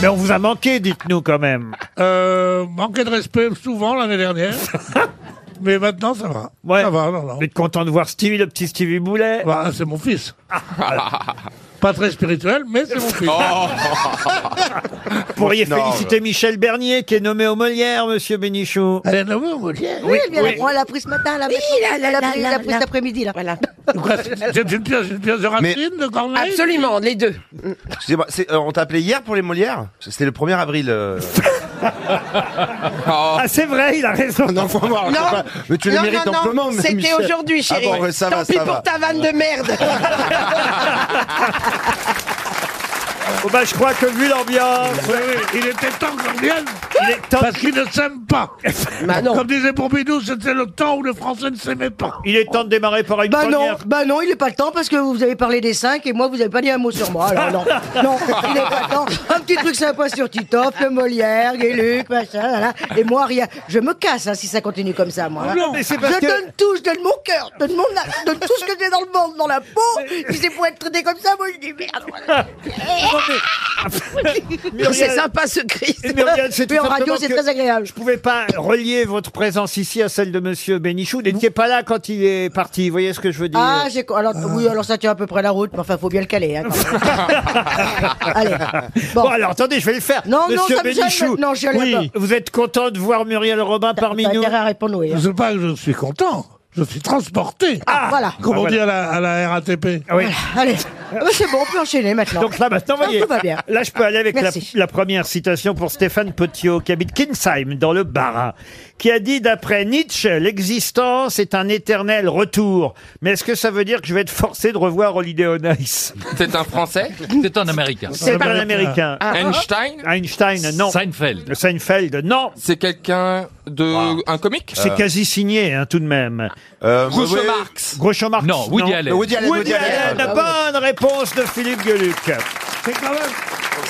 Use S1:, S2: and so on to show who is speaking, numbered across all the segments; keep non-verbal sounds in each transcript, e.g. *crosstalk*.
S1: Mais on vous a manqué, dites-nous quand même.
S2: Euh, manquer de respect souvent l'année
S1: *laughs*
S2: dernière. Mais maintenant, ça va.
S1: Ouais.
S2: Ça va, non, non.
S1: Vous êtes content de voir Stevie, le petit Stevie Boulet
S2: Bah, c'est mon fils.
S3: *laughs*
S2: Pas très spirituel, mais c'est mon fils.
S1: Oh. Vous pourriez
S4: Non,
S1: féliciter Michel Bernier, qui est nommé au Molière, monsieur Bénichou.
S2: Elle est nommée au Molière.
S5: Oui, elle vient- on l'a pris ce matin, là, maintenant, elle l'a pris- elle l'a pris cet après-midi, là. Bah,
S2: Pourquoi C'est c'est une pièce, une pièce de Racine, de Corneille
S6: Absolument, les deux.
S4: Excusez-moi, c'est- euh, on t'a appelé hier pour les Molières C'était le 1er avril. *laughs* euh.
S1: Ah, c'est vrai, il a raison.
S4: Non, faut voir, Ah, c'est pas- mais tu les
S6: non,
S4: mérites
S6: non, non,
S4: amplement, mais
S6: C'était
S4: Michel.
S6: aujourd'hui, chérie.
S4: Ah bon, ouais, ça
S6: Tant
S4: va,
S6: pis
S4: ça
S6: pour
S4: va.
S6: ta vanne
S4: *laughs*
S6: de merde.
S1: Oh, bah, je crois que vu l'ambiance,
S2: Oui, oui, il était temps qu'on revienne,
S1: il est temps,
S2: parce qu'ils ne s'aiment
S1: *laughs*
S2: pas.
S6: bah non.
S2: Comme disait Pompidou, c'était le temps où les Français ne s'aimaient pas.
S1: il est temps de démarrer par une
S5: Bah non,
S1: première.
S5: bah non, il n'est pas le temps parce que vous avez parlé des 5 et moi vous n'avez pas dit un mot sur moi. Alors
S1: *laughs*
S5: non, non, il n'est pas le temps. Un petit truc sympa sur Titoff, le Molière, Guéluc, machin, voilà. Et moi rien. Je me casse hein, si ça continue comme ça, moi. hein.
S1: Ah Non, mais c'est parce
S5: Je
S1: que-
S5: donne tout, je donne mon cœur, je donne, mon âme, je donne tout ce que j'ai dans le ventre, dans la peau. Si c'est pour être traité comme ça, moi je dis merde.
S1: *laughs*
S5: voilà. Oh,
S1: Muriel-
S6: C'est sympa ce Christ.
S1: Et Muriel, c'est tout
S5: Mais en
S1: simplement
S5: radio c'est
S1: que
S5: très agréable.
S1: Je pouvais pas relier votre présence ici à celle de monsieur Bénichou. Vous n'étiez pas là quand il est parti. Vous voyez ce que je veux dire
S5: Ah, j'ai co- alors oui, alors ça tient à peu près la route, mais enfin faut bien le caler. hein, quand
S1: *laughs*
S5: même. Allez,
S1: Bon.
S5: bon.
S1: alors attendez, je vais le faire.
S5: Non, non,
S1: Monsieur
S5: ça me gêne
S1: Bénichou,
S5: maintenant, je l'ai
S1: oui, vous êtes content de voir Muriel Robin parmi
S5: T'as
S1: nous
S5: intérêt à répondre oui. hein.
S2: C'est pas que je suis content, je suis transporté.
S5: Ah, voilà.
S2: Comme
S1: Ah,
S2: on
S1: voilà.
S2: dit à la, à la RATP.
S1: Ah oui.
S5: Allez, Ah bah, c'est bon, on peut enchaîner maintenant.
S1: Donc là, maintenant, vous
S5: Ah,
S1: bah, voyez,
S5: tout va bien.
S1: là, je peux aller avec la,
S5: Merci.
S1: la première citation pour Stéphane Petiot, qui habite Kinsheim, dans le Bas-Rhin, qui a dit, d'après Nietzsche, l'existence est un éternel retour. Mais est-ce que ça veut dire que je vais être forcé de revoir Holiday on Ice
S3: C'est un Français Ah.
S7: C'est un Américain.
S1: C'est pas un Américain.
S7: Ah.
S3: Einstein
S1: Einstein, non.
S7: Seinfeld.
S1: Seinfeld, non.
S3: C'est quelqu'un de... Un comique Euh.
S1: C'est quasi signé, hein, tout de même.
S4: Euh,
S3: Groucho
S4: oui.
S3: Ah. Marx
S1: Groucho Marx.
S7: Non, Woody Allen.
S4: Woody Allen, Woody
S1: Woody
S2: Ah,
S4: Allen.
S1: Allen, bonne réponse de Philippe Gueluc.
S2: C'est quand même.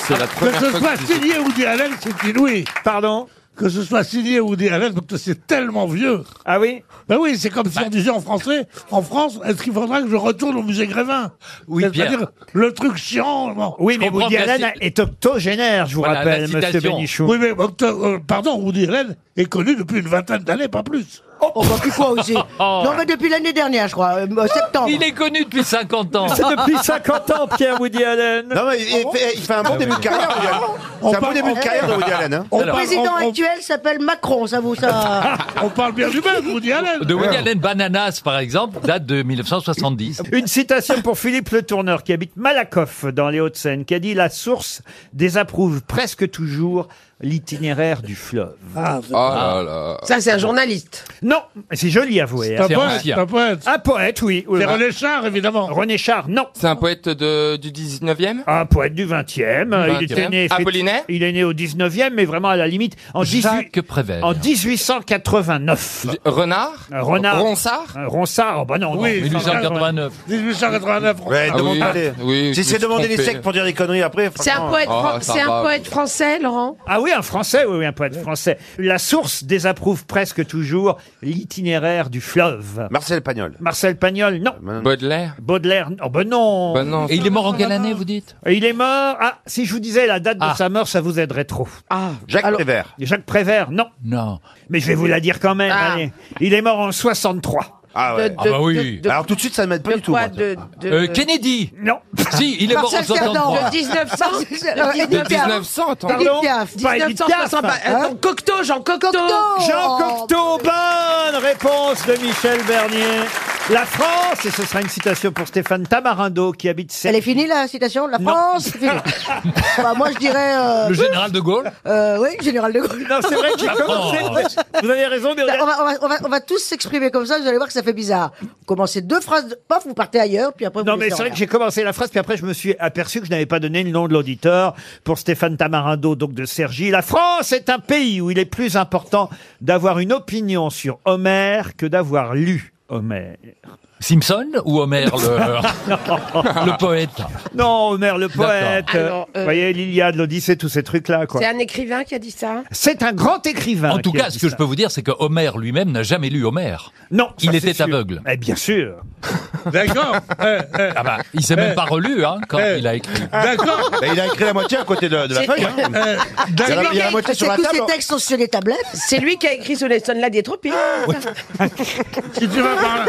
S3: C'est la
S2: Que
S3: première
S2: ce
S3: fois
S2: soit
S3: que je dis ça.
S2: signé Woody Allen, c'est inouï.
S1: Pardon
S2: Que ce soit signé Woody Allen, parce que c'est tellement vieux.
S1: Ah oui Bah
S2: Ben oui, c'est comme si on disait en français, en France, est-ce qu'il faudra que je retourne au musée Grévin Oui, C'est-à-dire le truc chiant. bon.
S1: Oui, mais
S7: comprends
S1: Woody
S7: que la
S1: Allen
S7: ci-
S1: est octogénaire, je vous
S7: Voilà, la
S1: rappelle, monsieur
S7: citation.
S1: Bénichou.
S2: Oui, mais octo- euh, pardon, Woody Allen est connu depuis une vingtaine d'années, pas plus.
S5: Oh, bah, plus
S7: *laughs*
S5: quoi aussi Non, mais depuis l'année dernière, je crois, euh, euh, septembre.
S7: Il est connu depuis 50 ans.
S1: C'est depuis 50 ans, Pierre Woody Allen.
S4: Non, mais il, il fait, il fait
S1: Ah,
S4: un bon début de carrière, Woody Allen. C'est un bon
S2: parle-
S4: début de carrière de Woody Allen. hein.
S2: On
S5: Le
S7: Alors,
S5: président
S2: on- on-
S5: actuel s'appelle Macron, ça
S1: *laughs*
S5: vous ça
S2: On parle bien du
S1: Ben,
S2: même, Woody Allen.
S7: De Woody Allen Bananas, par exemple, date de 1970.
S1: Une citation pour Philippe Le Tourneur, qui habite Malakoff, dans les Hauts-de-Seine, qui a dit La source désapprouve presque toujours l'itinéraire du fleuve.
S6: Ah,
S3: Oh là là.
S6: Ça, c'est un journaliste.
S1: Non, c'est joli à avouer.
S2: Un
S1: hein.
S7: C'est
S2: poète,
S7: ancien.
S2: un poète.
S1: Un poète, oui.
S2: C'est René Char, évidemment.
S1: René Char, non.
S3: C'est un poète de, du 19e
S1: Un poète du 20e. euh, Il, était
S3: 20e.
S1: né,
S3: Apollinaire
S1: il est né au 19e, mais vraiment à la limite en, 18
S7: Jacques Prévert.
S1: en 1889.
S3: J- Renard
S1: Euh, Renard.
S3: Ronsard
S1: Euh, Ronsard, oh bah non, non.
S2: Oui,
S7: 1989.
S2: 1889.
S4: Ouais,
S3: Ah oui,
S4: demandez-les.
S3: oui, je
S4: J'essaie de
S3: me suis
S4: demander les
S3: trompé.
S4: secs pour dire des conneries après.
S6: C'est un
S4: franchement.
S6: poète,
S3: Oh,
S6: fran-
S3: ça
S6: c'est
S3: va.
S6: un poète français, Laurent.
S1: Ah oui, un français, oui, oui, un poète français. La source désapprouve presque toujours l'itinéraire du fleuve.
S4: Marcel Pagnol.
S1: Marcel Pagnol, non.
S3: Baudelaire
S1: Baudelaire, oh bah non.
S3: Bah non.
S7: Et il est mort en quelle année, vous dites
S1: Il est mort. Ah, si je vous disais la date de
S7: Ah.
S1: sa mort, ça vous aiderait trop.
S4: Ah, Jacques Prévert.
S1: Jacques Prévert, non.
S7: Non.
S1: Mais je vais vous la dire quand même.
S6: Ah.
S1: allez. Il est mort en 63.
S4: Ah ouais.
S7: Ah bah oui.
S6: de-
S4: Alors tout de suite, ça ne m'aide pas
S6: de
S4: du tout.
S6: quoi
S4: moi.
S6: De, de-
S7: Euh, Kennedy
S1: Non.
S7: Si, il est mort en
S5: Marcel Cerdan.
S1: Hein
S7: 63.
S6: de 1900
S5: Le
S3: De
S5: 19e.
S3: 1900, attends.
S5: Edith
S1: Pardon
S5: Piaf,
S1: Pas Edith Piaf.
S6: 1960, bah,
S4: Hein
S6: attends, Cocteau, Jean Cocteau.
S1: Jean Cocteau, bonne réponse de Michel Bernier. La France, et ce sera une citation pour Stéphane Tamarindo qui habite
S5: Elle
S1: Seine.
S5: est finie la citation de la
S1: Non.
S5: France
S1: *laughs*
S5: c'est fini. Bah, Moi je dirais, euh,
S7: Le général de Gaulle
S5: euh, oui, général de Gaulle.
S1: Non, Ah, c'est vrai que j'ai commencé. Vous avez raison, mais on
S5: Bah, On
S1: a-
S5: va, on va- on va- on va tous s'exprimer comme ça, vous allez voir que ça fait bizarre. Vous commencez deux phrases, de... paf, vous partez ailleurs, puis après vous
S1: Non, mais
S5: laissez
S1: c'est vrai
S5: en
S1: que
S5: l'air.
S1: j'ai commencé la phrase, puis après je me suis aperçu que je n'avais pas donné le nom de l'auditeur. Pour Stéphane Tamarindo, donc de Sergi, la France est un pays où il est plus important d'avoir une opinion sur Homère que d'avoir lu Homère.
S7: Simpson ou Homer
S1: *laughs*
S7: *laughs* le, le poète
S1: Non, Homer le poète.
S6: Alors, euh,
S1: Vous voyez, l'Iliade, l'Odyssée, tous ces trucs-là, quoi.
S6: C'est un écrivain qui a dit ça
S1: C'est un grand écrivain.
S7: En tout
S1: qui a
S7: cas,
S1: dit
S7: ce que
S1: ça.
S7: je peux vous dire, c'est que Homer lui-même n'a jamais lu Homer.
S1: Non, ça,
S7: Il
S1: c'est
S7: était
S1: sûr.
S7: aveugle.
S1: Eh bien sûr.
S2: D'accord. Eh, eh,
S7: Ah bah, il s'est même pas relu hein, quand
S2: Eh.
S7: il a écrit.
S8: *laughs*
S2: D'accord.
S5: Bah, il a écrit la moitié à côté de, de la feuille.
S7: Euh,
S1: *laughs*
S5: hein.
S1: Euh,
S2: eh,
S5: Il y a la- il y a la moitié sur la
S9: tous
S5: table.
S9: ces textes sont sur des tablettes.
S6: C'est lui qui a écrit ce Nelson-là des tropiques.
S5: Ah,
S2: Si tu vas par là,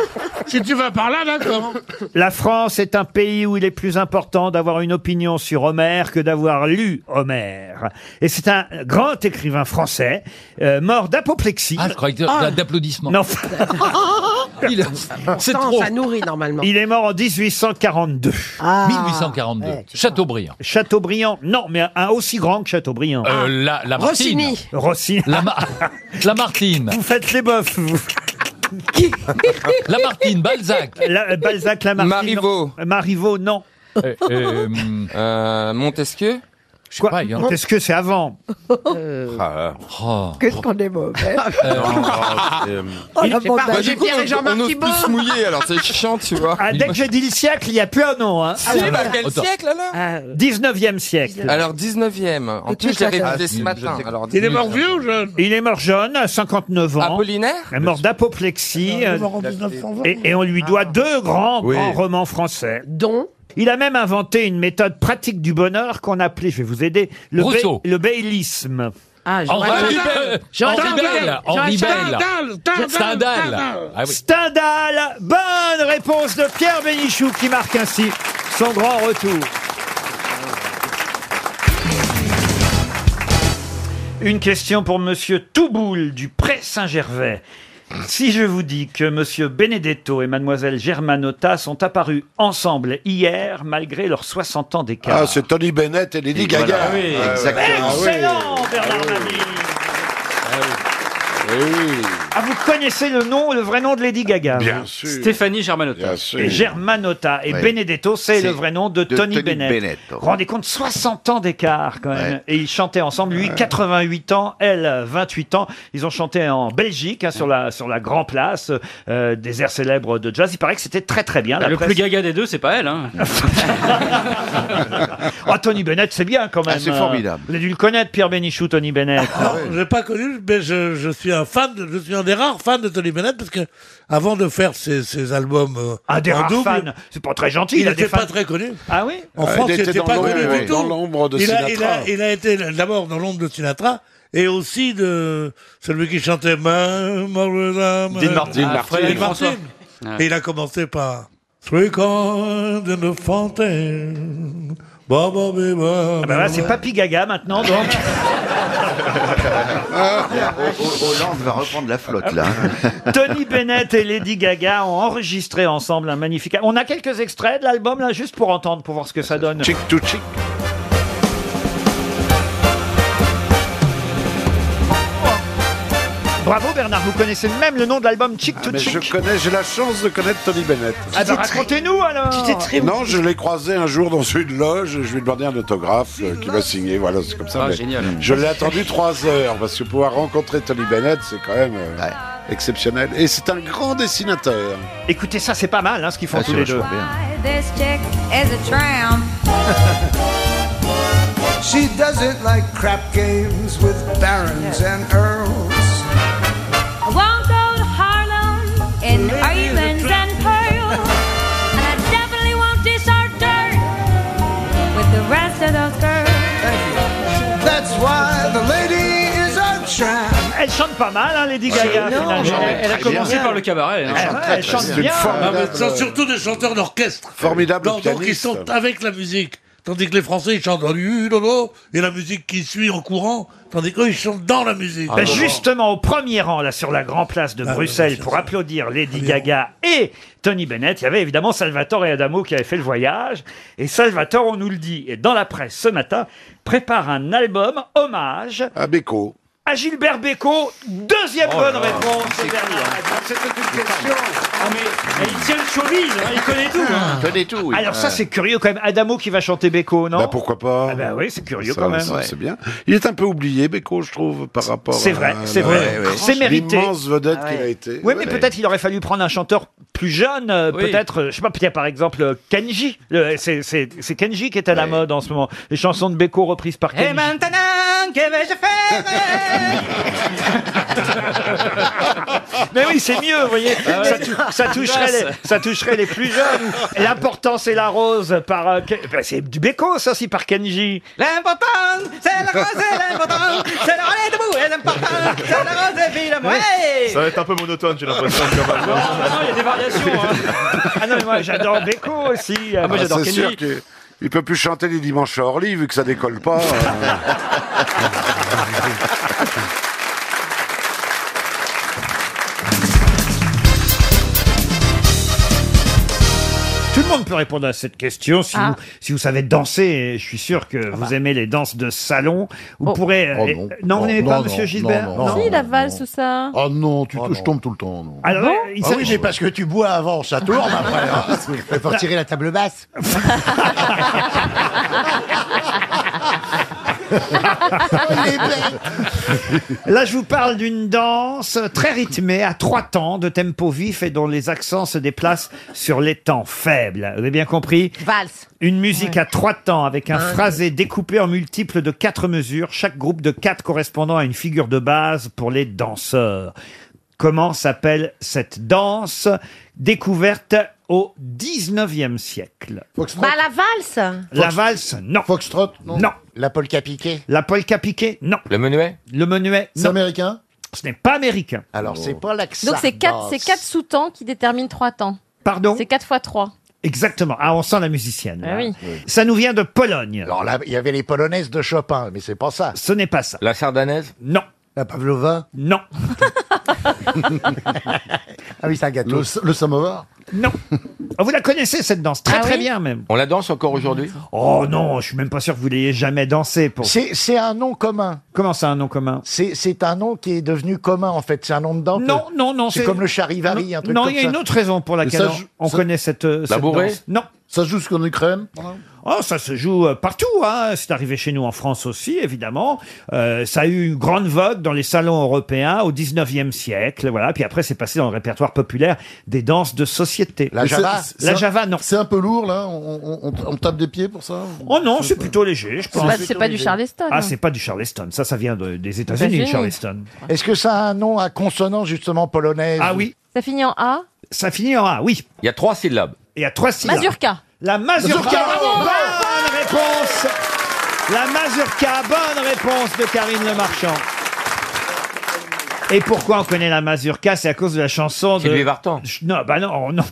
S2: si tu vas par là, d'accord.
S1: La France est un pays où il est plus important d'avoir une opinion sur Homère que d'avoir lu Homère. Et c'est un grand écrivain français, euh, mort d'apoplexie.
S7: Ah, je croyais que d'a- d'applaudissements.
S1: Non, *laughs*
S7: Il a- C'est
S6: Pourtant,
S7: trop.
S6: ça nourrit normalement.
S1: il est mort en 1842.
S9: Ah.
S7: 1842.
S9: Ouais, tu-
S7: Chateaubriand.
S1: Chateaubriand, non, mais un aussi grand que Chateaubriand.
S7: Euh, la, la Martine.
S6: Rossini.
S1: Rossi.
S7: La, Ma- *laughs* la Martine.
S1: Vous faites les bœufs, vous.
S7: La Martine, Balzac.
S1: La- euh, Balzac, Lamartine.
S3: Marivaux.
S1: non. Marivaux, non.
S7: Euh,
S3: *laughs*
S7: euh, hum,
S3: Euh, Montesquieu
S7: je sais
S1: Quoi
S7: pas, il y en-
S1: Est-ce que c'est avant
S5: Ah,
S7: Oh.
S9: Qu'est-ce qu'on est mauvais.
S6: bah.
S1: Oh,
S5: ah,
S3: *laughs*
S5: euh,
S9: Oh, la
S6: sais
S9: bande
S6: pas.
S9: à-
S6: Bah, j'ai- Pierre et Jean-Marc
S3: on ose
S6: Thibault.
S3: plus se mouiller, alors
S6: *laughs*
S3: c'est chiant, tu vois.
S1: ah, Dès que j'ai dit le siècle, il n'y a plus un nom. Hein.
S3: C'est bah, quel
S7: Attends.
S3: siècle, alors
S6: Ah,
S1: 19e siècle.
S3: Alors, 19e. En
S9: Tout
S3: plus, j'ai
S9: à fait.
S3: révisé ce
S7: Ah,
S3: matin.
S7: je sais.
S3: Alors,
S2: Il est
S3: 19e.
S2: mort vieux ou jeune
S1: Il est mort jeune, à 59 ans.
S3: Apollinaire
S1: Mort d'apoplexie.
S2: Il est
S1: euh,
S2: Ah, mort en 1920.
S1: Et, et on lui doit deux grands,
S5: Oui.
S1: grands romans français.
S6: Don.
S1: Il a même inventé une méthode pratique du bonheur qu'on appelait, je vais vous aider, le,
S7: Rousseau.
S1: le bailisme.
S6: Ah, Jean-
S7: Henri Bell. Henri Bell. Henri Bell.
S2: Stendhal,
S7: Stendhal.
S2: Stendhal, Stendhal.
S7: Ah oui.
S1: Stendhal, bonne réponse de Pierre Bénichou qui marque ainsi son grand retour. Une question pour Monsieur Touboul du Pré Saint-Gervais. Si je vous dis que Monsieur Benedetto et Mademoiselle Germanotta sont apparus ensemble hier malgré leurs 60 ans d'écart.
S10: Ah, c'est Tony Bennett et Lady Gaga.
S5: voilà. Oui,
S10: Ah,
S5: exactement.
S1: Excellent, Bernard Mabille. Ah, vous connaissez le nom, le vrai nom de Lady Gaga hein
S10: Bien
S1: vous
S10: sûr.
S11: Stéphanie Germanotta.
S10: Bien sûr.
S1: Et Germanotta et
S5: Ouais.
S1: Benedetto, c'est
S5: C'est
S1: le vrai nom de,
S5: de
S1: Tony,
S5: Tony
S1: Bennett.
S5: Bennett.
S1: Vous vous Rendez compte, 60 ans d'écart quand même.
S10: Ouais.
S1: Et ils chantaient ensemble, lui 88 ans, elle 28 ans. Ils ont chanté en Belgique, hein, sur, la, sur la Grand Place, euh, des airs célèbres de jazz. Il paraît que c'était très très bien. La
S11: Ah, le
S1: presse- *laughs*
S11: plus gaga des deux, c'est pas elle. Hein.
S1: Ah, Tony Bennett, c'est bien quand même.
S5: Ah, c'est
S1: euh,
S5: formidable.
S1: Vous avez dû le connaître, Pierre Bénichou, Tony Bennett.
S11: Ah,
S2: Alors, je l'ai pas connu, mais je, je suis un fan, de- je suis un des rares fans de Tony Bennett parce que avant de faire ses, ses albums euh,
S1: Un des
S2: en
S1: rares
S2: double,
S1: fans. C'est pas très gentil.
S2: il,
S1: a des
S2: n'était
S1: fans.
S2: pas très connu.
S1: Ah oui
S2: En
S10: Ah, il
S2: France, il
S10: était
S2: n'était
S10: dans
S2: pas
S10: l'ombre,
S2: connu
S10: oui,
S2: du tout.
S10: dans l'ombre de
S2: il a, il,
S10: Sinatra.
S2: a, il a été d'abord dans l'ombre de Sinatra et aussi de celui qui chantait Ma- Ma- Ma- Ma-
S11: Dean Martin.
S2: Ah,
S11: Ah, Frédéric
S2: Dean
S11: François.
S2: Martin.
S11: Ouais.
S2: Et il a commencé par Three Coins in the Fountain. Ba, ba, ba, ba,
S1: Ah bah là, c'est Papy Gaga maintenant, donc.
S5: *laughs*
S11: *laughs*
S5: Hollande va reprendre la flotte, là.
S1: *laughs* Tony Bennett et Lady Gaga ont enregistré ensemble un magnifique. On a quelques extraits de l'album là, juste pour entendre, pour voir ce que ça donne.
S10: Chick to chick.
S1: Bravo Bernard, vous connaissez même le nom de l'album Chick
S10: Ah,
S1: to
S10: mais je
S1: Chick.
S10: connais, j'ai la chance de connaître Tony Bennett.
S1: Ah bah, racontez-nous alors.
S10: Non, je l'ai croisé un jour dans une loge, je lui ai demandé un autographe euh, qui m'a signé, voilà, c'est comme ça.
S11: Ah,
S10: mais
S11: génial.
S10: Je l'ai attendu trois heures parce que pouvoir rencontrer Tony Bennett, c'est quand même euh,
S5: Ouais.
S10: exceptionnel. Et c'est un grand dessinateur.
S1: Écoutez ça, c'est pas mal hein, ce qu'ils font
S5: Ah,
S1: tous
S5: c'est
S1: les deux.
S5: vachement bien.
S12: This chick is a tram.
S13: *laughs* She doesn't like crap games with barons and earls.
S12: I won't go to Harlem in diamonds and pearls. And I definitely won't dish our
S4: *laughs*
S12: dirt with the rest of those girls.
S13: That's why the lady is a tramp.
S1: Elle chante pas mal, hein, Lady
S2: Ah,
S1: Gaga.
S11: Ah, Elle,
S1: finalement.
S11: elle a commencé
S10: bien.
S11: par le cabaret. hein.
S1: Ouais, elle chante
S10: C'est une
S1: bien.
S2: Ah, mais
S10: formidable,
S2: ce sont surtout des chanteurs d'orchestre.
S10: formidable
S2: Donc, donc, ils
S10: pianiste.
S2: sont avec la musique. Tandis que les Français, ils chantent dans du lolo et la musique qui suit en courant, tandis qu'eux, ils chantent dans la musique.
S10: Ah
S1: Bah, justement, au premier rang, là, sur la Grand Place de
S2: Ah,
S1: Bruxelles,
S2: oui,
S1: pour
S2: c'est ça.
S1: applaudir Lady
S2: Premier
S1: Gaga et Tony Bennett, il y avait évidemment Salvatore et Adamo qui avaient fait le voyage. Et Salvatore, on nous le dit, et dans la presse ce matin, prépare un album hommage
S10: À Beko.
S1: à Gilbert Bécaud. Deuxième
S11: Oh là
S1: bonne
S11: là,
S1: réponse.
S11: c'est
S1: de Bernard
S11: cool, hein.
S1: Mabille.
S11: C'était une question. Ah, mais et il tient le showbiz, hein, il connaît tout. hein.
S1: Alors ça, c'est curieux quand même. Adamo qui va chanter Beko, non
S10: Bah pourquoi pas
S1: Ah bah oui, c'est curieux
S10: Ça,
S1: quand même.
S10: ça, C'est bien. Il est un peu oublié, Beko, je trouve, par rapport
S1: C'est
S10: à
S1: vrai,
S10: la-
S1: c'est vrai.
S10: la-
S1: C'est mérité.
S10: L'immense vedette
S1: Ah ouais.
S10: qu'il a été.
S1: Oui, mais peut-être il aurait fallu prendre un chanteur plus jeune, euh,
S10: Oui.
S1: peut-être, euh, je sais pas, peut-être par exemple euh, Kenji. Le- C'est c'est- c'est Kenji qui est à la mode en ce moment. Les chansons de Beko reprises par
S12: Et
S1: Kenji.
S12: maintenant, que vais-je
S11: *laughs*
S12: faire
S1: Oh, Mais oui, c'est mieux, vous voyez.
S12: Ah ouais.
S1: ça, tou- ça toucherait les, ça toucherait les plus jeunes. L'important, c'est la rose par. euh, Ken- bah, c'est du Beko, ça aussi, par Kenji.
S12: L'important, c'est la rose, c'est l'important, c'est la rose debout, et l'important, c'est la rose et puis le vrai.
S14: Ça va être un peu monotone, j'ai l'impression.
S1: *laughs*
S14: quand même.
S1: il y a des variations. *laughs* Ah non, mais moi, j'adore Beko aussi.
S10: Ah,
S4: bah,
S1: moi, j'adore
S10: c'est
S1: Kenji.
S10: sûr qu'il il peut plus chanter les dimanches à Orly, vu que ça
S1: *laughs*
S10: décolle pas.
S1: Tout le monde peut répondre à cette question. Si,
S4: Ah. bah.
S1: vous, si vous savez danser, je suis sûr que vous aimez les danses de salon. Vous pourrez.
S4: Oh
S1: euh,
S4: non.
S1: vous
S4: Oh,
S1: n'aimez
S4: non,
S1: pas,
S4: non,
S1: monsieur
S4: non,
S1: Gilbert
S4: non, non.
S15: Si, la valse, tout ça.
S4: Ah non, tu, je tombe tout le temps. non.
S1: Alors, euh,
S4: Ah
S1: il
S4: oui, mais parce que tu bois avant, ça tourne après. hein. Je *laughs* préfère tirer la table basse.
S2: ah,
S1: Là, je vous parle d'une danse très rythmée, à trois temps, de tempo vif et dont les accents se déplacent sur les temps faibles. Vous avez bien compris
S15: Valse.
S1: Une musique à trois temps avec un
S15: Ouais.
S1: phrasé découpé en multiples de quatre mesures, chaque groupe de quatre correspondant à une figure de base pour les danseurs. Comment s'appelle cette danse découverte au 19e siècle
S15: Bah, la valse.
S1: La valse, non. Foxtrot, non. La polka piquée La polka piquée, non. Le menuet Le menuet, C'est américain Ce n'est pas américain. Oh.
S4: Alors, c'est pas l'accent.
S15: Donc, c'est quatre, c'est quatre sous-temps qui déterminent trois temps.
S1: Pardon
S15: C'est quatre fois trois.
S1: Exactement. Ah, on sent la musicienne.
S15: Ah
S1: là.
S15: oui.
S1: Ça nous vient de Pologne.
S4: Alors là, il y avait les polonaises de Chopin, mais c'est pas ça.
S1: Ce n'est pas ça.
S4: La sardanaise
S1: Non.
S4: La pavlova
S1: Non.
S4: *laughs* ah oui, c'est un gâteau. Le, samovar
S1: Non. Ah, Vous la connaissez cette danse très
S4: Ah
S1: très
S4: oui
S1: bien même.
S3: On la danse encore aujourd'hui
S1: Oh non, je suis même pas sûr que vous l'ayez jamais dansé pour.
S4: C'est c'est un nom commun.
S1: Comment ça, un nom commun
S4: C'est c'est un nom qui est devenu commun, en fait. C'est un nom de danse.
S1: Non, non, non.
S4: C'est comme le charivari,
S1: non,
S4: un truc
S1: Non,
S4: comme
S1: il y a
S4: ça.
S1: une autre raison pour laquelle
S4: ça
S1: on-
S4: joue-
S1: on,
S4: ça-
S1: connaît cette, euh,
S4: La
S1: cette
S4: bourrée
S1: danse. Non. Ça se joue jusqu'en Ukraine Oh, ça se joue euh, partout. hein. C'est arrivé chez nous en France aussi, évidemment. Euh, ça a eu une grande vogue dans les salons européens au 19e siècle. Voilà. Puis après, c'est passé dans le répertoire populaire des danses de société.
S4: La java
S1: La java. non.
S4: C'est un peu lourd, là on, tape des pieds pour ça
S1: Oh non, c'est plutôt léger, je
S4: C'est
S1: pense.
S4: pas- c'est pas du charleston. hein.
S1: Ah, c'est pas du charleston. Ça, ça vient de- des États-Unis, le
S15: États-Unis.
S1: charleston.
S4: Est-ce que ça a un nom à consonance, justement, polonaise
S1: Ah oui.
S15: Ça finit en A.
S1: Ça finit en A, oui.
S3: Il y a trois syllabes.
S1: Il y a trois syllabes.
S15: Mazurka.
S1: La mazurka.
S15: Mazurka, bravo
S1: Bonne réponse. La mazurka. Bonne réponse de Karine Le Marchand. Et pourquoi on connaît la mazurka C'est à cause de la chanson de.
S3: Sylvie Vartan.
S1: Ch- Non, bah non, oh non.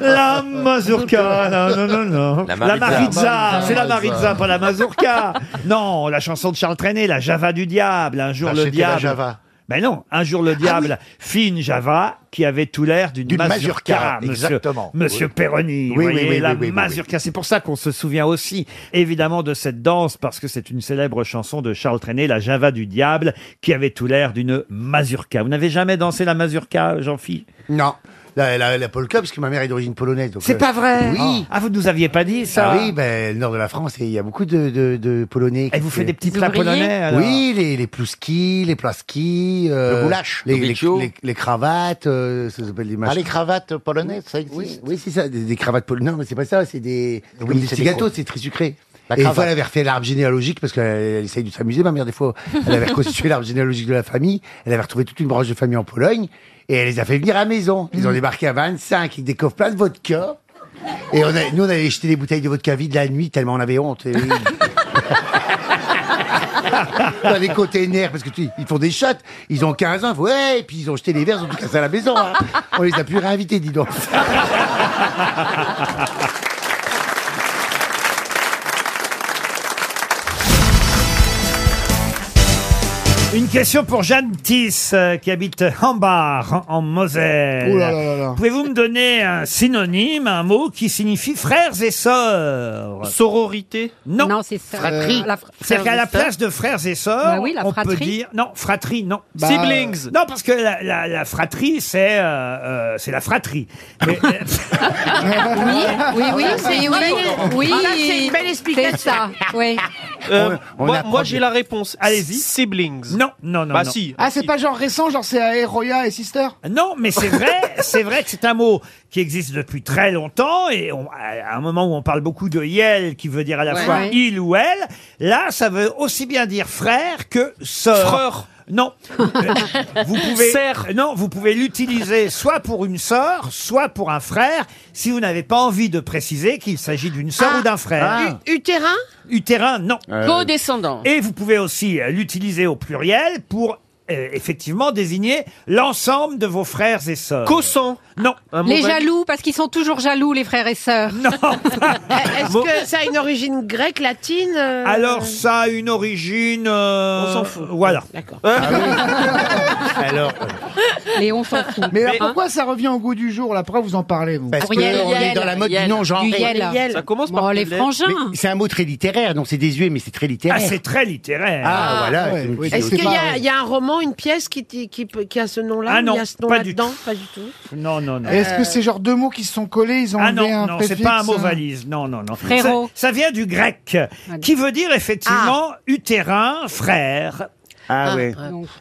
S1: la mazurka, non, non, non, non.
S3: La Maritza.
S1: Maritza, c'est la
S3: Maritza.
S1: Maritza, pas la mazurka. non, la chanson de Charles Trenet, la Java du diable, un jour
S4: Ah,
S1: le
S4: c'était la
S1: diable.
S4: Java. Ah
S1: Ben non, un jour le diable, fine Java, qui avait tout l'air d'une
S4: D'une
S1: mazurka,
S4: mazurka,
S1: monsieur,
S4: exactement.
S1: monsieur
S4: Oui.
S1: Perroni.
S4: Oui,
S1: vous
S4: oui,
S1: voyez,
S4: oui,
S1: la
S4: oui, oui, oui,
S1: mazurka, c'est pour ça qu'on se souvient aussi, évidemment, de cette danse, parce que c'est une célèbre chanson de Charles Trenet, la Java du diable, qui avait tout l'air d'une mazurka. Vous n'avez jamais dansé la mazurka, Jean-Philippe
S4: Non. La, la, la polka, parce que ma mère est d'origine polonaise. donc,
S1: C'est
S4: euh,
S1: pas vrai
S4: Oui.
S1: Ah, vous ne nous aviez pas dit ça
S4: Ah oui, ben, le nord de la *laughs* France, il y a beaucoup de, de, de Polonais.
S1: Elle vous fait des petits plats Ouvriers polonais, alors
S4: Oui, les, les plouskis, les plaskis. euh,
S1: Le goulash.
S4: Les,
S1: Le
S4: les,
S1: bichot.
S4: les- les cravates, euh, ça s'appelle des machins.
S16: les
S4: cravates polonaises, ça existe Oui, oui c'est ça, des, des cravates polonaises. Non, mais c'est pas ça, c'est des,
S16: Oui,
S4: comme des
S16: c'est
S4: petits
S16: des
S4: gâteaux,
S16: gros-
S4: c'est très sucré.
S16: La
S4: Et une fois,
S16: cravate.
S4: elle avait refait l'arbre généalogique, parce qu'elle elle essaye de s'amuser, ma mère, des fois. Elle avait reconstitué l'arbre généalogique de la famille. Elle avait retrouvé toute une branche de famille en Pologne. Et elle les a fait venir à la maison. Ils ont débarqué à 25 avec des coffres pleins de vodka. Et on a- nous, on avait jeté des bouteilles de vodka vide la nuit tellement on avait honte. Et- Dans les containers, parce que tu, ils font des shots, ils ont 15 ans, ils font, ouais, et puis ils ont jeté les verres, ils ont tout cassé à la maison. hein. On les a plus réinvités, dis donc.
S1: *laughs* Une question pour Jeanne Tiss, euh, qui habite Hambach, en, en Moselle.
S16: Euh, Ouh là là là là.
S1: Pouvez-vous me donner un synonyme, un mot qui signifie frères et sœurs Sororité Non.
S17: Non, c'est sœurs. Fratrie. Euh, la fr- frères
S1: C'est-à-dire qu'à
S17: et
S1: la
S17: sœurs.
S1: place de frères et sœurs,
S17: Bah oui, la
S1: on peut
S17: fratrie.
S1: dire... Non, fratrie, non.
S17: Bah, Siblings.
S1: Non, parce que la, la- la fratrie, c'est euh, euh, c'est la fratrie. Mais- euh,
S15: Oui, oui, oui,
S6: Ah,
S15: oui,
S6: c'est
S15: oui,
S6: bravo.
S15: oui.
S6: Ah, c'est une belle
S15: C'est ça, oui.
S18: Euh,
S1: on
S18: moi,
S1: apprend
S18: moi,
S1: des-
S18: j'ai la réponse.
S1: Allez-y.
S18: Siblings.
S1: Non, non, non.
S18: Bah
S1: non.
S18: si.
S17: Ah, c'est pas genre récent, genre c'est à Roya et Sister
S1: Euh, Non, mais c'est vrai, c'est vrai que c'est un mot qui existe depuis très longtemps et on- à un moment où on parle beaucoup de yel qui veut dire à la
S16: Ouais.
S1: fois
S16: Ouais.
S1: il ou elle, là ça veut aussi bien dire frère que sœur.
S16: Freur.
S1: Non.
S16: *laughs*
S1: Euh, vous pouvez non, vous pouvez l'utiliser soit pour une sœur, soit pour un frère si vous n'avez pas envie de préciser qu'il s'agit d'une sœur
S16: Ah.
S1: ou d'un frère.
S6: Utérin
S1: Utérin, non.
S6: Codescendant.
S1: Et vous pouvez aussi euh, l'utiliser au pluriel pour euh, effectivement désigner l'ensemble de vos frères et sœurs. Cossant Non.
S17: Les jaloux, parce qu'ils sont toujours jaloux, les frères et sœurs. *laughs*
S1: Non
S6: Est-ce que ça a une origine grecque, latine euh,
S1: Alors ça a une origine... euh,
S6: On s'en fout. Ah
S1: Voilà. Euh,
S6: D'accord.
S1: *laughs* Alors...
S17: Et on s'en fout.
S16: Mais, alors, pourquoi ça revient au goût du jour là Pourquoi vous en parlez vous
S4: Parce
S17: Courriel,
S4: qu'on est
S17: Yel,
S4: dans la mode
S17: Yel,
S4: du non-genre.
S17: du Yel. Yel. Ça commence par Bon, les quel frangins.
S4: Mais C'est un mot très littéraire, donc c'est désuet, mais c'est très littéraire.
S1: hein. Ah, c'est très littéraire.
S4: Ah, voilà.
S1: ouais,
S4: donc
S1: oui,
S4: c'est-
S6: Est-ce
S4: c'est
S6: qu'il y,
S4: pas-
S6: a- il y a un roman, une pièce qui, t- qui, peut- qui a ce nom-là
S1: Ah
S6: ou
S1: non,
S6: il y a ce nom
S1: pas
S6: là
S1: du
S6: dedans Pas du tout.
S1: Non, non, non.
S16: Est-ce que c'est genre deux mots qui se sont collés Ils ont
S1: Ah
S16: enlevé
S1: non,
S16: un
S1: non,
S16: préfixe
S1: c'est pas un mot
S16: euh,
S1: valise. Non, non, non.
S16: Frérot.
S1: Ça, ça vient du grec, qui veut dire effectivement utérin, frère.
S5: Ah
S1: oui.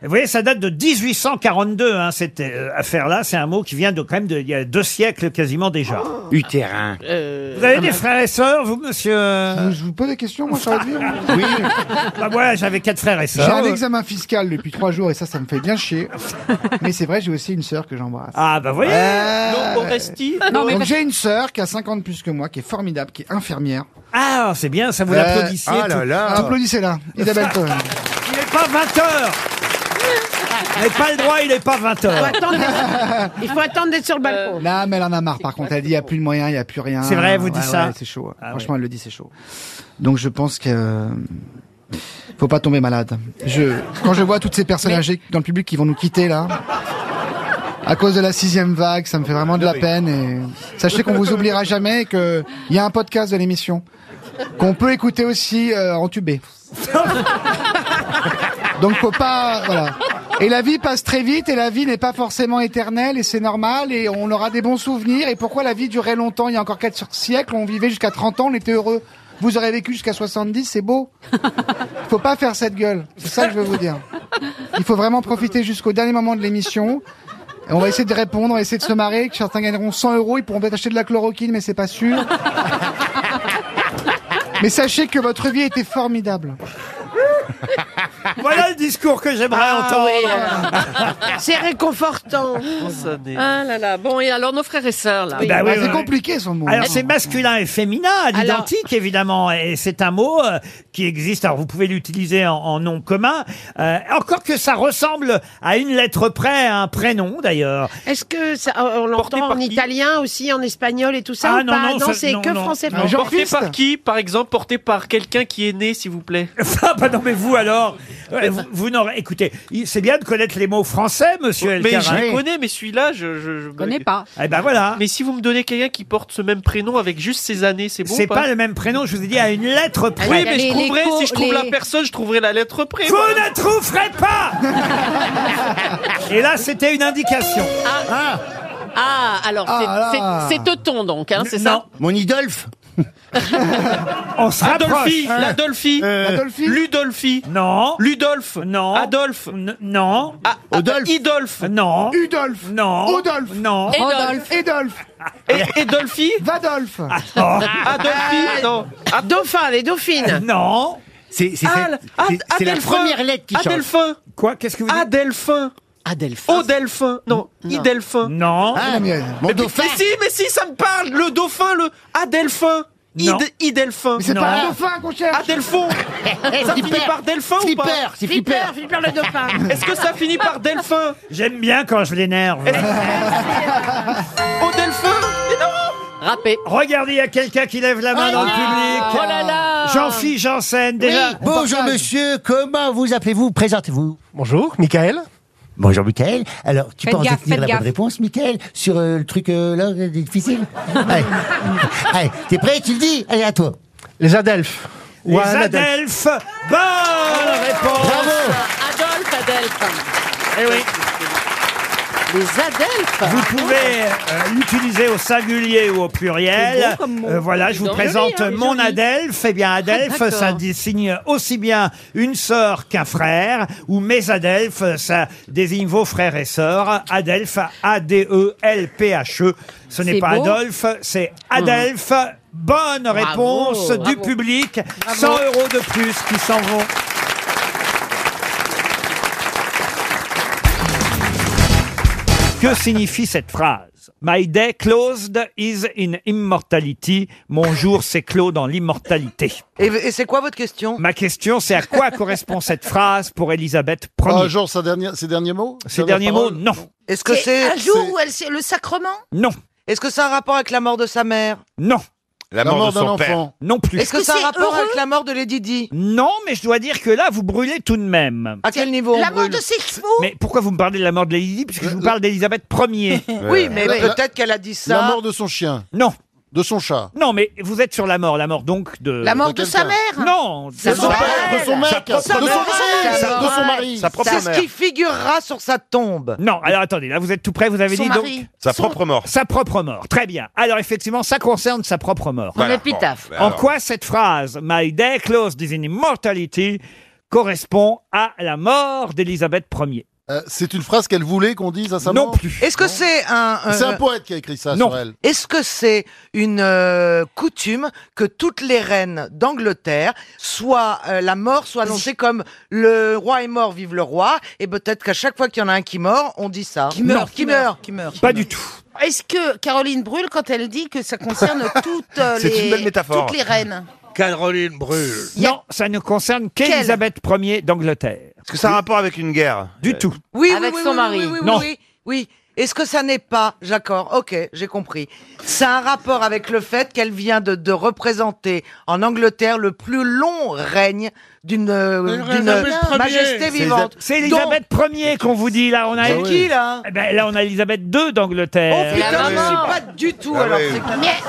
S1: Vous voyez, ça date de 1842, hein, cette euh, affaire-là. C'est un mot qui vient de quand même de- il y a deux siècles quasiment déjà.
S4: Utérin.
S1: Vous avez des frères et sœurs, vous, monsieur
S16: Je vous pose des questions, moi, ça va dire.
S1: Oui. *laughs* bah voilà, j'avais quatre frères et
S16: J'ai
S1: sœurs.
S16: un examen fiscal depuis trois jours et ça, ça me fait bien chier. Mais c'est vrai, j'ai aussi une sœur que j'embrasse.
S1: Ah bah voyez.
S16: Ouais.
S17: Non, mais
S16: Donc
S17: parce-
S16: j'ai une sœur qui a 50 plus que moi, qui est formidable, qui est infirmière.
S1: Ah, c'est bien, ça vous l'applaudissiez.
S16: Euh, ah là
S1: tout-
S16: là. Applaudissez-la, *laughs* Isabelle Cohen.
S1: Il n'est pas 20 heures. Il n'est pas le droit, il n'est pas 20
S6: Il faut
S1: heures.
S6: attendre d'être- Il faut attendre d'être sur le balcon.
S16: Euh, Là, mais elle en a marre par contre. Elle dit il n'y a plus de moyens, il n'y a plus rien.
S1: C'est vrai, elle vous dit
S16: Ah, Ouais,
S1: ça Ah,
S16: ouais, C'est chaud. Franchement, elle le dit, c'est chaud. Donc je pense que. euh, Faut pas tomber malade. Je... Quand je vois toutes ces personnes âgées dans le public qui vont nous quitter là. À cause de la sixième vague, ça me fait vraiment de la peine. Et... Sachez qu'on vous oubliera jamais et qu'il y a un podcast de l'émission qu'on peut écouter aussi euh, en tubé. Donc faut pas, voilà. Et la vie passe très vite et la vie n'est pas forcément éternelle et c'est normal et on aura des bons souvenirs. Et pourquoi la vie durait longtemps Il y a encore quatre siècles, on vivait jusqu'à 30 ans, on était heureux. Vous aurez vécu jusqu'à 70, c'est beau. Faut pas faire cette gueule. C'est ça que je veux vous dire. Il faut vraiment profiter jusqu'au dernier moment de l'émission. Et On va essayer de répondre, on va essayer de se marrer. que Certains gagneront 100 euros, ils pourront peut-être acheter de la chloroquine, mais c'est pas sûr. Mais sachez que votre vie était formidable.
S1: Voilà le discours que j'aimerais
S6: entendre.
S1: *laughs*
S6: C'est réconfortant. Ah là là. Bon, et alors nos frères et sœurs, là
S1: Bah oui,
S13: Ah,
S1: oui, oui.
S16: son mot.
S1: Alors c'est masculin et féminin à
S6: Alors-
S1: l'identique évidemment et c'est un mot euh, qui existe. Alors vous pouvez l'utiliser en, en nom commun. Euh, encore que ça ressemble à une lettre près à un prénom d'ailleurs.
S6: Est-ce que ça, on l'entend en italien aussi, en espagnol et tout ça
S1: Ah,
S6: ou
S1: non,
S6: pas
S1: non, ça-
S6: c'est
S1: non,
S6: que
S1: non.
S6: français.
S1: Non,
S6: français.
S1: Jean-
S18: Porté
S1: Fist.
S18: par qui, par exemple, porté par quelqu'un qui est né, s'il vous plaît
S1: *laughs* Ah bah non mais vous alors, euh, vous, vous n'aurez. Écoutez, il- c'est bien de connaître les mots français, Monsieur
S18: Mais
S1: Elkarat.
S18: je les connais, mais celui-là, je, je, je
S17: connais pas.
S1: Eh ben voilà.
S18: Mais si vous me donnez quelqu'un qui porte ce même prénom avec juste ses années, c'est bon
S1: C'est
S18: ou pas Ah
S1: pas le même prénom. Je vous ai dit à une lettre près.
S18: Oui, mais je trouverai, si je trouve
S1: la
S18: la personne, je trouverai la lettre près.
S1: Vous ne trouverez pas Et là, c'était une indication.
S19: Ah, Ah, alors,
S1: Ah
S19: c'est-
S1: là.
S19: c'est c'est Teuton, donc, hein, c'est ça
S4: Mon idolphe.
S1: *laughs* On se rapproche.
S18: Adolphi, l'Adolphi,
S4: Euh,
S1: Adolphi
S18: Ludolphi,
S1: non,
S18: Ludolphe,
S1: non,
S18: Adolphe,
S1: non,
S18: Adolphe, Idolphe,
S1: non,
S16: Udolphe,
S1: non,
S16: Odolphe,
S1: non,
S16: Rodolphe, Edolphe,
S18: Edolphi,
S16: Vadolphe.
S1: Ah, oh.
S18: Adolphi, non,
S6: Dauphin, les dauphines.
S1: *laughs* Non.
S4: C'est c'est-
S18: Al-
S4: c'est-
S18: Ad-
S4: c'est
S18: Ah,
S4: la
S18: Adelphin.
S4: première lettre qui change.
S18: Adelphin.
S1: Quoi Qu'est-ce que vous
S18: dites Adelphin. Adelphin. Odelphin. Non, Idelphin.
S1: Non.
S4: Ah, mais- mon
S18: mais,
S4: dauphin.
S18: mais si, mais si, ça me parle. Le dauphin, le Adelphin.
S1: Non.
S18: Id- Idelphin.
S16: Mais c'est pas un dauphin qu'on cherche.
S4: *laughs*
S18: Adelphon. ça finit
S4: Flipper.
S18: par Delphin ou pas
S4: Flipper, c'est Flipper.
S6: Flipper le dauphin.
S18: *laughs* Est-ce que ça finit par Delphin
S1: J'aime bien quand je l'énerve.
S18: Odelphin Mais non
S1: Rappé. Regardez, il y a quelqu'un qui lève la main dans le public.
S19: Oh là là
S1: Jean-Philippe Janssen, déjà.
S20: Oui. Bonjour monsieur, comment vous appelez-vous Présentez-vous.
S18: Bonjour, Michael.
S20: Bonjour Michael. Alors, tu
S18: Faites
S20: penses
S18: gaffe,
S20: détenir la
S18: faites gaffe.
S20: bonne réponse, Michael, sur euh, le truc euh, là euh, difficile Allez, Allez, t'es prêt Tu le dis Allez, à toi.
S18: Les Adelphes.
S1: Les Adelphes. Bonne réponse.
S6: Adolphe, Adelphe.
S1: Eh oui.
S6: Les Adelphes.
S1: Vous pouvez euh, l'utiliser au singulier ou au
S6: C'est
S1: pluriel.
S6: beau comme mot.
S1: Euh, voilà, je vous
S6: Joli,
S1: présente
S6: hein,
S1: mon
S6: joli.
S1: Adelphe. Eh bien, Adelphe,
S6: D'accord.
S1: ça désigne aussi bien une sœur qu'un frère. Ou mes Adelphes, ça désigne vos frères et sœurs. Adelphe, E A-D-E-L-P-H-E. Ce n'est
S6: C'est
S1: pas *laughs*
S6: beau.
S1: Adolphe, c'est Adelphe. Bonne
S6: Bravo,
S1: réponse du
S6: bravo.
S1: public.
S6: Bravo.
S1: 100 euros de plus qui s'en vont. Que signifie cette phrase My day closed is in immortality. Mon jour s'est clos dans l'immortalité.
S21: Et, et c'est quoi votre question
S1: Ma question, c'est à quoi correspond cette phrase pour Elisabeth Ier
S22: genre, sa dernière, ses derniers mots
S1: Ces derniers mots, non.
S21: Est-ce que c'est.
S1: C'est un jour
S21: où elle le sacrement
S1: Non.
S21: Est-ce que c'est un rapport avec la mort de sa mère
S1: Non.
S21: La mort mort de d'un son père. enfant.
S1: Non plus.
S21: Est-ce que c'est un rapport avec la mort de Lady Di
S1: Non, mais je dois dire que là, vous brûlez tout de même.
S21: À quel niveau on
S1: La mort
S21: brûle Euh,
S1: de Mais pourquoi vous me parlez de la mort de Lady Di Puisque je vous parle d'Elisabeth
S21: *laughs*
S1: Ier.
S21: Oui, mais peut-être qu'elle a dit ça.
S22: La mort de son chien.
S1: Non.
S22: De son chat.
S1: Non, mais vous êtes sur la mort. La mort donc de.
S22: La mort de sa
S1: quelqu'un.
S22: mère
S1: Non
S22: Sa
S1: de son
S22: mère.
S1: père.
S22: De son mec.
S1: Sa propre
S22: Sa
S1: mère.
S22: mère. Sa mère. De son mari. Sa propre
S21: C'est ce
S1: mère.
S21: qui figurera sur sa tombe.
S1: Non, alors attendez, là vous êtes tout prêt, vous avez
S21: Son
S1: dit
S21: mari.
S1: donc.
S21: Sa Son- propre
S1: mort. Sa propre mort, très bien. Alors effectivement, ça concerne sa propre mort.
S23: Son Voilà, épitaphe. bon, ben
S1: en
S23: alors.
S1: quoi cette phrase, My day closed is in immortality, correspond à la mort d'Élisabeth Ier
S22: Euh, C'est une phrase qu'elle voulait qu'on dise à sa
S1: Non
S22: mort
S1: plus.
S21: Est-ce que c'est un.
S22: C'est un poète qui a écrit ça
S21: Non.
S22: sur elle.
S21: Est-ce que c'est une euh, coutume que toutes les reines d'Angleterre, soit euh, la mort, soit annoncée comme le roi est mort, vive le roi, et peut-être qu'à chaque fois qu'il y en a un qui meurt, on dit ça.
S8: Qui meurt,
S21: Non.
S8: qui
S21: qui
S8: meurt,
S21: meurt,
S8: qui meurt.
S1: Pas du tout.
S8: Est-ce que Caroline Brûle, quand elle dit que
S5: *laughs*
S8: ça concerne toutes, euh,
S1: C'est
S8: les,
S1: une belle métaphore.
S8: toutes les reines
S1: Caroline Brûle. Non, ça ne concerne qu'Élisabeth Ier d'Angleterre. Est-ce que
S5: ça a un
S1: rapport avec une guerre Du tout.
S21: Oui, oui,
S1: Avec
S21: oui,
S1: son
S21: oui,
S1: mari.
S21: Oui, oui, oui,
S1: Non.
S21: oui. oui. Est-ce que ça n'est pas, j'accorde, ok, j'ai compris. C'est un rapport avec le fait qu'elle vient de, de représenter en Angleterre le plus long règne d'une euh, d'une majesté vivante.
S1: C'est Elisabeth Ier qu'on vous dit là. On a
S21: C'est qui, là
S1: Eh ben, Là on a Elisabeth II d'Angleterre.
S21: Oh, putain, La je maman. suis pas du tout,
S5: Ah ouais.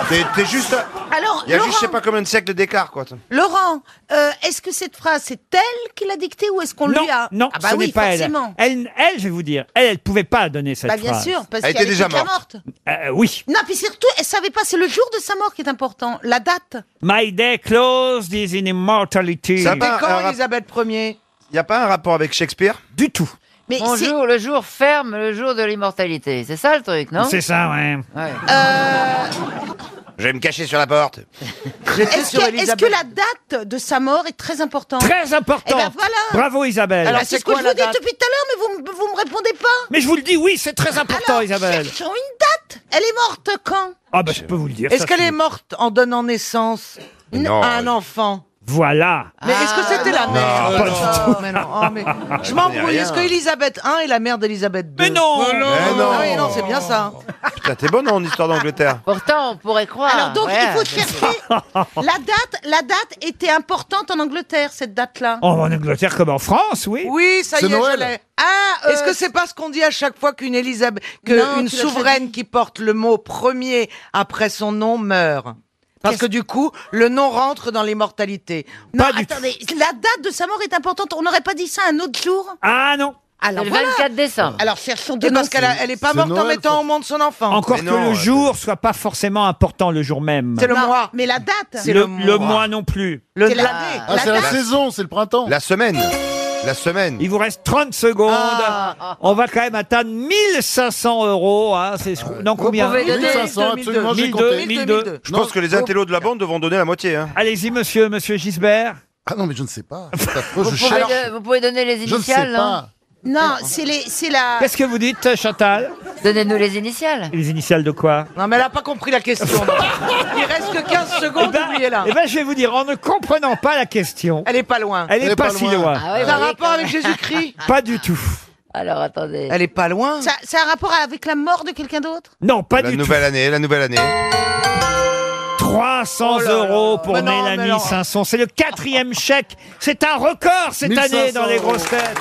S5: T'es- T'es juste.
S8: Alors,
S5: Il y a
S8: Laurent,
S5: juste je sais pas combien de siècles d'écart, quoi.
S8: Laurent, euh, est-ce que cette phrase, c'est elle qui l'a dictée ou est-ce qu'on
S1: non,
S8: lui a
S1: non,
S8: ah bah
S1: ce
S8: oui,
S1: n'est pas elle.
S8: forcément.
S1: elle. Elle, je vais vous dire, elle, elle pouvait pas donner cette
S8: Bah, bien
S1: phrase.
S8: sûr, parce qu'elle était déjà morte.
S1: Euh, oui.
S8: Non, puis surtout, elle savait pas, c'est le jour de sa mort qui est important, la date.
S1: My day closed is in immortality.
S5: Ça C'était va, quand, un rap-
S21: Elisabeth Ier
S5: Il y a pas un rapport avec Shakespeare
S1: Du tout.
S8: Mais
S24: Bonjour, le jour ferme, le jour de l'immortalité. C'est ça le truc, non
S5: C'est ça, ouais. Je vais me cacher sur
S1: *laughs*
S5: la porte.
S8: Est-ce que, est-ce que la date de sa mort est très importante
S1: Très importante.
S8: Eh ben voilà.
S1: Bravo Isabelle.
S8: Alors, c'est ce que je vous dis depuis tout à l'heure, mais vous, me- vous me répondez pas.
S1: Mais je vous le dis, oui, c'est très important, Isabelle.
S8: Cherchons une date. Elle est morte quand
S1: Ah bah, je peux vous le dire.
S21: Est-ce
S1: ça,
S21: qu'elle
S1: c'est-
S21: est morte en donnant naissance
S1: Non,
S21: à un enfant
S1: Voilà.
S21: Mais est-ce que c'était la
S1: Ah, non,
S21: mère
S1: pas du
S21: Oh, mais non, oh, mais- Je m'embrouille. Est-ce que Elisabeth I est la mère d'Elisabeth II Mais
S1: non
S5: Mais non.
S21: Ah oui, non, c'est bien ça.
S5: Putain, t'es bonne en histoire d'Angleterre.
S24: Pourtant, on pourrait croire.
S8: Alors donc, il
S24: ouais.
S8: faut chercher. la date, la date était importante en Angleterre, cette date-là.
S1: Oh, en Angleterre comme en France, oui.
S21: Oui, ça y est, je l'ai.
S8: Ah, euh,
S21: Est-ce que c'est pas ce qu'on dit à chaque fois qu'une Élisabeth,
S8: Non,
S21: que une
S8: tu l'as déjà
S21: souveraine qui porte le mot premier après son nom meurt Parce que du coup, le nom rentre dans l'immortalité.
S8: Non, attendez, la date de sa mort est importante. On n'aurait pas dit ça un autre jour
S1: Ah non.
S8: Alors
S24: C'est le
S8: voilà.
S24: 24 décembre.
S8: Alors cherchons
S21: Et
S8: deux
S21: parce qu'elle a- elle est pas
S1: C'est
S21: morte en
S1: Noël,
S21: mettant au monde son enfant.
S8: Oh,
S1: Encore que le
S5: euh,
S1: jour soit pas forcément important le jour même.
S21: C'est le mois.
S8: Mais la date.
S1: Le, le mois non plus.
S21: Le- C'est
S8: l'année.
S22: Ah, c'est la saison, c'est le printemps.
S5: La semaine. La semaine.
S1: Il vous reste 30 secondes.
S5: Ah,
S1: On va quand même atteindre 1500 euros. hein, c'est
S5: Ah
S1: non, combien
S22: pouvez donner 1500, absolument, j'ai
S1: 1002,
S22: compté.
S1: 1002.
S5: Je pense que les intellos de la bande devront donner la moitié. Hein.
S1: Allez-y, monsieur, monsieur Gisbert.
S22: Ah non, mais je ne
S1: *laughs*
S22: sais pas.
S24: Vous, pouvez
S22: je cherche.
S24: de- vous pouvez donner les
S22: Je ne sais
S24: initiales. hein.
S22: pas.
S8: Non, c'est les, c'est la.
S1: Qu'est-ce que vous dites, Chantal
S24: Donnez-nous les initiales.
S1: Les initiales de quoi
S21: Non, mais elle a pas compris la question. Il reste que 15 secondes, oubliez-la.
S22: Ah.
S1: Eh ben, je vais vous dire, en ne comprenant pas la question,
S21: Elle est pas loin.
S1: elle n'est pas, si loin.
S21: C'est un rapport avec Jésus-Christ
S1: *laughs* Pas du tout.
S24: Alors attendez.
S21: Elle est pas loin.
S8: *laughs* Ça, c'est un rapport avec la mort de quelqu'un d'autre
S1: Non, pas
S5: la nouvelle année, la nouvelle année.
S1: 300 euros pour Mélanie Sanson. C'est le quatrième chèque. C'est un record cette année dans les grosses têtes.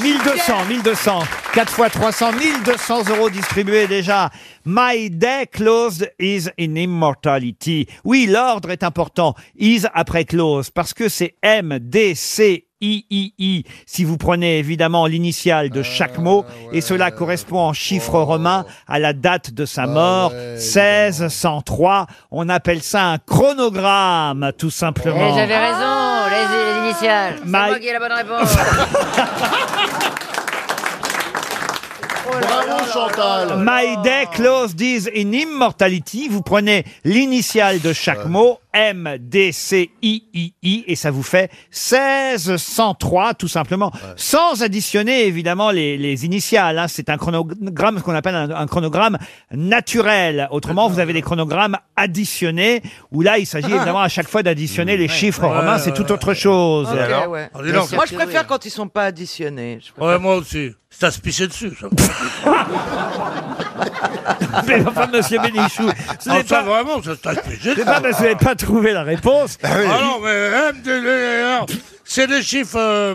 S1: 1200, 1200. 4 fois 300, 1200 euros distribués déjà. My day closed is in immortality. Oui, l'ordre est important. Is après close. Parce que c'est M, D, C, I, I, I. Si vous prenez évidemment l'initiale de chaque mot. Et cela correspond en chiffres romains à la date de sa mort. 1603. On appelle ça un chronogramme, tout simplement.
S24: Eh, J'avais raison, les, les initiales. Ah. C'est
S1: Ma-
S24: moi qui ai la bonne
S3: *laughs*
S24: réponse.
S1: Oh
S22: Bravo
S5: Ah
S22: Chantal.
S1: My day closed is in immortality. Vous prenez l'initiale de chaque mot, M, D, C, I, I, I, et ça vous fait 1603, tout simplement. Sans additionner, évidemment, les, les initiales. hein. C'est un chronogramme, ce qu'on appelle un, un chronogramme naturel. Autrement, vous avez des chronogrammes additionnés, où là, il s'agit évidemment à chaque fois d'additionner
S21: Mm.
S1: les chiffres romains. C'est tout autre chose.
S21: Ok, ouais. Moi, je préfère quand ils sont pas additionnés. Je préfère-
S2: Ah, Ouais, moi aussi. C'est à se pisser dessus, ça.
S1: Mais enfin, monsieur Bénichou, ce n'est
S2: Ah, ça,
S1: pas-
S2: vraiment, ça, c'est à se pisser
S1: C'est pas parce que vous n'avez pas trouvé la réponse.
S2: Ah non, mais euh, MDLR, c'est des chiffres euh,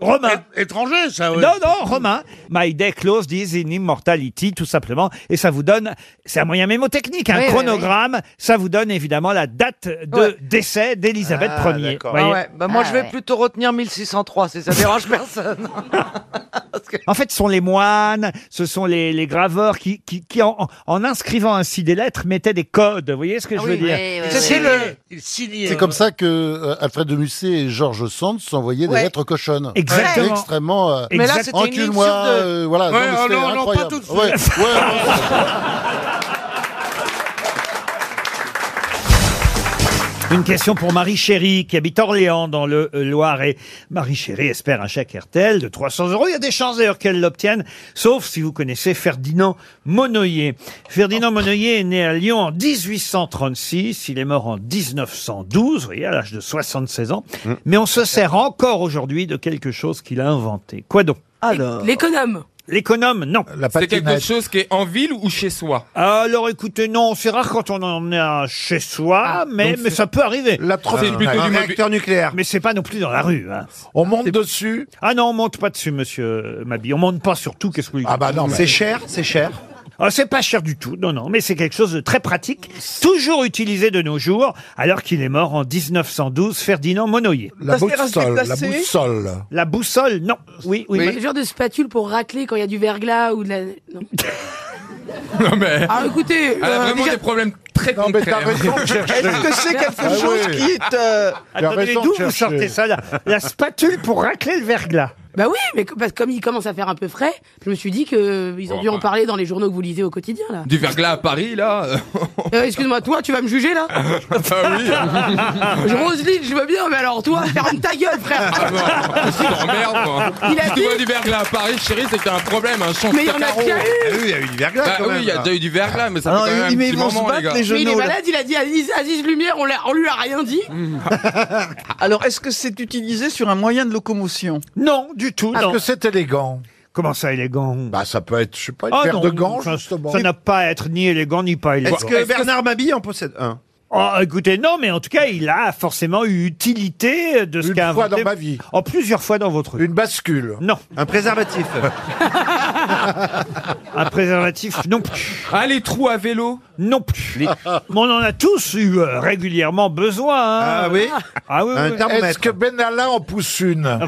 S1: Romains.
S2: é- étrangers, ça. ouais.
S1: Non, non, Romain. My day closed is in immortality, tout simplement. Et ça vous donne, c'est un moyen mémotechnique, un
S24: Oui, oui,
S1: chronogramme. Ça vous donne évidemment la date de
S21: Ouais.
S1: décès d'Élisabeth
S21: Ah,
S1: Ier.
S21: d'accord.
S1: voyez.
S21: Ah ouais. Bah, moi,
S24: Ah
S21: je vais
S24: ouais.
S21: plutôt retenir 1603,
S4: *laughs*
S21: si ça dérange personne.
S1: En fait, ce sont les moines, ce sont les, les graveurs qui, qui, qui en, en- en inscrivant ainsi des lettres, mettaient des codes. Vous voyez ce
S21: Ah
S1: que je veux dire
S2: C'est le. il signait,
S22: C'est
S2: ouais.
S22: comme
S20: hein.
S22: ça que euh, Alfred de Musset et Georges Sand s'envoyaient
S2: Ouais.
S22: des lettres cochonnes.
S1: Exactement.
S22: C'est Extrêmement. euh,
S1: Mais là, c'était une ligne
S22: Encule-moi.
S1: sur deux.
S22: euh, voilà.
S2: Ouais,
S22: mais
S2: oh
S22: c'était
S2: non, non, pas
S22: incroyable.
S2: tout de suite.
S22: Ouais, ouais, ouais.
S5: *laughs*
S1: Une question pour Marie Chéry, qui habite Orléans, dans le euh, Loiret. Marie Chéry espère un chèque RTL de 300 euros. Il y a des chances d'ailleurs qu'elle l'obtienne, sauf si vous connaissez Ferdinand Monnoyer. Ferdinand Monnoyer est né à Lyon en 1836. Il est mort en 1912, vous voyez, à l'âge de 76 ans. Mais on se sert encore aujourd'hui de quelque chose qu'il a inventé. Quoi donc Alors
S6: L'économe.
S1: L'économe, non.
S3: C'est quelque chose qui est en ville ou chez soi
S1: Alors écoutez, non, c'est rare quand on en a chez soi, mais,
S3: donc
S1: mais
S3: c'est-
S1: ça peut arriver. Ah.
S3: La trop- C'est plutôt du mobi-
S1: nucléaire. Ah, Mais c'est pas non plus dans la rue. hein.
S22: On monte dessus.
S1: Ah non, on monte pas dessus, monsieur Mabi. On monte pas surtout. Qu'est-ce que vous
S22: Ah bah non, mais-
S1: C'est cher, c'est cher. Ah, c'est pas cher du tout, non, non, mais c'est quelque chose de très pratique, toujours utilisé de nos jours, alors qu'il est mort en 1912, Ferdinand Monnoyer.
S22: La boussole. La
S6: déplacer.
S22: boussole.
S1: La boussole, non. Oui, oui.
S6: Le genre de spatule pour racler quand il y a du verglas ou de la. Non.
S3: Non, mais.
S6: Ah, écoutez.
S3: Elle a
S6: euh,
S3: vraiment
S6: déjà-
S3: des problèmes très
S22: Non, mais
S3: concrets. hein.
S22: t'as raison de chercher.
S3: Est-ce que c'est quelque
S22: Ah
S3: chose
S22: oui.
S3: qui est, euh,
S22: T'as
S1: Attendez,
S22: raison de
S1: Ah, d'où vous
S22: chercher.
S1: sortez ça, là La spatule pour racler le verglas.
S6: Bah oui, mais co- parce que comme il commence à faire un peu frais, je me suis dit que euh, ils ont
S3: Bon,
S6: dû en
S3: bah.
S6: parler dans les journaux que vous lisez au quotidien là.
S3: Du verglas à Paris, là
S6: Euh, Excuse-moi, toi, tu vas me
S3: *laughs*
S6: juger là
S3: Bah oui
S6: Je- Roselyne, je veux bien, mais alors toi, ferme ta gueule, frère.
S3: Ah non, je t'emmerde, moi.
S6: Il a
S3: Si tu vois du verglas à Paris, chérie, c'est qu'il y a un problème, un champ
S6: Mais il y en a déjà eu. Ah
S5: oui, il y a eu du verglas,
S3: Bah
S5: quand
S3: oui,
S5: même.
S3: il y a déjà eu du verglas, mais ça
S5: Ah non,
S3: fait quand même un
S5: mais ils
S3: petit
S5: vont se
S3: moment,
S5: battre,
S3: les gars.
S5: les
S6: Mais il est
S5: Genoux, là.
S6: malade, il a dit Aziz, Aziz Lumière, on, l'a- on lui a rien dit.
S18: Hmm. Alors, est-ce que c'est utilisé sur un moyen de locomotion
S1: Non, du tout.
S5: Ah
S22: Est-ce
S1: non.
S22: que c'est élégant
S1: Comment ça, élégant
S22: Bah ça peut être, je sais pas, une
S1: Ah
S22: paire
S1: non,
S22: de gants,
S1: ça-
S22: justement.
S1: Ça n'a pas à être ni élégant ni pas élégant.
S5: Est-ce que Bernard Mabille en possède un
S1: Oh, écoutez, non, mais en tout cas, il a forcément eu utilité de ce
S22: Une
S1: qu'a
S22: fois
S1: inventé-
S22: dans ma vie.
S1: En plusieurs fois dans votre vie.
S22: Une bascule.
S1: Non,
S5: Un préservatif.
S1: *laughs* un préservatif, non plus.
S3: Ah, les trous à vélo
S1: Non plus. Mais on en a tous eu euh, régulièrement besoin. hein.
S5: Ah oui
S1: Ah oui,
S5: Un
S1: oui.
S22: Est-ce
S5: thermomètre.
S22: que Benalla en pousse une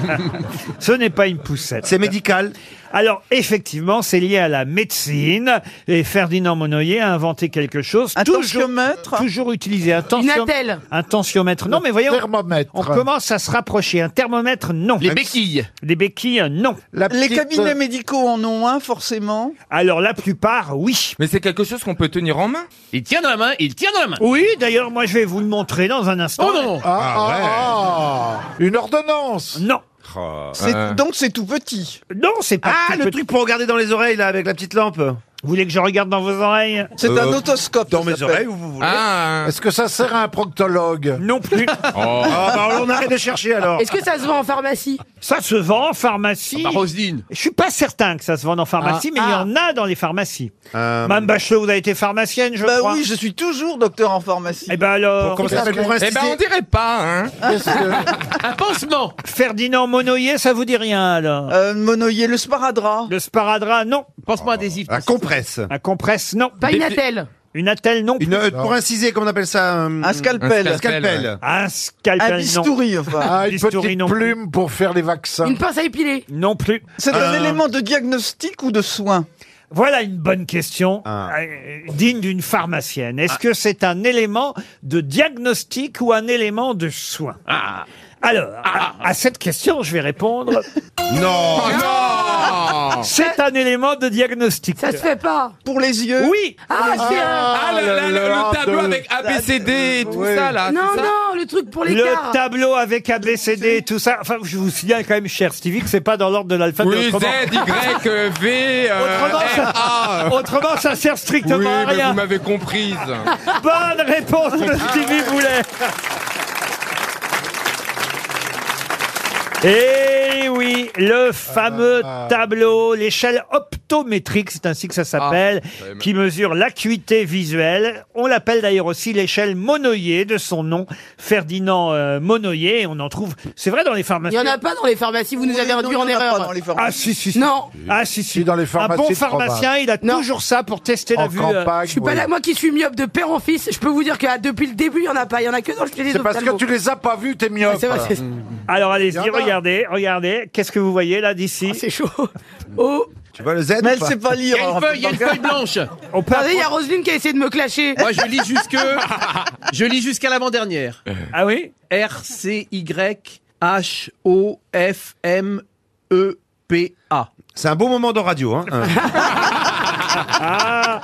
S1: *laughs* Ce n'est pas une poussette.
S5: C'est médical.
S1: Alors, effectivement, c'est lié à la médecine. Et Ferdinand Monnoyer a inventé quelque chose.
S18: Un
S1: toujours,
S18: tensiomètre
S1: toujours utilisé. Un tensiom-
S6: Une attelle.
S1: Un tensiomètre. Non, mais voyons.
S22: Thermomètre.
S1: On commence à se rapprocher. Un thermomètre, non.
S5: Les béquilles.
S1: Les béquilles, non.
S22: La
S18: Les
S22: petite-
S1: euh,
S22: euh,
S18: cabinets médicaux en ont un, forcément.
S1: Alors la plupart, oui.
S3: Mais c'est quelque chose qu'on peut tenir en main
S9: Il tient dans la main, il tient dans la main.
S1: Oui, d'ailleurs, moi je vais vous le montrer dans un instant.
S9: Oh non
S22: Ah, ah, ah. Une ordonnance.
S1: Non,
S3: Oh. Euh.
S18: C'est- Donc, c'est tout petit.
S1: non, c'est pas
S5: Ah,
S1: tout
S5: le
S1: petit.
S5: truc pour regarder dans les oreilles, là, avec la petite lampe.
S1: Vous voulez que je regarde dans vos oreilles
S18: C'est un Euh, otoscope,
S1: Dans mes
S18: s'appelle. oreilles, ou vous voulez Ah.
S1: Est-ce que ça sert à un proctologue
S4: *laughs*
S1: Non plus.
S18: Oh.
S1: Ah, bah, on arrête de chercher alors.
S6: Est-ce que ça se vend en pharmacie
S1: Ça se vend en
S9: Ah,
S1: pharmacie.
S9: bah,
S1: Je suis pas certain que ça se vende en
S18: Ah.
S1: pharmacie, mais il y en a dans les pharmacies. Madame Bachelot, vous avez été pharmacienne, Euh. je
S18: bah
S1: crois.
S18: oui, je suis toujours docteur en pharmacie.
S1: Eh ben alors.
S3: Eh ben on dirait pas, hein. *laughs*
S1: Un pansement. Ferdinand Monoyer, ça vous dit rien alors
S18: Monoyer, Euh, le sparadrap.
S1: Le sparadrap, non.
S18: Pansement adhésif.
S5: Un compresse.
S1: Un compresse, non.
S6: Pas une attelle.
S1: Une attelle, non.
S5: Une, euh, pour inciser, comment on appelle ça euh,
S18: Un scalpel.
S5: Un scalpel.
S1: Un scalpel,
S18: Un bistouri,
S1: non.
S18: enfin.
S1: Ah, une Bistouri, petite non plus.
S18: plume
S1: pour faire les vaccins.
S6: Une pince à épiler.
S1: Non plus. Euh,
S18: C'est un élément de diagnostic ou de soin
S1: Voilà une bonne question,
S6: Ah.
S1: euh, digne d'une pharmacienne. Est-ce que c'est un élément de diagnostic ou un élément de soin
S6: Ah.
S1: Alors, à, à cette question, je vais
S6: *laughs*
S1: répondre. non Ah.
S12: non
S1: C'est un élément de diagnostic.
S6: Ça se fait pas.
S18: Pour les yeux
S1: Oui.
S6: Ah, c'est
S3: Ah, le, le- le- le tableau avec
S18: Ah.
S3: ABCD et tout ça, là.
S6: Non,
S3: c'est ça
S6: non, le truc pour les
S1: Le tableau avec ABCD et tout ça. Enfin, je vous signale quand même, cher Stevie, que c'est pas dans l'ordre de l'alphabet.
S3: Oui, Z,
S1: autrement-
S3: Y, euh, V, euh,
S1: Autrement, ça-
S3: R, A.
S1: autrement, ça sert strictement
S3: oui,
S1: à
S3: mais
S1: rien.
S3: vous m'avez comprise.
S1: *laughs*
S3: Ah.
S1: Bonne réponse de Stevie Boulet. Et Eh oui, le fameux
S3: Ah.
S1: tableau, l'échelle optométrique, c'est ainsi que ça s'appelle, qui mesure l'acuité visuelle. On l'appelle d'ailleurs aussi l'échelle Monoyer, de son nom, Ferdinand euh, Monoyer. Et On en trouve, c'est vrai, dans les
S6: Il
S1: pharmacies.
S6: n'y en a pas dans les pharmacies, vous nous avez induit en erreur.
S1: Ah si, si, si. Non. Ah si, si.
S22: dans les
S1: Un
S22: pharmacies
S1: bon
S22: de
S1: pharmacien,
S22: province.
S1: il a toujours ça pour tester la
S22: En
S1: vue. euh.
S22: campagne,
S6: Je suis pas là, moi qui suis myope de père en fils, je peux vous dire que ah, depuis le début, il n'y en a pas. Il y en a que dans le télé
S22: C'est parce que tu les as pas vus, t'es myope.
S6: Ouais, Ah, c'est vrai, c'est-
S1: Mmh. Alors allez-y,
S22: Il y en a.
S1: regardez, regardez. Qu'est-ce que vous voyez là d'ici
S6: Ah,
S1: Mmh.
S6: C'est chaud. Oh.
S5: Tu vois le Z
S18: Mais elle sait pas lire.
S9: Il y
S6: hein,
S9: a une feuille, il y a une feuille blanche.
S1: On peut
S6: Regardez, Ah, il y a Roselyne qui a essayé de me clasher.
S9: Moi, je lis
S1: *laughs*
S9: jusque, je lis jusqu'à l'avant-dernière.
S1: Ah oui
S9: R C Y H O F M E P A.
S5: C'est un beau moment de radio.
S9: *laughs*
S5: Hein.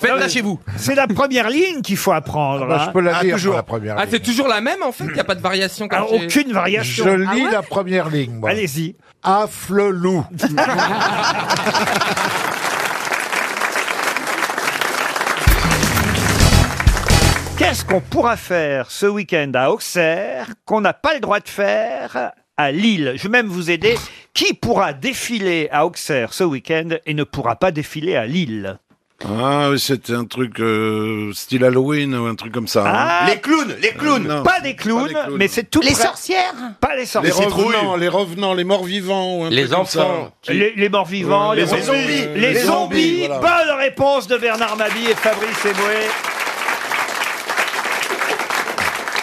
S9: Faites-la chez vous.
S1: C'est la première ligne qu'il faut apprendre.
S22: bah,
S1: hein.
S22: je peux la
S1: Ah,
S22: lire,
S1: toujours.
S22: moi, la première
S3: Ah,
S22: ligne.
S3: c'est toujours la même, en fait Il n'y a pas de variation comme
S1: Ah,
S3: chez-
S1: aucune variation.
S22: Je lis
S6: Ah
S22: la première ligne, moi.
S1: Ah Allez-y.
S22: Affle
S1: *laughs*
S22: loup.
S1: Qu'est-ce qu'on pourra faire ce week-end à Auxerre qu'on n'a pas le droit de faire à Lille Je vais même vous aider. Qui pourra défiler à Auxerre ce week-end et ne pourra pas défiler à Lille
S10: Ah oui, c'était un truc euh, style Halloween ou un truc comme ça.
S1: Ah,
S10: hein.
S5: clowns, les
S10: Non.
S1: Pas des clowns, mais c'est tout
S8: Les
S1: près.
S8: sorcières
S1: Pas les
S10: les
S1: sorcières.
S10: revenants, les revenants, les morts vivants. Ou un
S3: Les
S10: truc comme ça.
S3: enfants.
S10: Qui-
S1: Les, les morts vivants,
S10: Ouais,
S1: les,
S10: les zombies.
S1: zombies, les
S10: Les
S1: zombies. bah.
S10: zombies, voilà.
S1: Bonne réponse de Bernard Mabie et Fabrice Eboué.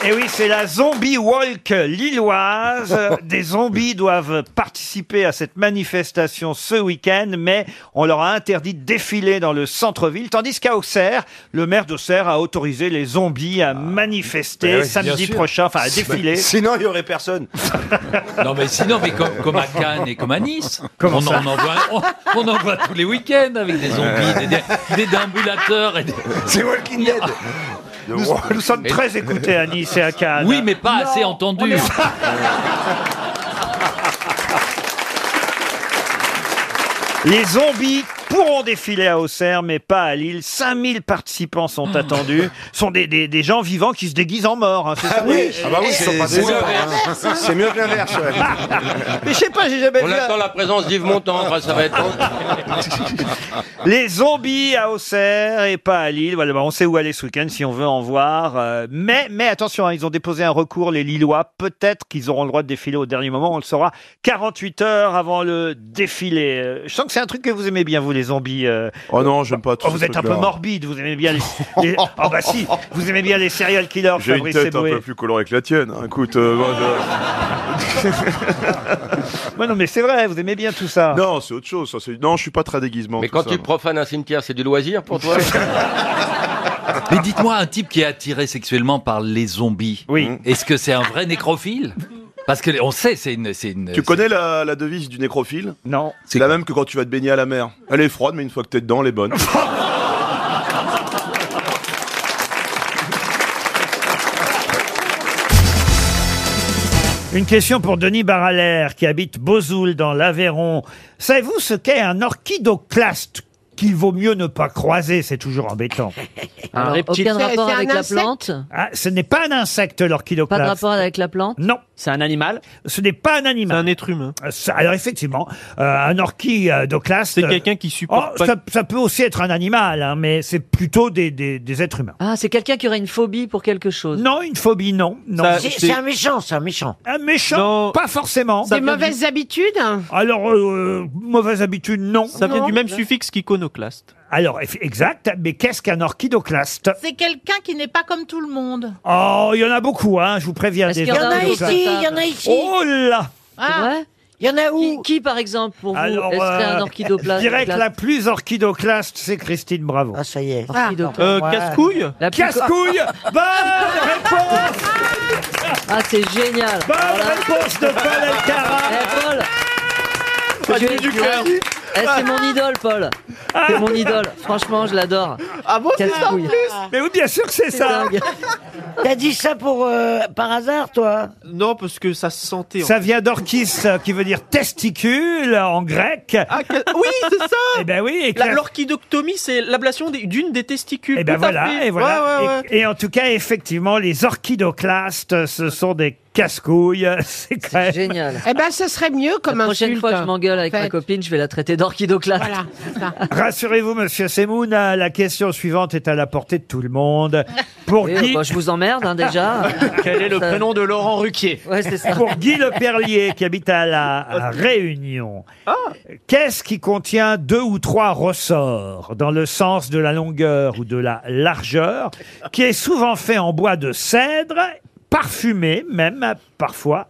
S1: Et Eh oui, c'est la zombie walk
S5: *laughs*
S1: lilloise. Euh, Des zombies doivent participer à cette manifestation ce week-end, mais on leur a interdit de défiler dans le centre-ville, tandis qu'à Auxerre, le maire d'Auxerre a autorisé les zombies à manifester
S5: Ah.
S4: Eh
S5: Ben oui, bien
S1: samedi
S5: sûr.
S1: prochain, enfin à défiler.
S5: Sinon, il y aurait personne.
S7: *laughs* Non, mais sinon, mais comme, comme à Cannes et comme à Nice,
S1: Comment
S7: on,
S1: ça
S7: en- on en voit, on, on en voit tous les week-ends avec des zombies, des, des, des déambulateurs. Et des...
S5: C'est Walking Dead.
S1: Nous, nous sommes très écoutés à Nice et à Cannes.
S7: Oui, mais pas assez entendu.
S1: *laughs* Les zombies pourront défiler à Auxerre, mais pas à Lille. 5000 participants sont attendus. sont des, des, des gens vivants qui se déguisent en morts. hein, c'est ça
S5: Ah bah oui,
S1: c'est-
S5: c'est pas
S1: c'est
S5: des
S1: mieux que
S5: morts, hein. C'est mieux que l'inverse. ouais.
S1: Ah, Mais je sais pas, j'ai jamais
S11: On
S1: vu. un-
S11: attend la présence d'Yves Montand, enfin, ça va être...
S1: Les zombies à Auxerre et pas à Lille. Voilà, bah, on sait où aller ce week-end si on veut en voir. Euh, mais, mais attention, hein, ils ont déposé un recours, les Lillois. Peut-être qu'ils auront le droit de défiler au dernier moment. On le saura 48 heures avant le défilé. Euh, Je sens que c'est un truc que vous aimez bien, vous, les zombies. euh.
S14: Oh non, j'aime pas trop
S1: Oh, vous
S14: ce
S1: êtes un peu
S14: truc-là.
S1: morbide, vous aimez bien les.
S14: *laughs*
S1: les- oh, bah si, vous aimez bien les serial killers,
S14: J'ai une
S1: Fabrice
S14: tête un
S1: Eboué.
S14: peu plus colorée que la tienne. hein. Écoute, euh, moi, je-
S1: *laughs* Ouais, non, mais c'est vrai, vous aimez bien tout ça.
S14: non, c'est autre chose. ça, c'est- Non, je suis pas très déguisement.
S11: Mais
S14: tout
S11: quand
S14: ça,
S11: tu
S14: moi.
S11: profanes un cimetière, c'est du loisir pour toi
S7: Mais dites-moi, un type qui est attiré sexuellement par les zombies,
S1: oui.
S7: est-ce que c'est un vrai nécrophile Parce que les- on sait, c'est une, c'est une.
S11: Euh,
S14: Tu connais la, la devise du nécrophile
S1: Non.
S14: C'est la même que quand tu vas te baigner à la mer. Elle est froide, mais une fois que t'es dedans, elle est bonne.
S1: Une question pour Denis Baralaire, qui habite Bozoul dans l'Aveyron. Savez-vous ce qu'est un orchidoclaste qu'il vaut mieux ne pas croiser, c'est toujours embêtant.
S13: Alors, reptile. aucun rapport C'est- c'est avec un la insecte plante
S1: Ah, Ce n'est pas un insecte, l'orchidoclaste.
S13: Pas de rapport avec la plante
S1: Non. C'est un animal Ce n'est pas un animal. C'est un être humain. Alors effectivement, euh, un orchidoclaste... euh, oh,
S15: C'est quelqu'un qui supporte pas-
S1: ça, ça peut aussi être un animal, hein, mais c'est plutôt des, des- des êtres humains.
S13: Ah, c'est quelqu'un qui aurait une phobie pour quelque chose.
S1: Non, une phobie, non. non.
S13: Ça, C'est- c'est- c'est un
S1: méchant, c'est un méchant. Un méchant, pas forcément.
S6: Des mauvaises habitudes
S1: Alors, euh, mauvaise habitude, non.
S15: Ça vient du même suffixe qu'iconoclaste.
S1: Alors, eff- exact, mais qu'est-ce qu'un orchidoclaste
S13: C'est quelqu'un qui n'est pas comme tout le
S6: *laughs*
S13: monde.
S1: Oh, il y en a beaucoup, hein, je vous préviens. des
S13: qu'il y en a
S1: orchidoclastes.
S13: ici, il y en a ici.
S1: Oh là
S13: Il y en a où Ah. qui, qui, par exemple, pour vous,
S1: Alors,
S13: est-ce
S1: euh,
S13: un orchidoclaste
S1: Je dirais que la plus orchidoclaste, c'est Christine Bravo. Ah, ça y est.
S13: Orchidoclaste.
S6: Ah.
S13: Euh, casse-couille La plus- *laughs*
S1: Casse-couille Bonne réponse
S13: Ah, c'est génial
S1: Bonne réponse de Paul Elkarat
S13: Paul
S1: Ah,
S13: Je
S1: tu es
S13: l'ai
S1: du Ah.
S13: dit,
S1: cœur.
S13: hein. Eh, C'est mon idole, Paul C'est mon idole Franchement, je l'adore
S17: Ah bon, c'est ça en
S13: Casse-couille.
S17: plus
S1: Mais oui, bien sûr que
S15: c'est ça.
S13: dingue.
S17: T'as dit ça pour euh, par hasard, toi
S15: Non, parce que ça se sentait. en
S1: Ça vient d'orchis, euh, qui veut dire testicule euh, en grec.
S15: Ah, Oui, c'est ça.
S1: Eh ben oui. et
S15: La-
S1: clair-
S15: L'orchidoctomie, c'est l'ablation des- d'une des testicules.
S1: Eh ben
S15: Tout à
S1: voilà,
S15: fait.
S1: et voilà.
S15: Ouais, ouais, ouais.
S1: Et, et en tout cas, effectivement, les orchidoclastes, ce sont des casse-couilles. *laughs* C'est quand même-
S13: Génial
S6: Eh ben, ce serait mieux comme
S13: La
S6: insulte.
S13: prochaine fois que je m'engueule avec
S6: En fait.
S13: ma copine, je vais la traiter d'orchidoclaste.
S6: Voilà, c'est ça.
S1: Rassurez-vous, monsieur Semoun, euh, la question suivante est à la portée de tout
S15: *laughs*
S1: le monde. Pour
S13: Oui,
S1: qui
S13: bah, je vous emmerde
S1: *laughs*
S13: hein, déjà. *laughs*
S15: Quel est le
S13: Ça-
S15: prénom de Laurent Ruquier
S13: Ouais, c'est ça.
S1: Ah. Pour Guy Le Perlier, qui habite à la à Réunion. Qu'est-ce qui contient deux ou trois ressorts dans le sens de la longueur ou de la largeur, qui est souvent fait en bois de cèdre, parfumé même parfois,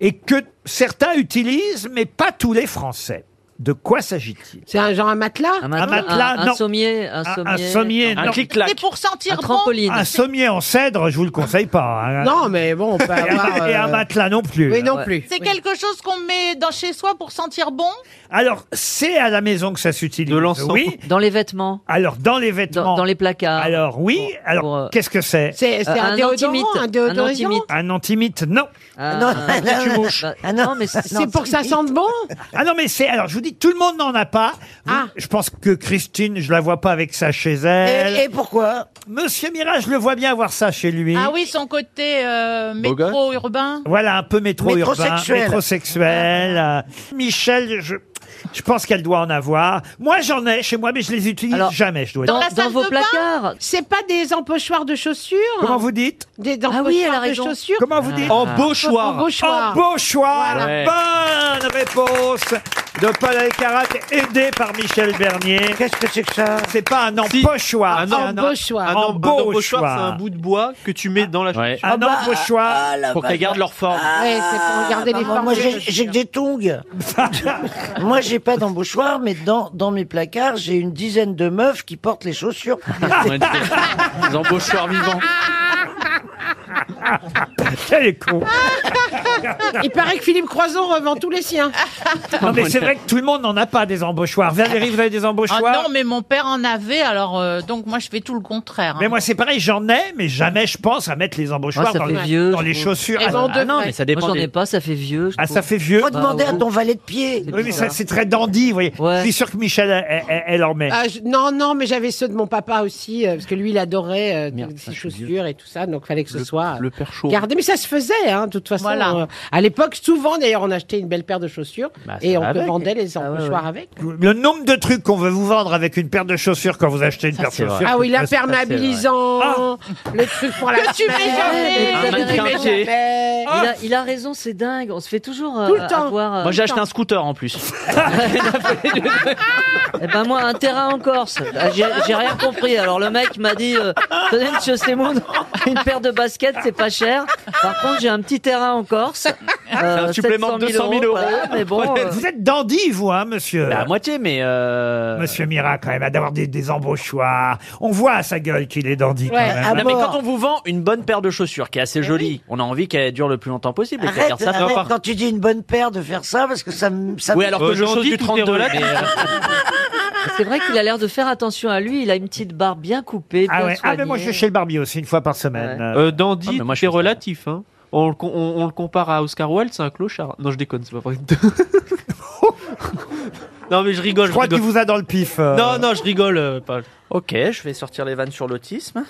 S1: et que certains utilisent, mais pas tous les Français. De quoi s'agit-il
S6: C'est un genre un matelas Un
S1: matelas, matelas,
S13: un,
S1: non.
S13: un sommier, un
S1: Un-
S13: sommier.
S1: un sommier, Un non. clic-clac. C'est
S13: pour sentir un trampoline.
S1: Un sommier en cèdre, je vous le conseille pas. hein.
S6: Non, mais bon,
S1: *laughs*
S6: on peut avoir...
S1: Et
S6: euh,
S1: un matelas non plus.
S6: Oui, non plus.
S17: C'est quelque chose qu'on met dans chez soi pour sentir bon
S1: Alors, c'est à la maison que ça s'utilise. De l'ensemble. Oui.
S13: Dans les vêtements.
S1: Alors, dans les vêtements.
S13: Dans, dans les placards. euh,
S1: Alors, oui. Alors, qu'est-ce que c'est
S6: C'est- c'est Euh, un un déodorant, antimite. un déodorisant Un antimite.
S1: Un antimite, non.
S13: Ah, Non, un- non, tu mouches. bah,
S1: Ah
S13: non, mais c'est- C'est non, pour que ça antimite.
S6: sente bon
S1: Ah non, mais c'est... Alors, je vous dis, tout le monde n'en a pas. Vous- Je pense que Christine, je la vois pas avec ça chez elle.
S17: Et- et pourquoi
S1: Monsieur Mirage, je le vois bien avoir ça chez lui.
S17: Ah oui, son côté euh,
S1: Beau
S17: métro urbain.
S1: Voilà, un peu métro urbain,
S17: Métrosexuel.
S1: métrosexuel. euh, Michel, je, je pense qu'elle doit en avoir. Moi, j'en ai chez moi, mais je les utilise jamais, je dois dire.
S13: placards
S6: C'est pas des empochoirs de chaussures
S1: Comment vous dites
S6: Des
S13: Ah oui, elle a
S6: empochoirs de
S13: raison. Ah.
S6: chaussures
S1: Comment vous dites
S6: En
S1: En
S6: bauchoir.
S1: Beauchoir.
S6: Voilà.
S15: Ouais.
S1: Bonne réponse de Paul Alcarat, aidé par Michel Bernier. Qu'est-ce que c'est que ça C'est pas un empochoir.
S15: Ah Un
S1: c'est
S15: embauchoir. Un embauchoir,
S1: Un
S15: c'est un
S1: empochoir.
S15: bout de bois que tu mets dans la chaussure.
S1: Un
S13: Ah bah,
S1: empochoir.
S15: Pour qu'elles gardent leur forme.
S6: Ouais, c'est pour regarder les
S17: Moi,
S6: formes.
S17: moi, j'ai j'ai que des tongs.
S6: *laughs*
S17: moi, j'ai pas d'embauchoir, mais dans, dans mes placards, j'ai une dizaine de meufs qui portent les
S7: *laughs*
S17: chaussures.
S15: Des embauchoirs vivants.
S6: Ah.
S1: Quel est con
S6: *laughs* Il paraît que Philippe Croison revend tous les siens.
S1: Non, mais c'est vrai que tout le monde n'en a pas des embauchoirs. Valérie, vous avez des
S17: Ah
S1: embauchoirs
S17: non, mais mon père en avait, alors euh, donc moi, je fais tout le contraire. hein.
S1: Mais moi, c'est pareil, j'en ai, mais jamais je pense à mettre les embauchoirs
S13: Ah, ça
S1: dans,
S13: fait
S1: les,
S13: vieux,
S1: dans
S13: je
S1: les
S13: trouve.
S1: chaussures.
S13: Eh ben, on
S1: Ah,
S13: devrait.
S1: non, mais ça dépend
S13: Moi, j'en
S1: des-
S13: ai pas, ça fait vieux. je
S1: Ah,
S13: trouve.
S1: ça fait vieux.
S13: Faut demander à ton
S17: valet de pied.
S1: Oui, mais ça, c'est très dandy, vous voyez. Je suis sûr que Michel, elle, elle- elle en met.
S6: Ah, je- non, non, mais j'avais ceux de mon papa aussi, euh, parce que lui, il adorait euh, ses chaussures et tout ça, donc fallait que ce soit
S15: Le père chaud.
S6: gardé. Mais ça se faisait, hein, de toute façon.
S15: Voilà.
S6: euh, à l'époque, souvent, d'ailleurs, on achetait une belle paire de chaussures
S1: Bah, ça
S6: et
S1: va
S6: on te
S1: avec.
S6: vendait les empochoirs avec.
S1: Le nombre de trucs qu'on veut vous vendre avec une paire de chaussures quand vous achetez une paire de
S15: c'est vrai.
S1: chaussures.
S6: Ah oui, l'imperméabilisant, *laughs* le truc pour la
S13: Que *laughs* tu mets
S6: semelle,
S13: jamais,
S15: Un
S6: que tu
S15: mannequin
S6: mets
S15: pied.
S6: jamais.
S13: Il a, il a raison, c'est dingue. On se fait toujours euh,
S6: Oh. Tout le temps.
S13: avoir. euh,
S15: Moi, j'ai acheté un scooter en
S1: *laughs*
S15: plus.
S13: Eh ben moi, un terrain en Corse. Ah, J'ai j'ai rien compris. Alors le mec m'a dit, euh, tenez Monsieur Semoun, *laughs* une paire de baskets, c'est pas cher. Par contre, j'ai un petit terrain en Corse. euh,
S15: un supplément de
S13: 700
S15: 200 000 euros.
S13: voilà, mais bon, euh,
S1: Vous êtes dandy, vous, hein, monsieur
S15: Bah, à moitié, mais. euh,
S1: Monsieur Mira, quand même, à d'avoir des, des embauchoirs. On voit à sa gueule qu'il est dandy, quand même.
S15: Non, mais quand on vous vend une bonne paire de chaussures qui est
S13: Eh
S15: assez jolie, on a envie qu'elle dure le plus longtemps possible. et qu'elle
S17: Arrête,
S15: garde sa forme.
S17: arrête quand tu dis une bonne paire de faire ça, parce que ça me... ça
S15: Oui,
S17: me-
S15: alors que je chausse du 32 là.
S17: euh,
S13: euh, c'est vrai qu'il a l'air de faire attention à lui. Il a une petite barbe bien coupée, bien
S1: Ah, ouais. ah, mais
S13: soignée.
S1: moi, je suis chez le barbier aussi, une fois par semaine. Euh,
S15: Euh,
S25: Ah,
S15: Dandy, c'est relatif. Hein. On, le com- on- on le compare à Oscar Wilde, c'est un clochard. Non, je déconne, c'est pas vrai.
S25: Non, mais je rigole.
S1: Je crois qu'il vous a dans le pif. euh.
S25: Non, non, je rigole, euh, Paul. Ok, je vais sortir les vannes sur l'autisme.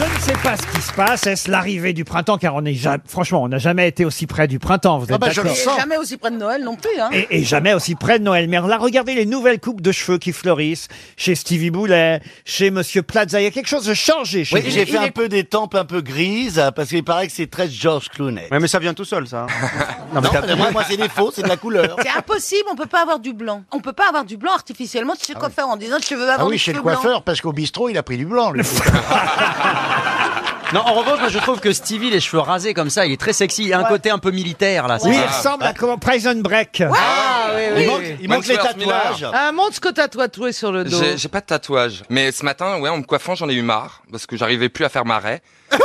S1: Je ne sais pas ce qui se passe. Est-ce l'arrivée du printemps Car on est ja- franchement, on n'a jamais été aussi près du printemps. Vous
S4: Ah
S22: Ah, bah,
S1: êtes
S4: bah,
S1: d'accord
S8: Jamais aussi près de Noël non plus. Hein.
S1: Et, et jamais aussi près de Noël Merla. Regardez les nouvelles coupes de cheveux qui fleurissent chez Stevie Boulet, chez Monsieur Plaza. Il y a quelque chose de changé chez
S4: Oui,
S1: vous.
S4: j'ai fait un peu des tempes un peu grises, euh, parce qu'il paraît que c'est très George Clooney. Ouais, mais ça vient tout
S8: *laughs*
S4: seul, ça. non,
S1: mais t'as-
S4: mais moi, moi, c'est des faux, c'est de la couleur.
S8: C'est impossible, on peut pas avoir du blanc. On peut pas avoir du blanc artificiellement chez le coiffeur en disant je veux
S26: Ah
S8: avoir
S26: oui,
S8: des
S26: chez le
S8: cheveux blancs.
S26: coiffeur, parce qu'au bistrot, il a pris du blanc,
S4: *laughs*
S26: lui.
S9: *laughs* Non, en revanche, moi, je trouve que Stevie, les cheveux rasés comme ça, il est très sexy. Il a un côté un peu militaire, là.
S1: Oui, il ressemble
S4: Ah.
S1: à comment Prison Break.
S9: Ah, oui,
S4: Il
S9: oui,
S4: manque,
S9: oui.
S4: il manque les
S9: Maxwell Miller.
S4: tatouages.
S21: Ah, montre ce que t'as tatoué sur le dos.
S3: J'ai j'ai pas de tatouage. Mais ce matin, ouais, en me coiffant, j'en ai eu marre. Parce que j'arrivais plus à faire ma raie.
S9: Ah,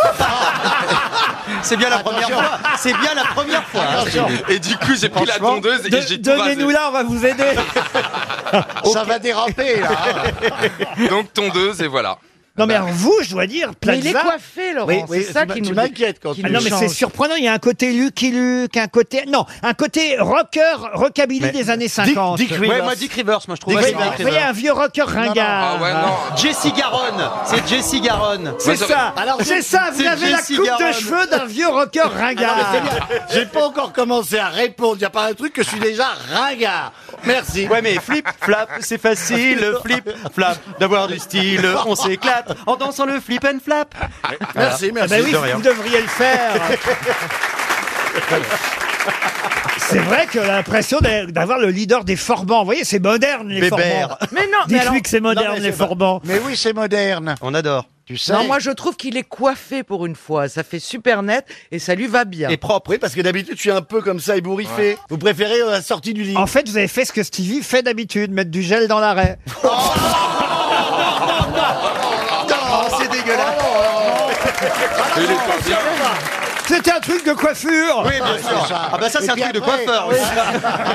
S9: C'est bien la première fois. C'est bien la première fois. hein.
S3: Et du coup, j'ai pris la tondeuse et j'ai tout rasé.
S1: là, on va vous
S3: *laughs*
S1: aider.
S4: Ah,
S26: Ça va déraper, là.
S3: Donc tondeuse et voilà.
S1: Non mais alors, vous, je dois dire, Plaza.
S4: Mais il est coiffé, Laurent, Bah. Oui, c'est oui, ça tu qui m'in- nous- tu m'inquiètes quand qui
S1: Ah
S4: nous
S1: non mais
S4: change.
S1: c'est surprenant. Il y a un côté Lucky Luke, un côté non, un côté rocker, rockabilly
S9: Mais-
S1: des années 50.
S9: Ouais, moi, Dick Rivers, moi, je trouve.
S1: Dick
S9: Ouais,
S1: Rivers.
S9: Dick
S1: Vous voyez, un vieux rocker ringard.
S9: Ah ouais, non. Jesse Garonne. C'est Jesse Garonne.
S1: C'est ça. c'est ça. Vous
S9: C'est
S1: avez la
S9: Jesse
S1: coupe de
S9: Garonne.
S1: cheveux d'un vieux rocker
S4: Ah non,
S1: ringard.
S4: mais c'est bien. J'ai pas encore commencé à répondre. Y a pas un truc que je suis déjà ringard. Merci. Ah,
S9: Ouais mais flip, flap, c'est facile, flip, flap, d'avoir du style, on s'éclate en dansant le flip and flap.
S4: Merci,
S1: Ah
S4: merci.
S1: bah oui,
S4: de rien.
S1: vous devriez le faire. *laughs* C'est vrai que l'impression d'a- d'avoir le leader des Forbans. Vous voyez, c'est moderne, les
S26: Bébert.
S1: Forbans.
S26: Mais non, mais
S1: Dites-lui
S26: alors-
S1: que c'est moderne,
S4: Non, mais
S1: les
S4: c'est pas-
S1: Forbans.
S26: Mais oui, c'est moderne.
S9: On adore.
S26: Tu sais.
S21: Non, moi je trouve qu'il est coiffé pour une fois. Ça fait super net et ça lui va bien.
S4: Et propre, oui, parce que d'habitude, je suis un peu comme ça, ébouriffé.
S21: Ouais.
S4: Vous préférez euh, la sortie du lit.
S1: En fait, vous avez fait ce que Stevie fait d'habitude, mettre du gel dans
S9: *laughs*
S1: l'arrêt.
S9: Oh.
S4: Oh, c'est dégueulasse.
S13: Oh.
S3: Il est pas bien.
S1: C'était un truc de coiffure
S4: Oui, bien sûr. Ah bah ça, c'est un truc de coiffeur. oui.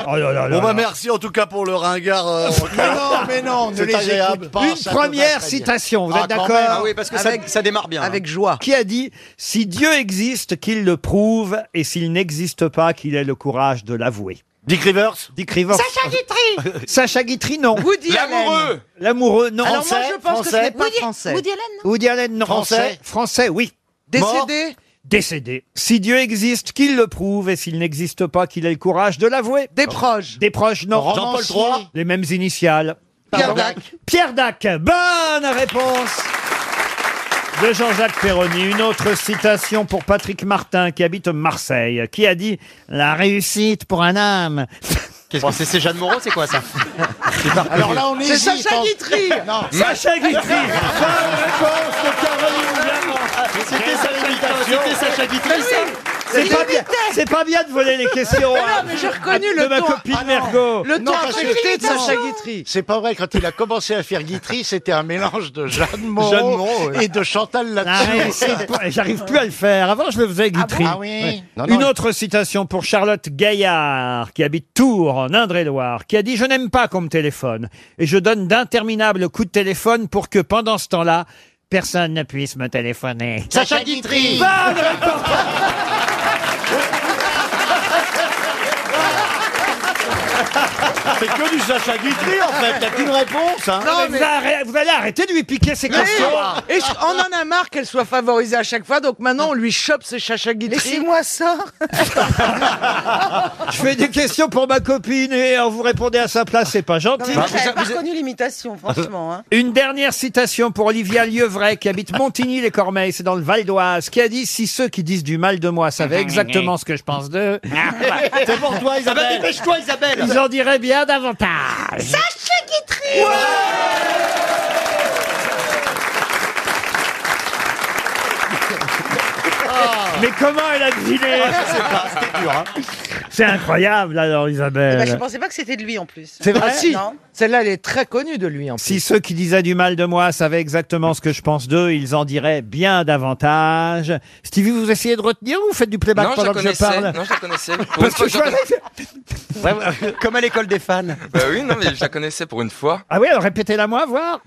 S1: Oh là *laughs* là là
S4: Bon bah
S1: là.
S4: merci en tout cas pour le ringard.
S1: *laughs*
S4: euh,
S26: Mais non, mais non, ne
S4: C'est
S26: les
S4: agréable.
S26: écoute pas,
S1: Une
S4: ça
S1: première
S4: devrait très bien.
S1: citation, vous
S4: Ah,
S1: êtes
S4: quand
S1: d'accord
S4: même.
S9: Ah oui parce que ça- ça, démarre bien. hein.
S21: Avec joie.
S1: Qui a dit Si Dieu existe, qu'il le prouve, et s'il n'existe pas, qu'il ait le courage de l'avouer
S4: Dick Rivers.
S1: Dick Rivers.
S8: Sacha Guitry
S1: *laughs* Sacha Guitry, non.
S21: Woody Allen.
S3: L'amoureux.
S1: L'amoureux, non.
S21: Alors moi je pense que ce n'est pas
S8: Woody,
S21: français.
S8: Woody Allen, non
S1: Woody Allen, non.
S4: Français
S1: Français, oui.
S21: Décédé
S1: Décédé. Si Dieu existe, qu'il le prouve, et s'il n'existe pas, qu'il ait le courage de l'avouer.
S21: Des proches.
S1: Des proches, non.
S4: Jean-Paul III.
S1: Les mêmes initiales.
S21: Pierre Dac.
S1: Pierre Dac, bonne réponse de Jean-Jacques Perroni. Une autre citation pour Patrick Martin, qui habite Marseille, qui a dit « La réussite pour un âme *laughs*
S9: Qu'est-ce que c'est C'est Jeanne Moreau, c'est quoi ça C'est pas
S26: Alors là, on est.
S21: C'est Sacha
S4: *laughs*
S21: Guitry.
S26: Non. »
S1: Sacha Guitry, bonne réponse de Caroline Diamant.
S9: Mais C'était sa C'était Sacha Guitry, ça
S1: Ah C'est pas bien, c'est pas bien de voler les
S26: *laughs*
S1: questions hein,
S21: mais j'ai reconnu
S1: de
S21: le
S1: ma
S21: ton. Ah,
S1: copine Mergot.
S21: Le
S26: Non,
S21: temps
S26: parce que-
S21: affecté de
S26: non.
S21: Sacha Guitry.
S26: C'est pas vrai, quand il a commencé à faire Guitry, c'était un mélange de Jeanne Moreau,
S9: Jeanne Moreau, ouais.
S26: et de Chantal
S1: La
S26: là
S1: réussite pour- J'arrive plus à le faire. Avant, je le faisais Guitry.
S26: Ah bon Ah oui.
S1: Ouais.
S26: Non, non.
S1: Une autre citation pour Charlotte Gaillard, qui habite Tours, en Indre-et-Loire, qui a dit « Je n'aime pas qu'on me téléphone et je donne d'interminables coups de téléphone pour que pendant ce temps-là, personne ne puisse me téléphoner. »
S4: Sacha Guitry. C'est que du Sacha Guitry en fait. T'as qu'une réponse. Hein.
S1: Non, mais vous, arrêtez- vous allez arrêter de lui piquer ses
S21: Mais-
S1: questions.
S21: et je- on en a marre qu'elle soit favorisée à chaque fois, donc maintenant on lui chope ce Sacha Guitry. Laissez-moi ça.
S1: Je fais des questions pour ma copine et euh, vous répondez à sa place, c'est pas
S8: Non,
S1: gentil.
S8: mais moi, j'avais pas reconnu l'imitation, franchement. *laughs* hein.
S1: *laughs* Une dernière citation pour Olivia Lieuvray, qui habite Montigny-les-Cormeilles, c'est dans le Val d'Oise, qui a dit Si ceux qui disent du mal de moi savaient exactement ce que je pense
S21: *laughs*
S1: d'eux,
S4: C'est pour toi
S9: Ah bah
S4: Isabelle.
S9: dépêche-toi Isabelle
S1: ils en diraient bien davantage.
S8: Sacha Guitry
S1: Mais comment elle a deviné
S21: Ah,
S4: C'est dur. Hein.
S1: C'est incroyable, alors,
S8: Eh ben, Je
S1: Isabelle.
S8: pensais pas que c'était de lui en plus.
S1: C'est vrai
S21: Ah si,
S8: Non.
S21: celle-là elle est très connue de lui en plus.
S1: Si ceux qui disaient du mal de moi savaient exactement ce que je pense d'eux, ils en diraient bien davantage. Stevie, vous essayez de retenir ou vous faites du playback
S3: Non, je la
S1: pendant que je
S3: connaissais.
S1: parle
S3: Non, je la connaissais. Pour une
S1: Parce
S3: fois,
S1: que
S3: je
S1: je
S3: la connaissais.
S9: Comme à l'école des fans.
S3: Bah oui, non, mais je la connaissais pour une fois.
S1: Ah oui, alors répétez-la moi, voir.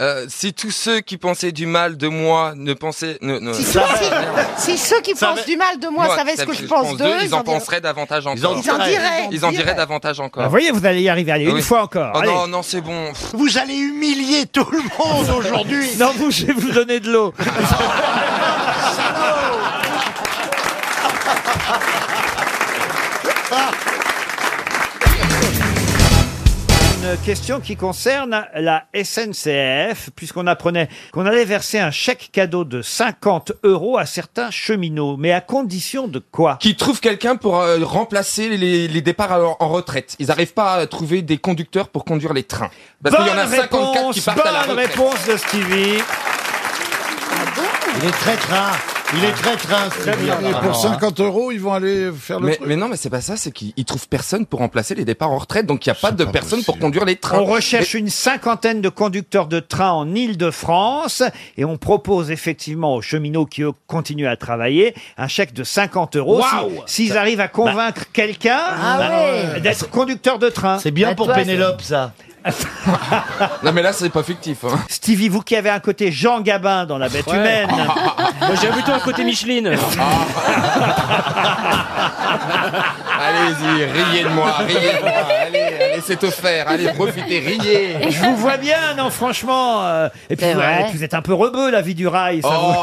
S3: Euh, si tous ceux qui pensaient du mal de moi ne pensaient... Ne, ne-
S8: Si, ceux- *laughs* si- si ceux qui pensent du mal de moi, savaient ce que je pense d'eux,
S3: Ils en penseraient davantage encore.
S8: Ils en diraient.
S3: Ils en diraient davantage encore.
S1: Ah, Vous voyez, vous allez y arriver. Allez, une
S3: Oui.
S1: fois encore.
S3: Oh
S1: Allez.
S3: non, non, c'est bon.
S4: Vous allez humilier tout le monde aujourd'hui.
S1: *laughs* Non, vous, je vais vous donner de l'eau.
S26: Ah,
S7: Ah
S1: Ah, Une question qui concerne la SNCF, puisqu'on apprenait qu'on allait verser un chèque cadeau de 50 euros à certains cheminots. Mais à condition de quoi
S3: Qui trouve quelqu'un pour euh, remplacer les, les départs en, en retraite. Ils n'arrivent pas à trouver des conducteurs pour conduire les trains. Parce qu'il y en a
S1: Bonne
S3: 54 qui
S1: réponse,
S3: partent à la
S1: bonne
S3: retraite.
S1: réponse de Stevie.
S9: Il est très train. Il est très train.
S3: Très bien.
S9: Et
S26: hein.
S3: Alors,
S9: pour 50 euros, ils vont aller faire le
S3: Mais,
S9: truc.
S3: mais non, mais c'est pas ça, c'est qu'ils ils trouvent personne pour remplacer les départs en retraite, donc il n'y a pas de personne pour conduire les trains.
S1: On recherche une cinquantaine de conducteurs de train en Île-de-France et on propose effectivement aux cheminots qui eux, continuent à travailler un chèque de 50 euros si-
S4: Waouh
S1: s'ils arrivent à
S3: Bah.
S1: convaincre quelqu'un
S4: Ah ouais.
S1: d'être conducteur de train.
S4: C'est bien Bah, pour toi, Pénélope,
S1: ça.
S3: Non, mais là, c'est pas fictif. hein.
S1: Stevie, vous qui avez un côté Jean Gabin dans la bête
S3: Ouais. *laughs*
S1: humaine.
S3: Moi, j'ai plutôt un
S1: côté Micheline.
S3: *laughs* Allez-y, riez de moi, riez de moi. Allez, allez c'est offert. Allez, profitez, riez.
S1: Je vous vois bien, non, franchement. euh, et puis,
S3: C'est
S1: vous-
S3: vrai.
S1: et puis vous êtes un peu rebeu, la vie du rail. Ça
S3: Oh.
S1: vous-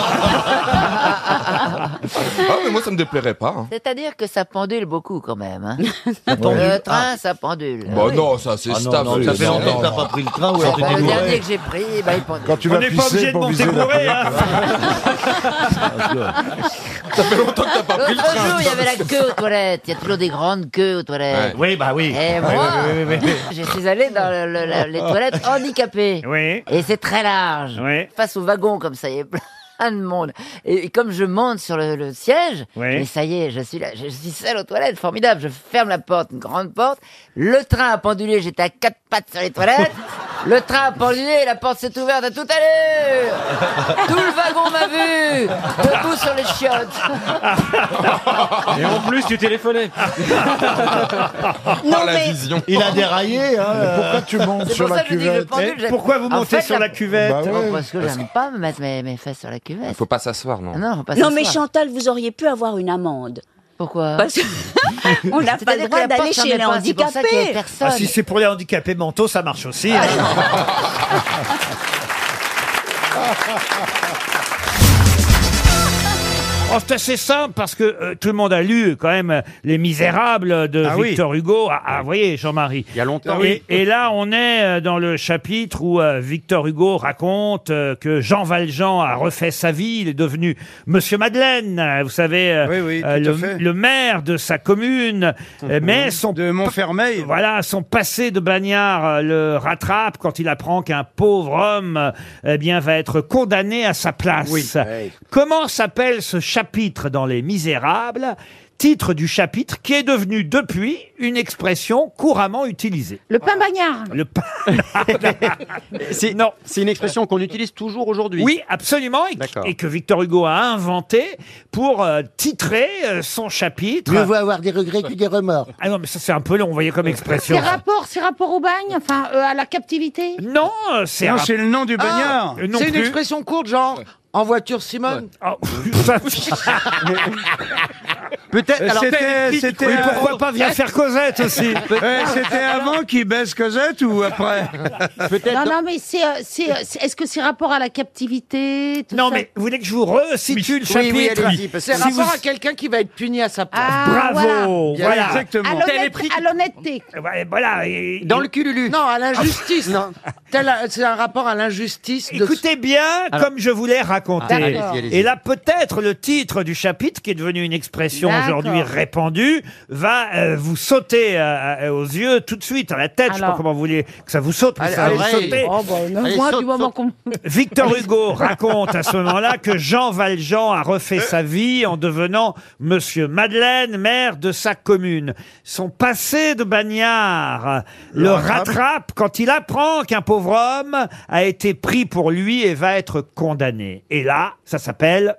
S3: *laughs* Ah, mais moi, ça me déplairait pas. hein.
S24: C'est-à-dire que ça pendule beaucoup quand même.
S3: *laughs*
S24: hein.
S3: pendule.
S24: Le train, ça pendule.
S3: Bah non, ça, c'est
S24: Ah non,
S3: stable.
S24: non,
S3: ça fait longtemps
S24: que t'as
S3: pas
S24: pris
S3: le train
S24: Bah, le dernier que j'ai pris, bah, il pendule.
S3: Quand tu vas On n'est pas pisser obligé de pour monter viser la bourré, hein. Ça fait longtemps que t'as pas pris le
S24: L'autre
S3: train.
S24: jour, il y avait la queue aux toilettes. Il y a toujours des grandes queues aux toilettes.
S4: Oui, bah oui.
S24: Et moi, *laughs* je suis allé dans le- le- la- les toilettes handicapées. Et c'est très large. Face au wagon, comme ça, il y a plein de monde. Et, et comme je monte sur le, le siège,
S20: Oui.
S24: et ça y est, je suis là, je, suis seul aux toilettes, formidable. Je ferme la porte, une grande porte. Le train a pendulé, j'étais à quatre pattes sur les
S4: *laughs*
S24: toilettes. Le train a pendulé, la porte s'est ouverte à toute allure. Tout le wagon m'a vu, debout sur les
S4: *laughs*
S24: chiottes.
S27: Et en plus, tu
S24: *laughs*
S27: téléphonais.
S24: Non, mais-
S4: Il a déraillé. Hein,
S9: Mais pourquoi tu montes
S24: euh. C'est
S9: sur
S24: pour
S9: la
S24: ça que je dis que je
S9: cuvette
S24: pendule,
S20: Eh,
S24: j'aime- En fait,
S9: Bah ouais.
S24: Non, Parce que
S3: Parce
S24: j'aime pas me mettre mes, mes fesses sur la cuvette.
S3: Faut pas s'asseoir, non.
S24: Ah Non, faut pas
S20: Non, mais
S24: s'asseoir.
S20: Chantal, vous auriez pu avoir une amende.
S24: Pourquoi
S20: Parce qu'on n'a pas le
S24: C'est-à-dire que
S20: droit
S24: la porte
S20: d'aller
S24: fermait
S20: chez les
S24: pas, c'est pour ça qu'il y avait
S20: handicapés.
S24: personne.
S1: Ah, si c'est pour les handicapés mentaux, ça marche aussi.
S3: *laughs*
S1: hein. Oh, c'est assez simple parce que euh, tout le monde a lu quand même euh, Les Misérables de
S4: Ah oui.
S1: Victor Hugo. Ah, ah, vous voyez, Jean-Marie. Il y a
S3: Ah
S1: longtemps. Et,
S4: oui.
S1: et là, on est euh, dans le chapitre où euh, Victor Hugo raconte euh, que Jean Valjean a refait sa vie. Il est devenu Monsieur Madeleine. euh, Vous savez, euh, euh,
S4: tout à
S1: le,
S4: fait. Mhm.
S1: le maire de sa commune. Euh, mais son de Montfermeil. Voilà, son passé de bagnard euh, le rattrape quand il apprend qu'un pauvre homme, euh, eh bien, va être condamné à sa place.
S4: Oui.
S1: Comment s'appelle ce chapitre dans Les Misérables Titre du chapitre qui est devenu depuis une expression couramment utilisée.
S8: Le pain bagnard.
S1: Le pain.
S27: *laughs* C'est,
S1: non.
S27: c'est une expression qu'on utilise toujours aujourd'hui.
S1: Oui, absolument, et,
S27: D'accord.
S1: et que Victor Hugo a inventé pour euh, titrer euh, son chapitre.
S4: Mieux vaut
S1: avoir des regrets que des remords. Ah non, mais ça c'est un peu long, vous voyez comme expression.
S8: Ces rapports, ces rapports au bagne, enfin euh, à la captivité.
S1: Non, euh, c'est
S4: Non,
S1: rap-
S4: c'est le nom du bagnard.
S1: Euh, non
S21: Ah, C'est une
S1: plus.
S21: expression courte, genre en voiture Simone.
S1: Ah, *laughs*
S21: Peut-être.
S4: Euh,
S21: alors,
S4: C'était,
S21: peut-être-
S4: c'était
S21: Oui,
S4: avant-
S21: pourquoi pas via faire Cosette aussi.
S4: *laughs* Ouais, c'était
S1: *laughs*
S4: avant qu'il baisse Cosette ou après
S8: Non, non, mais c'est, euh, c'est, euh, c'est- est-ce que c'est rapport à la captivité tout
S1: Non,
S8: ça
S1: mais vous voulez que je vous resitue le chapitre
S21: C'est
S1: Si
S21: rapport
S1: vous-
S21: à quelqu'un qui va être puni à sa place.
S1: Bravo,
S21: Bien,
S1: voilà.
S21: exactement.
S8: À l'honnêteté. à l'honnêteté.
S1: Euh, Ouais, voilà, et-
S21: Dans le cululu. Non, à l'injustice. non. Tel- C'est un rapport à l'injustice. de-
S1: Écoutez bien
S21: Alors-
S1: comme je vous l'ai raconté.
S21: Ah, allez-y, allez-y.
S1: Et là, peut-être le titre du chapitre, qui est devenu une expression
S4: D'accord.
S1: aujourd'hui répandue, va euh, vous sauter euh, euh, aux yeux tout de suite, à la tête. Je sais pas
S4: Alors.
S1: comment vous voulez que ça vous saute, mais
S4: Allez,
S1: ça va vous
S4: allez.
S1: sauter.
S4: Oh, bah, non. Allez, Moi, saute, du moment saute. qu'on-
S1: Victor Hugo raconte à ce moment-là que Jean Valjean a refait sa vie en devenant Monsieur Madeleine, maire de sa commune. Son passé de bagnard le rattrape quand il apprend qu'un pauvre homme a été pris pour lui et va être condamné. Et là, ça s'appelle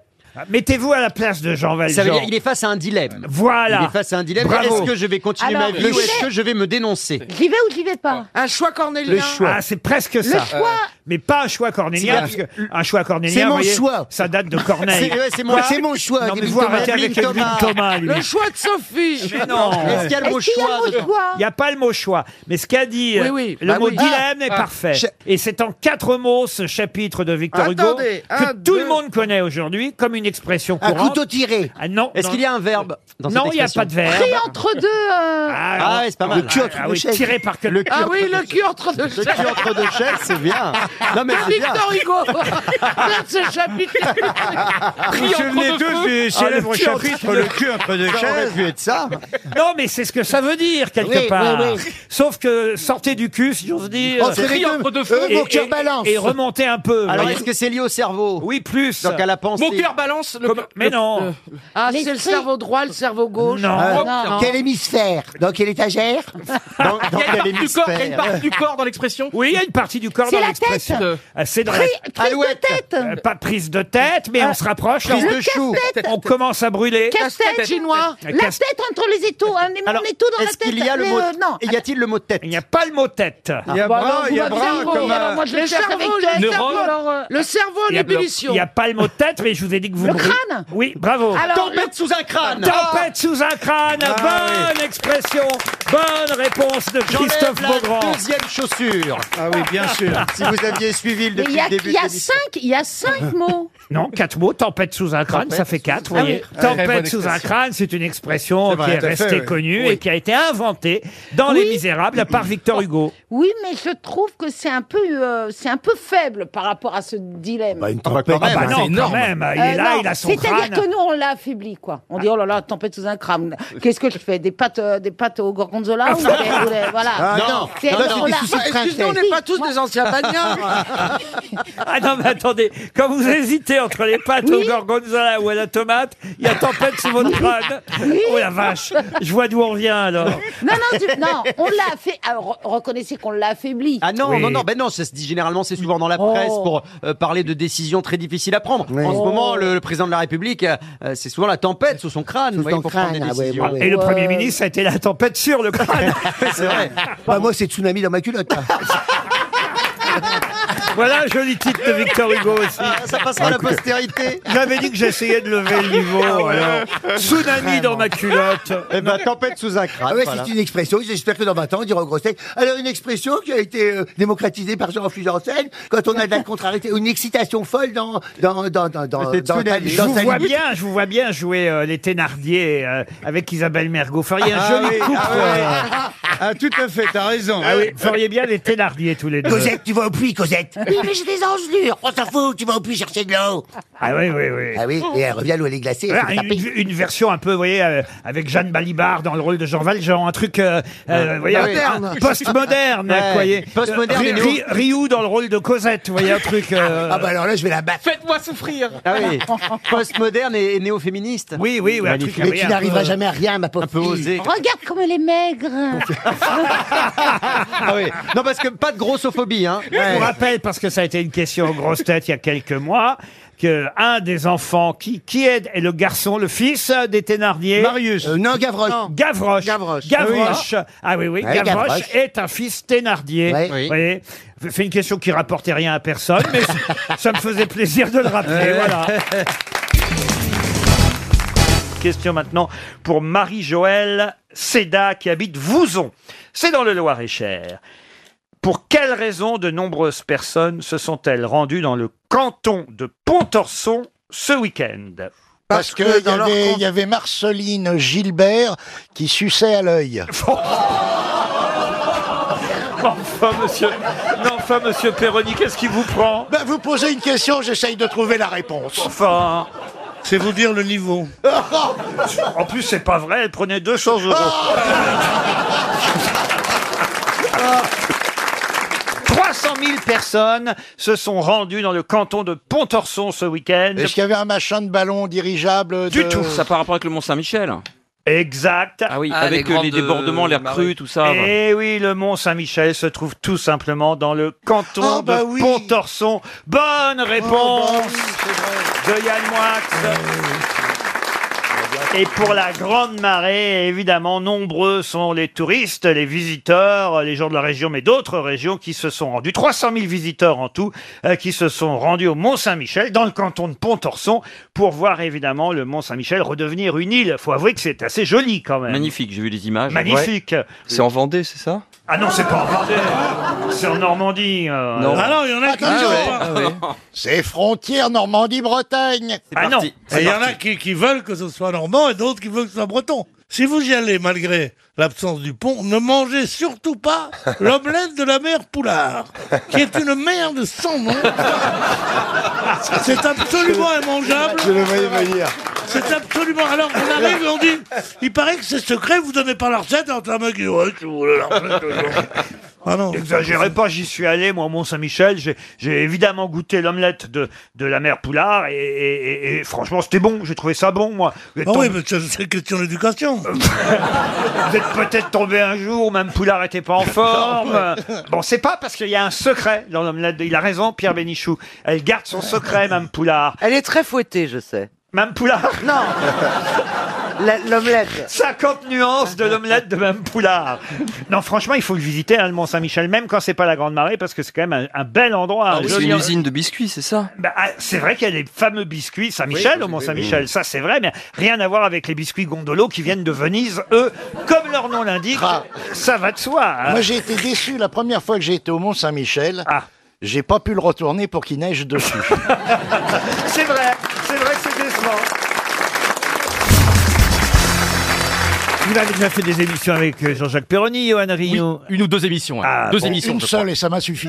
S1: Mettez-vous à la place de Jean Valjean.
S9: Ça veut dire qu'il est face à un dilemme.
S1: Voilà.
S9: Il est face à un dilemme.
S1: Bravo.
S9: Est-ce que je vais
S24: Ah
S9: continuer
S1: Alors,
S9: ma vie
S1: le
S9: ou est-ce
S1: chef-
S9: que je vais me dénoncer
S21: J'y vais ou j'y vais pas Un choix cornélien.
S1: Ah, c'est presque ça. Euh, Mais pas un choix cornélien, parce
S9: C'est-
S1: que un choix cornélien,
S9: C'est
S1: vous
S9: mon
S1: voyez,
S9: choix.
S1: ça date de Corneille.
S9: C'est- ouais, c'est mon-
S1: Quoi
S9: c'est mon choix,
S1: Non, mais
S9: Émile
S1: vous arrêtez
S9: Thomas,
S1: avec
S9: Émile
S1: Émile Thomas,
S9: Thomas.
S1: lui.
S6: Le choix de Sophie.
S1: Mais non.
S9: Est-ce qu'il y a le mot Est-ce qu'il y a choix le mot dedans choix
S1: Il n'y a pas le mot choix. Mais ce qu'a dit euh,
S6: Oui, oui.
S1: le
S6: Bah
S1: mot
S6: oui.
S1: dilemme
S6: Ah,
S1: est
S6: ah.
S1: parfait.
S6: Cha-
S1: Et c'est en quatre mots ce chapitre de Victor Hugo
S6: Attendez,
S1: que
S6: un,
S1: tout le
S6: deux.
S1: monde connaît aujourd'hui comme une expression
S9: Un
S1: courante.
S9: couteau
S1: tiré. Ah non.
S9: Est-ce
S1: non.
S9: qu'il y a un verbe dans
S1: Non,
S9: cette
S1: il n'y a
S9: expression
S1: pas de verbe.
S9: Pris
S6: entre deux. euh,
S1: Ah,
S9: c'est pas mal.
S1: Le cul entre Ah deux oui, chaises. tiré par que-
S9: Le cul
S6: Ah
S9: entre
S6: oui,
S9: deux
S6: le
S9: chaises.
S6: cul entre deux
S9: Le cul entre deux chaises, c'est bien. Non, mais c'est bien.
S6: Victor
S9: *laughs*
S6: Hugo. Regarde ce
S1: Ah,
S6: chapitre.
S9: Vous vous souvenez tous du célèbre chapitre, Ah, le cul entre deux chaises
S1: ça. Non, mais c'est ce que ça veut dire, quelque
S9: Oui,
S1: part.
S9: oui, oui.
S1: Sortez Sauf que sortez du cul, si j'ose dire.
S9: Oh, c'est Pris les deux- entre deux feux. euh,
S1: Et-
S9: mon cœur
S1: et-
S9: balance.
S1: Et remontez un peu.
S9: Alors,
S1: voyez.
S9: est-ce que c'est lié au cerveau
S1: Oui, plus.
S9: Donc, à la pensée.
S6: Mon cœur balance le.
S1: Comme- Mais non.
S6: Ah, c'est le cerveau droit, le cerveau gauche.
S1: Non. Euh,
S8: Quel hémisphère Dans
S1: *laughs*
S8: quelle étagère
S9: Dans,
S6: Il y a une partie du corps- il y a une partie du corps
S9: dans l'expression
S1: Oui, il y a une partie du corps
S8: C'est
S1: dans
S8: la
S1: l'expression.
S8: tête.
S1: Ah, C'est dans la-
S8: Pri- prise
S1: Alouette.
S8: de tête.
S1: Euh, Pas prise de tête, mais on se rapproche.
S8: prise
S1: là, on-
S8: de Le chou. casse-tête.
S1: On commence à brûler.
S8: Casse-tête
S6: chinois.
S1: Un
S8: La
S1: casse-
S8: tête entre les étaux, un émon étau dans la
S9: est-ce
S8: tête.
S9: qu'il y a le
S8: mais,
S9: mot
S8: euh, non.
S9: Y a-t-il le mot tête
S1: Il n'y a pas le mot Ah. tête.
S9: Il y a bras, il y a bras, comme un-
S6: Moi, je le
S8: Le
S6: cherche
S8: cerveau,
S6: avec
S8: le
S6: le
S8: cerveau,
S6: cerveau.
S8: alors, euh,
S6: Le cerveau,
S1: Il y a-
S6: l'ébullition.
S1: Il n'y a pas le mot tête, mais je vous ai dit que vous.
S8: Le
S1: brûlez.
S8: crâne
S1: Oui, bravo.
S8: Alors,
S9: Tempête sous un crâne
S1: Tempête sous un crâne,
S9: Ah,
S1: bonne expression, bonne réponse de
S9: J'enlève
S1: Christophe
S9: la
S1: Beaugrand.
S9: deuxième chaussure Ah oui, *laughs* bien sûr Si vous aviez suivi le
S8: Mais
S9: depuis
S8: il y a,
S9: le début
S8: il y a
S9: de l'émission.
S8: cinq, il y a cinq *laughs* mots.
S1: Non, quatre mots, tempête sous un crâne,
S9: Tempête
S1: ça fait
S9: sous-
S1: quatre, vous
S9: Ah
S1: voyez.
S9: oui. Très bonne
S1: Tempête sous un
S9: expression.
S1: crâne, c'est une expression
S9: C'est vrai,
S1: qui est
S9: tout à fait,
S1: restée
S9: oui.
S1: connue
S9: Oui.
S1: et qui a été inventée dans Les Misérables par Victor Hugo.
S8: Oui, mais je trouve que c'est un peu, euh, c'est un peu faible par rapport à ce dilemme.
S1: Ah bah
S9: hein,
S1: non,
S9: c'est
S1: quand
S9: énorme.
S1: même, il
S8: Euh,
S1: est là,
S8: non,
S1: il a son crâne. Ah.
S8: C'est-à-dire que nous, on l'a affaibli, quoi. On dit, oh là là, tempête sous un crâne. Qu'est-ce que je fais Des pâtes, euh, des pâtes au gorgonzola
S1: *laughs*
S8: ou des, ou des- Voilà.
S9: Ah non,
S8: C'est-
S9: non, non.
S8: on l'a-
S9: Excuse-nous,
S6: Excusez-nous, on n'est pas tous des anciens bagnards.
S1: Ah non, mais attendez, quand vous hésitez entre les pâtes au gorgonzola ou à la tomate, il y a tempête sous votre crâne. Oh la vache, je vois *laughs* d'où on vient
S9: *laughs*
S1: alors.
S8: Non, non, tu- non, on l'a fait. ah, re- reconnaissez qu'on l'a affaibli.
S9: Ah non,
S1: Oui.
S9: non, non, ben non, ça se dit généralement, c'est souvent dans la presse
S8: Oh.
S9: pour euh, parler de décisions très difficiles à prendre. En ce moment,
S8: Oh.
S9: le, le président de la République, euh, euh, c'est souvent la tempête sous son crâne, vous voyez,
S8: son
S9: pour
S8: crâne,
S9: prendre des
S8: ah ouais,
S9: décisions.
S8: ouais, ouais.
S1: Et le Premier ministre, ça a été la tempête sur le crâne.
S9: *laughs* c'est vrai.
S8: Bah, moi, c'est tsunami dans ma culotte.
S1: Voilà un joli titre de Victor Hugo aussi.
S9: Ah, Ça passera à la postérité.
S1: J'avais dit que j'essayais de lever le niveau.
S8: Ah
S1: Alors. Tsunami dans ma culotte.
S9: Eh ben, tempête sous un crâne.
S8: Ah ouais,
S9: voilà.
S8: c'est une expression, j'espère que dans 20 ans, on dira aux grosses têtes. Alors, une expression qui a été euh, démocratisée par Jean-François Janssen, quand on a de la contrariété, une excitation folle dans, dans, dans, dans, dans,
S9: c'est
S8: dans,
S9: tsunami.
S1: Je
S8: dans
S1: vous
S8: sa
S1: vois
S8: limite.
S1: bien, je vous vois bien jouer euh, les Thénardier euh, avec Isabelle Mergo. Feriez
S9: Ah
S1: un joli couple. euh,
S9: tout à fait, t'as raison.
S1: ah oui, feriez bien les Thénardier tous les deux.
S8: Cosette, tu vas au puits, Cosette. Oui, mais j'ai des engelures. On s'en fout, tu vas au puits chercher de l'eau.
S1: Ah oui, oui, oui.
S8: Ah oui, et elle revient, l'eau, elle est glacée. elle
S1: Voilà,
S8: se fait
S1: une,
S8: taper.
S1: une version un peu, vous voyez, euh, avec Jeanne Balibar dans le rôle de Jean Valjean, un truc, euh,
S8: Ah,
S1: euh, vous voyez,
S9: Moderne.
S1: un- postmoderne,
S9: Ouais,
S1: vous voyez.
S9: postmoderne
S1: Euh,
S9: et
S1: Ri- Ri- Ryu dans le rôle de Cosette, vous voyez, un truc. euh,
S8: Ah *laughs* bah alors là, je vais la battre.
S6: Faites-moi souffrir.
S9: Ah oui, postmoderne et, et néo-féministe.
S1: Oui, oui, oui, un truc,
S9: Magnifique.
S1: ah oui, un peu, euh,
S8: à rien, ma pauvre
S9: Un peu osé.
S28: Regarde comme elle est maigre.
S9: Ah oui. Non, parce que pas de grossophobie, hein.
S1: Je vous rappelle, parce que ça a été une question aux grosses têtes il y a quelques mois, que un des enfants, qui, qui est, est le garçon, le fils des Thénardier
S9: Marius.
S8: Euh, non, Gavroche.
S1: Gavroche.
S8: Gavroche.
S1: Gavroche. Ah oui, oui.
S8: Ouais,
S1: Gavroche,
S8: Gavroche.
S1: est un fils Thénardier.
S8: Ouais.
S1: Vous voyez C'est une question qui rapportait rien à personne, mais ça, ça me faisait plaisir de le rappeler.
S2: *laughs*
S1: voilà. Question maintenant pour Marie-Joëlle Seda qui habite Vouzon. C'est dans le Loir-et-Cher. Pour quelles raisons de nombreuses personnes se sont-elles rendues dans le canton de Pontorson ce week-end
S4: Parce
S1: que
S4: qu'il y,
S1: dans leur
S4: avait-
S1: camp-
S4: il y avait Marceline Gilbert qui suçait à l'œil.
S1: *laughs* Enfin, monsieur, non, enfin, monsieur Perroni, qu'est-ce qui vous prend
S4: Ben, vous posez une question, j'essaye de trouver la réponse.
S1: Enfin,
S29: C'est vous dire le niveau.
S1: *laughs* en plus, c'est pas vrai, elle prenait 200 euros. Ah. 300 000 personnes se sont rendues dans le canton de Pontorson ce week-end.
S4: Est-ce qu'il y avait un machin de ballon dirigeable
S1: Du
S4: de-
S1: tout,
S30: euh,
S31: Ça par rapport avec le Mont-Saint-Michel.
S1: Exact.
S30: Ah oui, Ah, avec, les euh, les grandes, débordements, euh, l'air cru, marées. tout ça.
S1: Eh oui, le Mont Saint-Michel se trouve tout simplement dans le canton
S30: Ah, bah
S1: de
S30: oui. Ah bah
S1: Pontorson. Bonne réponse de Yann Moix. Et pour la Grande Marée, évidemment, nombreux sont les touristes, les visiteurs, les gens de la région, mais d'autres régions qui se sont rendus. 300 000 visiteurs en tout, euh, qui se sont rendus au Mont-Saint-Michel, dans le canton de Pont-Orson, pour voir évidemment le Mont-Saint-Michel redevenir une île. Faut avouer que c'est assez joli quand même.
S30: Magnifique, j'ai vu les images.
S1: Magnifique.
S30: C'est en Vendée, c'est ça
S1: Ah non, c'est pas en Vendée. C'est en Normandie. euh.
S30: Non. Ah non, il y en a
S1: Ah
S4: toujours.
S1: ouais, ah ouais.
S4: C'est frontière Normandie-Bretagne.
S1: Ah non.
S2: Bah Et il y en a qui, qui veulent que ce soit normand et d'autres qui veulent que ce soit breton. Si vous y allez, malgré l'absence du pont, ne mangez surtout pas l'omelette de la mère Poulard, qui est une merde sans nom. C'est absolument immangeable.
S4: Je le voyais venir.
S2: C'est absolument. Alors, on arrive et on dit il paraît que c'est secret, vous donnez pas la recette. Alors, un mec qui dit ouais, si vous voulez la recette. Ah non.
S1: N'exagérez pas, j'y suis allé, moi, au Mont-Saint-Michel. J'ai j'ai évidemment goûté l'omelette de, de la mère Poulard et, et- et- et franchement, c'était bon. J'ai trouvé ça bon, moi. Vous êtes
S2: Ah oui,
S1: tombé- Euh,
S2: mais c'est c'est question d'éducation.
S1: *laughs* Vous êtes peut-être tombé un jour, même Poulard n'était pas en forme. Euh, Bon, c'est pas parce qu'il y a un secret dans l'omelette. de- Il a raison, Pierre Bénichou. Elle garde son secret, même Poulard.
S32: Elle est très fouettée, je sais.
S1: Même Poulard *laughs*
S32: Non. La- L'omelette.
S1: 50 nuances de l'omelette de Mme Poulard. Non, franchement, il faut le visiter, hein, le Mont-Saint-Michel, même quand c'est pas la Grande Marée, parce que c'est quand même un, un bel endroit. un
S30: Ah oui, c'est
S1: joli
S30: une
S1: en-
S30: usine de biscuits, c'est ça
S1: Bah, ah, c'est vrai qu'il y a des fameux biscuits Saint-Michel
S30: Oui,
S1: au
S30: oui,
S1: Mont-Saint-Michel,
S30: oui.
S1: ça c'est vrai, mais rien à voir avec les biscuits Gondolo qui viennent de Venise. Eux, comme leur nom l'indique, ça va de soi. hein.
S4: Ah.
S1: Ah.
S4: Moi, j'ai été déçu la première fois que j'ai été au Mont-Saint-Michel. J'ai pas pu le retourner pour qu'il neige dessus.
S1: C'est vrai, c'est vrai que c'est décevant. Vous avez déjà fait des émissions avec euh, Jean-Jacques Perroni, Johan Rioux
S9: Une ou deux émissions. hein.
S1: *laughs* Ah,
S9: deux
S1: bon.
S9: émissions.
S1: Une
S9: je
S1: seule
S9: crois.
S4: et ça m'a suffi.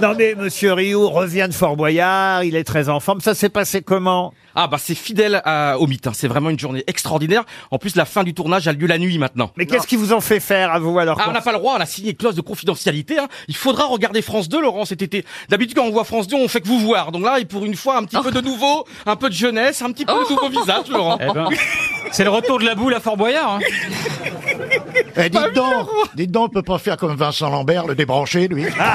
S1: non mais Monsieur Rioux revient de Fort Boyard, il est très en forme. Ça s'est passé comment
S9: Ah bah c'est fidèle à- au mythe. hein. C'est vraiment une journée extraordinaire. En plus, la fin du tournage a lieu la nuit maintenant.
S1: Mais qu'est-ce qu'ils vous ont fait faire à vous alors
S9: ah, on n'a pas le droit, on a signé clause de confidentialité. hein. Il faudra regarder France 2, Laurent, cet été. D'habitude, quand on voit France 2, on fait que vous voir. Donc là, et pour une fois, un petit peu de nouveau, un peu de jeunesse, un petit peu de nouveau visage, Laurent.
S16: Eh ben, c'est le retour de
S9: *laughs*
S16: la boule à Fort Boyard. hein.
S4: Eh, dites donc, dites donc, on peut pas faire comme Vincent Lambert, le débranché, lui.
S1: Ah.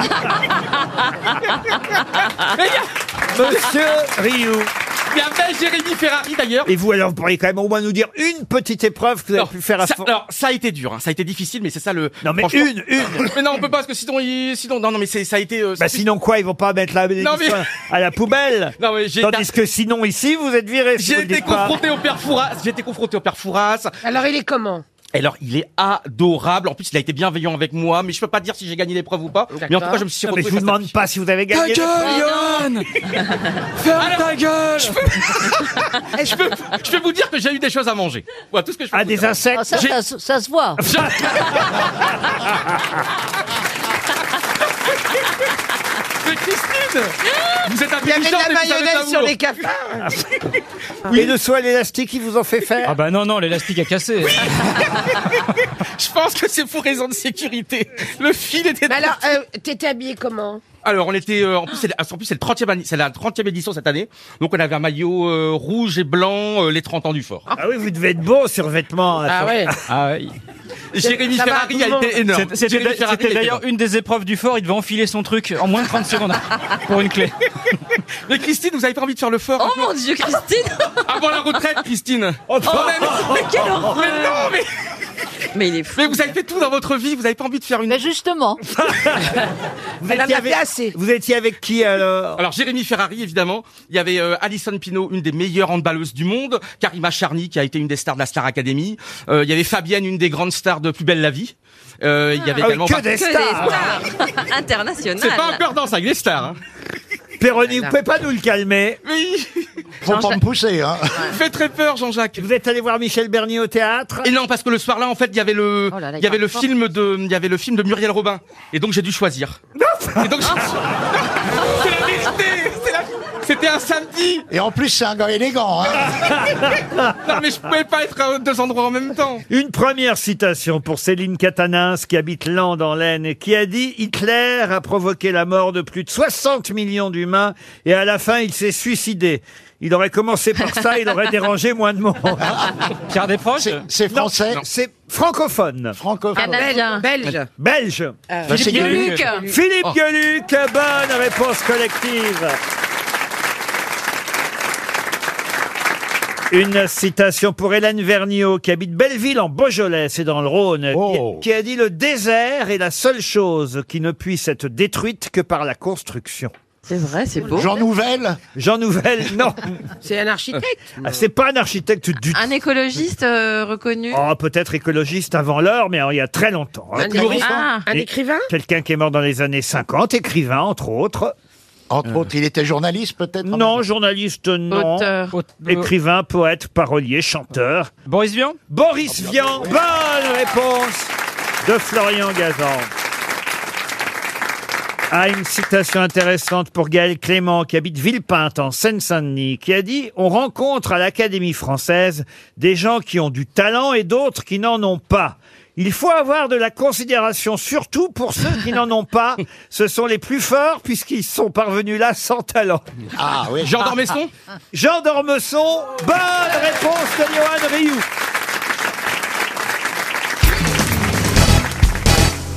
S1: Monsieur Rioux.
S9: Il y avait Jérémy Ferrari d'ailleurs.
S1: Et vous alors, vous pourriez quand même au moins nous dire une petite épreuve que vous avez pu faire à
S9: ça,
S1: Fort.
S9: alors, ça a été dur, hein. ça a été difficile, mais c'est ça le. Non
S1: mais une, une.
S9: mais non, on peut pas parce que sinon, il- sinon, non, non, mais c'est, ça a été. euh,
S1: Bah
S9: c'est-
S1: sinon quoi, ils vont pas mettre la
S9: Non, mais-
S1: à la poubelle.
S9: *laughs* Non, mais j'ai-
S1: Tandis que sinon ici, vous êtes viré.
S9: J'ai été confronté au père Fouras. J'ai été confronté au père Fouras.
S6: *laughs* Alors, il
S8: *laughs*
S6: est comment
S9: Et Alors, il est adorable. En plus, il a été bienveillant avec moi, mais je peux pas dire si j'ai gagné l'épreuve ou pas. Mais en tout cas, je me suis
S1: Non, mais
S9: retrouvé.
S1: je vous
S9: face à-
S1: demande pas si vous avez gagné. Ah
S9: Ferme ta gueule *laughs* je peux... je, peux... je peux vous dire que j'ai eu des choses à manger. Voilà tout ce que je peux
S1: Ah,
S9: vous
S1: des
S9: dire.
S1: insectes
S24: Ah, ça,
S9: J'ai-
S24: ça, se- ça se voit.
S9: *laughs* Mais Christine Vous êtes
S32: Il y avait de
S9: intelligente
S32: la
S9: et vous savez pas
S32: mayonnaise
S9: vous,
S32: sur
S9: Laurent.
S32: les cafards.
S2: Ah,
S1: Et le soin élastique, ils vous ont fait faire
S16: Ah bah non, non, l'élastique a cassé.
S9: Je pense que c'est pour raison de sécurité. Le fil était...
S6: Mais alors, euh, t'étais habillé comment
S9: Alors, on était euh, en plus, c'est la, en plus, c'est le 30e anni- c'est la 30e édition cette année. Donc, on avait un maillot euh, rouge et blanc, euh, les 30 ans du fort.
S1: Ah oui, *laughs* vous devez être beau sur vêtements.
S9: Ah
S1: sur- *laughs*
S9: ouais.
S16: Ah ouais.
S9: Jérémy
S16: Ça va,
S9: Ferrari
S16: tout le
S9: a
S16: monde.
S9: été énorme.
S16: C'est- C'était
S9: Jérémy
S16: d'a-
S9: Ferrari a
S16: c'était
S9: été
S16: d'ailleurs une des épreuves du fort. Il devait enfiler son truc en moins de 30
S9: *laughs*
S16: secondes pour une clé.
S9: Mais Christine, vous avez pas envie de faire le fort Oh mon dieu, Christine *laughs* Avant la retraite, Christine Oh, mais, mais quelle horreur Mais non, mais... Mais il est fou. Mais vous avez fait tout dans votre vie, vous avez pas envie de faire une... Mais *laughs* justement
S1: Vous étiez avec- Vous étiez avec qui euh, alors
S9: Alors Jérémy Ferrari évidemment, il y avait euh, Alison Pino, une des meilleures handballeuses du monde, Karima Charny qui a été une des stars de la Star Academy, Euh, il y avait Fabienne, une des grandes stars de Plus belle la vie. Euh, il y avait
S1: Ah oui,
S9: également
S1: que des stars.
S13: International.
S9: C'est pas encore dans ça, il est star. Hein.
S1: Péroni, vous pouvez pas nous le calmer
S9: Oui.
S4: Faut pas me pousser, hein.
S9: Il fait très peur, Jean-Jacques.
S1: Vous êtes allé voir Michel Bernier au théâtre
S9: Et non, parce que le soir-là, en fait, il y avait le,
S1: Oh là là,
S9: il y avait
S1: il
S9: le
S1: parle
S9: film de, il y avait le film de Muriel Robin. Et donc, j'ai dû choisir. Et donc, j'ai- c'est la vérité, c'est la- C'était un samedi
S23: Et en plus, c'est un gars élégant.
S9: *laughs* Non mais je pouvais pas être à deux endroits en même temps
S1: Une première citation pour Céline Catanins, qui habite Land en l'Aisne, et qui a dit « Hitler a provoqué la mort de plus de 60 millions d'humains, et à la fin, il s'est suicidé. Il aurait commencé par ça, il aurait dérangé moins de monde. » *laughs* Pierre Desproges C'est français C'est francophone.
S23: Francophone.
S6: Canadien. Ah, Belge.
S1: Belge.
S6: Euh, Philippe Gueluc. Gueluc.
S1: Philippe
S6: Oh.
S1: Gueluc, bonne réponse collective Une citation pour Hélène Vergniaud, qui habite Belleville en Beaujolais, c'est dans le Rhône, qui, qui a dit « Le désert est la seule chose qui ne puisse être détruite que par la construction ».
S6: C'est vrai, c'est beau.
S1: Jean Nouvel Jean Nouvel,
S6: *laughs*
S1: non.
S6: C'est un architecte.
S1: Ah, c'est pas un architecte du tout.
S10: Un écologiste euh, reconnu.
S1: Oh, peut-être écologiste avant l'heure, mais euh, il y a très longtemps.
S10: Un écrivain Ah, un
S1: Et
S10: écrivain
S1: Quelqu'un qui est mort dans les années 50, écrivain, entre autres. Entre autres, il était journaliste peut-être Non, journaliste non.
S7: Auteur. Aute-
S1: Écrivain, poète, parolier, chanteur. euh, Boris Vian Boris Vian, bonne réponse de Florian Gazan. Ah, une citation intéressante pour Gaël Clément, qui habite Villepinte, en Seine-Saint-Denis, qui a dit « On rencontre à l'Académie française des gens qui ont du talent et d'autres qui n'en ont pas. Il faut avoir de la considération, surtout pour ceux qui n'en ont pas. Ce sont les plus forts, puisqu'ils sont parvenus là sans talent. »
S23: Ah oui.
S9: Jean Dormesson
S1: Jean Dormesson, bonne réponse de Johan Rioux.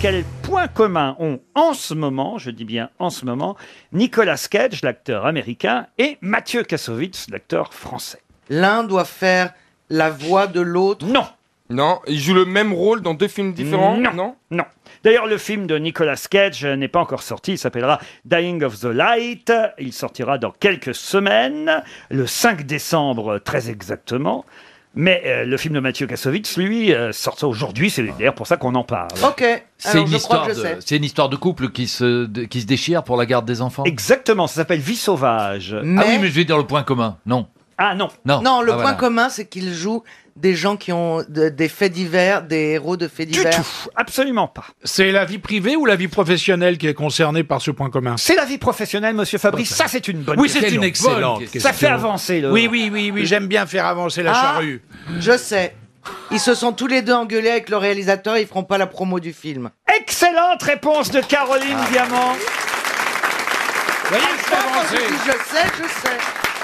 S1: Quel point commun ont en ce moment, je dis bien en ce moment, Nicolas Cage, l'acteur américain, et Mathieu Kassovitz, l'acteur français
S21: L'un doit faire la voix de l'autre.
S1: Non.
S3: Non, il joue le même rôle dans deux films différents.
S1: Non, non. D'ailleurs, le film de Nicolas Cage euh, n'est pas encore sorti. Il s'appellera Dying of the Light. Il sortira dans quelques semaines, le 5 décembre euh, très exactement. Mais euh, le film de Mathieu Kassovitz, lui, euh, sortira aujourd'hui. C'est d'ailleurs pour ça qu'on en parle.
S21: Ok.
S14: C'est
S21: alors
S14: une,
S21: je crois
S14: histoire
S21: que je
S14: de-
S21: sais.
S14: c'est une histoire de couple qui se, de- qui se déchire pour la garde des enfants.
S1: Exactement, ça s'appelle Vie sauvage.
S14: Ah
S21: Mais-
S14: oui, mais je vais dire le point commun. Non.
S1: Ah non.
S14: Non,
S21: Non, le
S14: Ah,
S21: point
S14: voilà.
S21: commun, c'est qu'il joue des gens qui ont de- des faits divers, des héros de faits divers.
S1: absolument pas.
S15: C'est la vie privée ou la vie professionnelle qui est concernée par ce point commun
S1: C'est la vie professionnelle, monsieur Fabrice. Ça, c'est une bonne
S15: Oui,
S1: question.
S15: c'est une
S1: Bonne
S15: excellente
S1: question.
S15: question.
S1: Ça fait avancer le.
S15: Oui, oui, oui, oui, j'aime bien faire avancer la
S21: Ah,
S15: charrue.
S21: Je sais. Ils se sont tous les deux engueulés avec le réalisateur, ils feront pas la promo du film. Ah.
S1: Excellente réponse de Caroline Diamant.
S21: Je dis, je sais, je sais.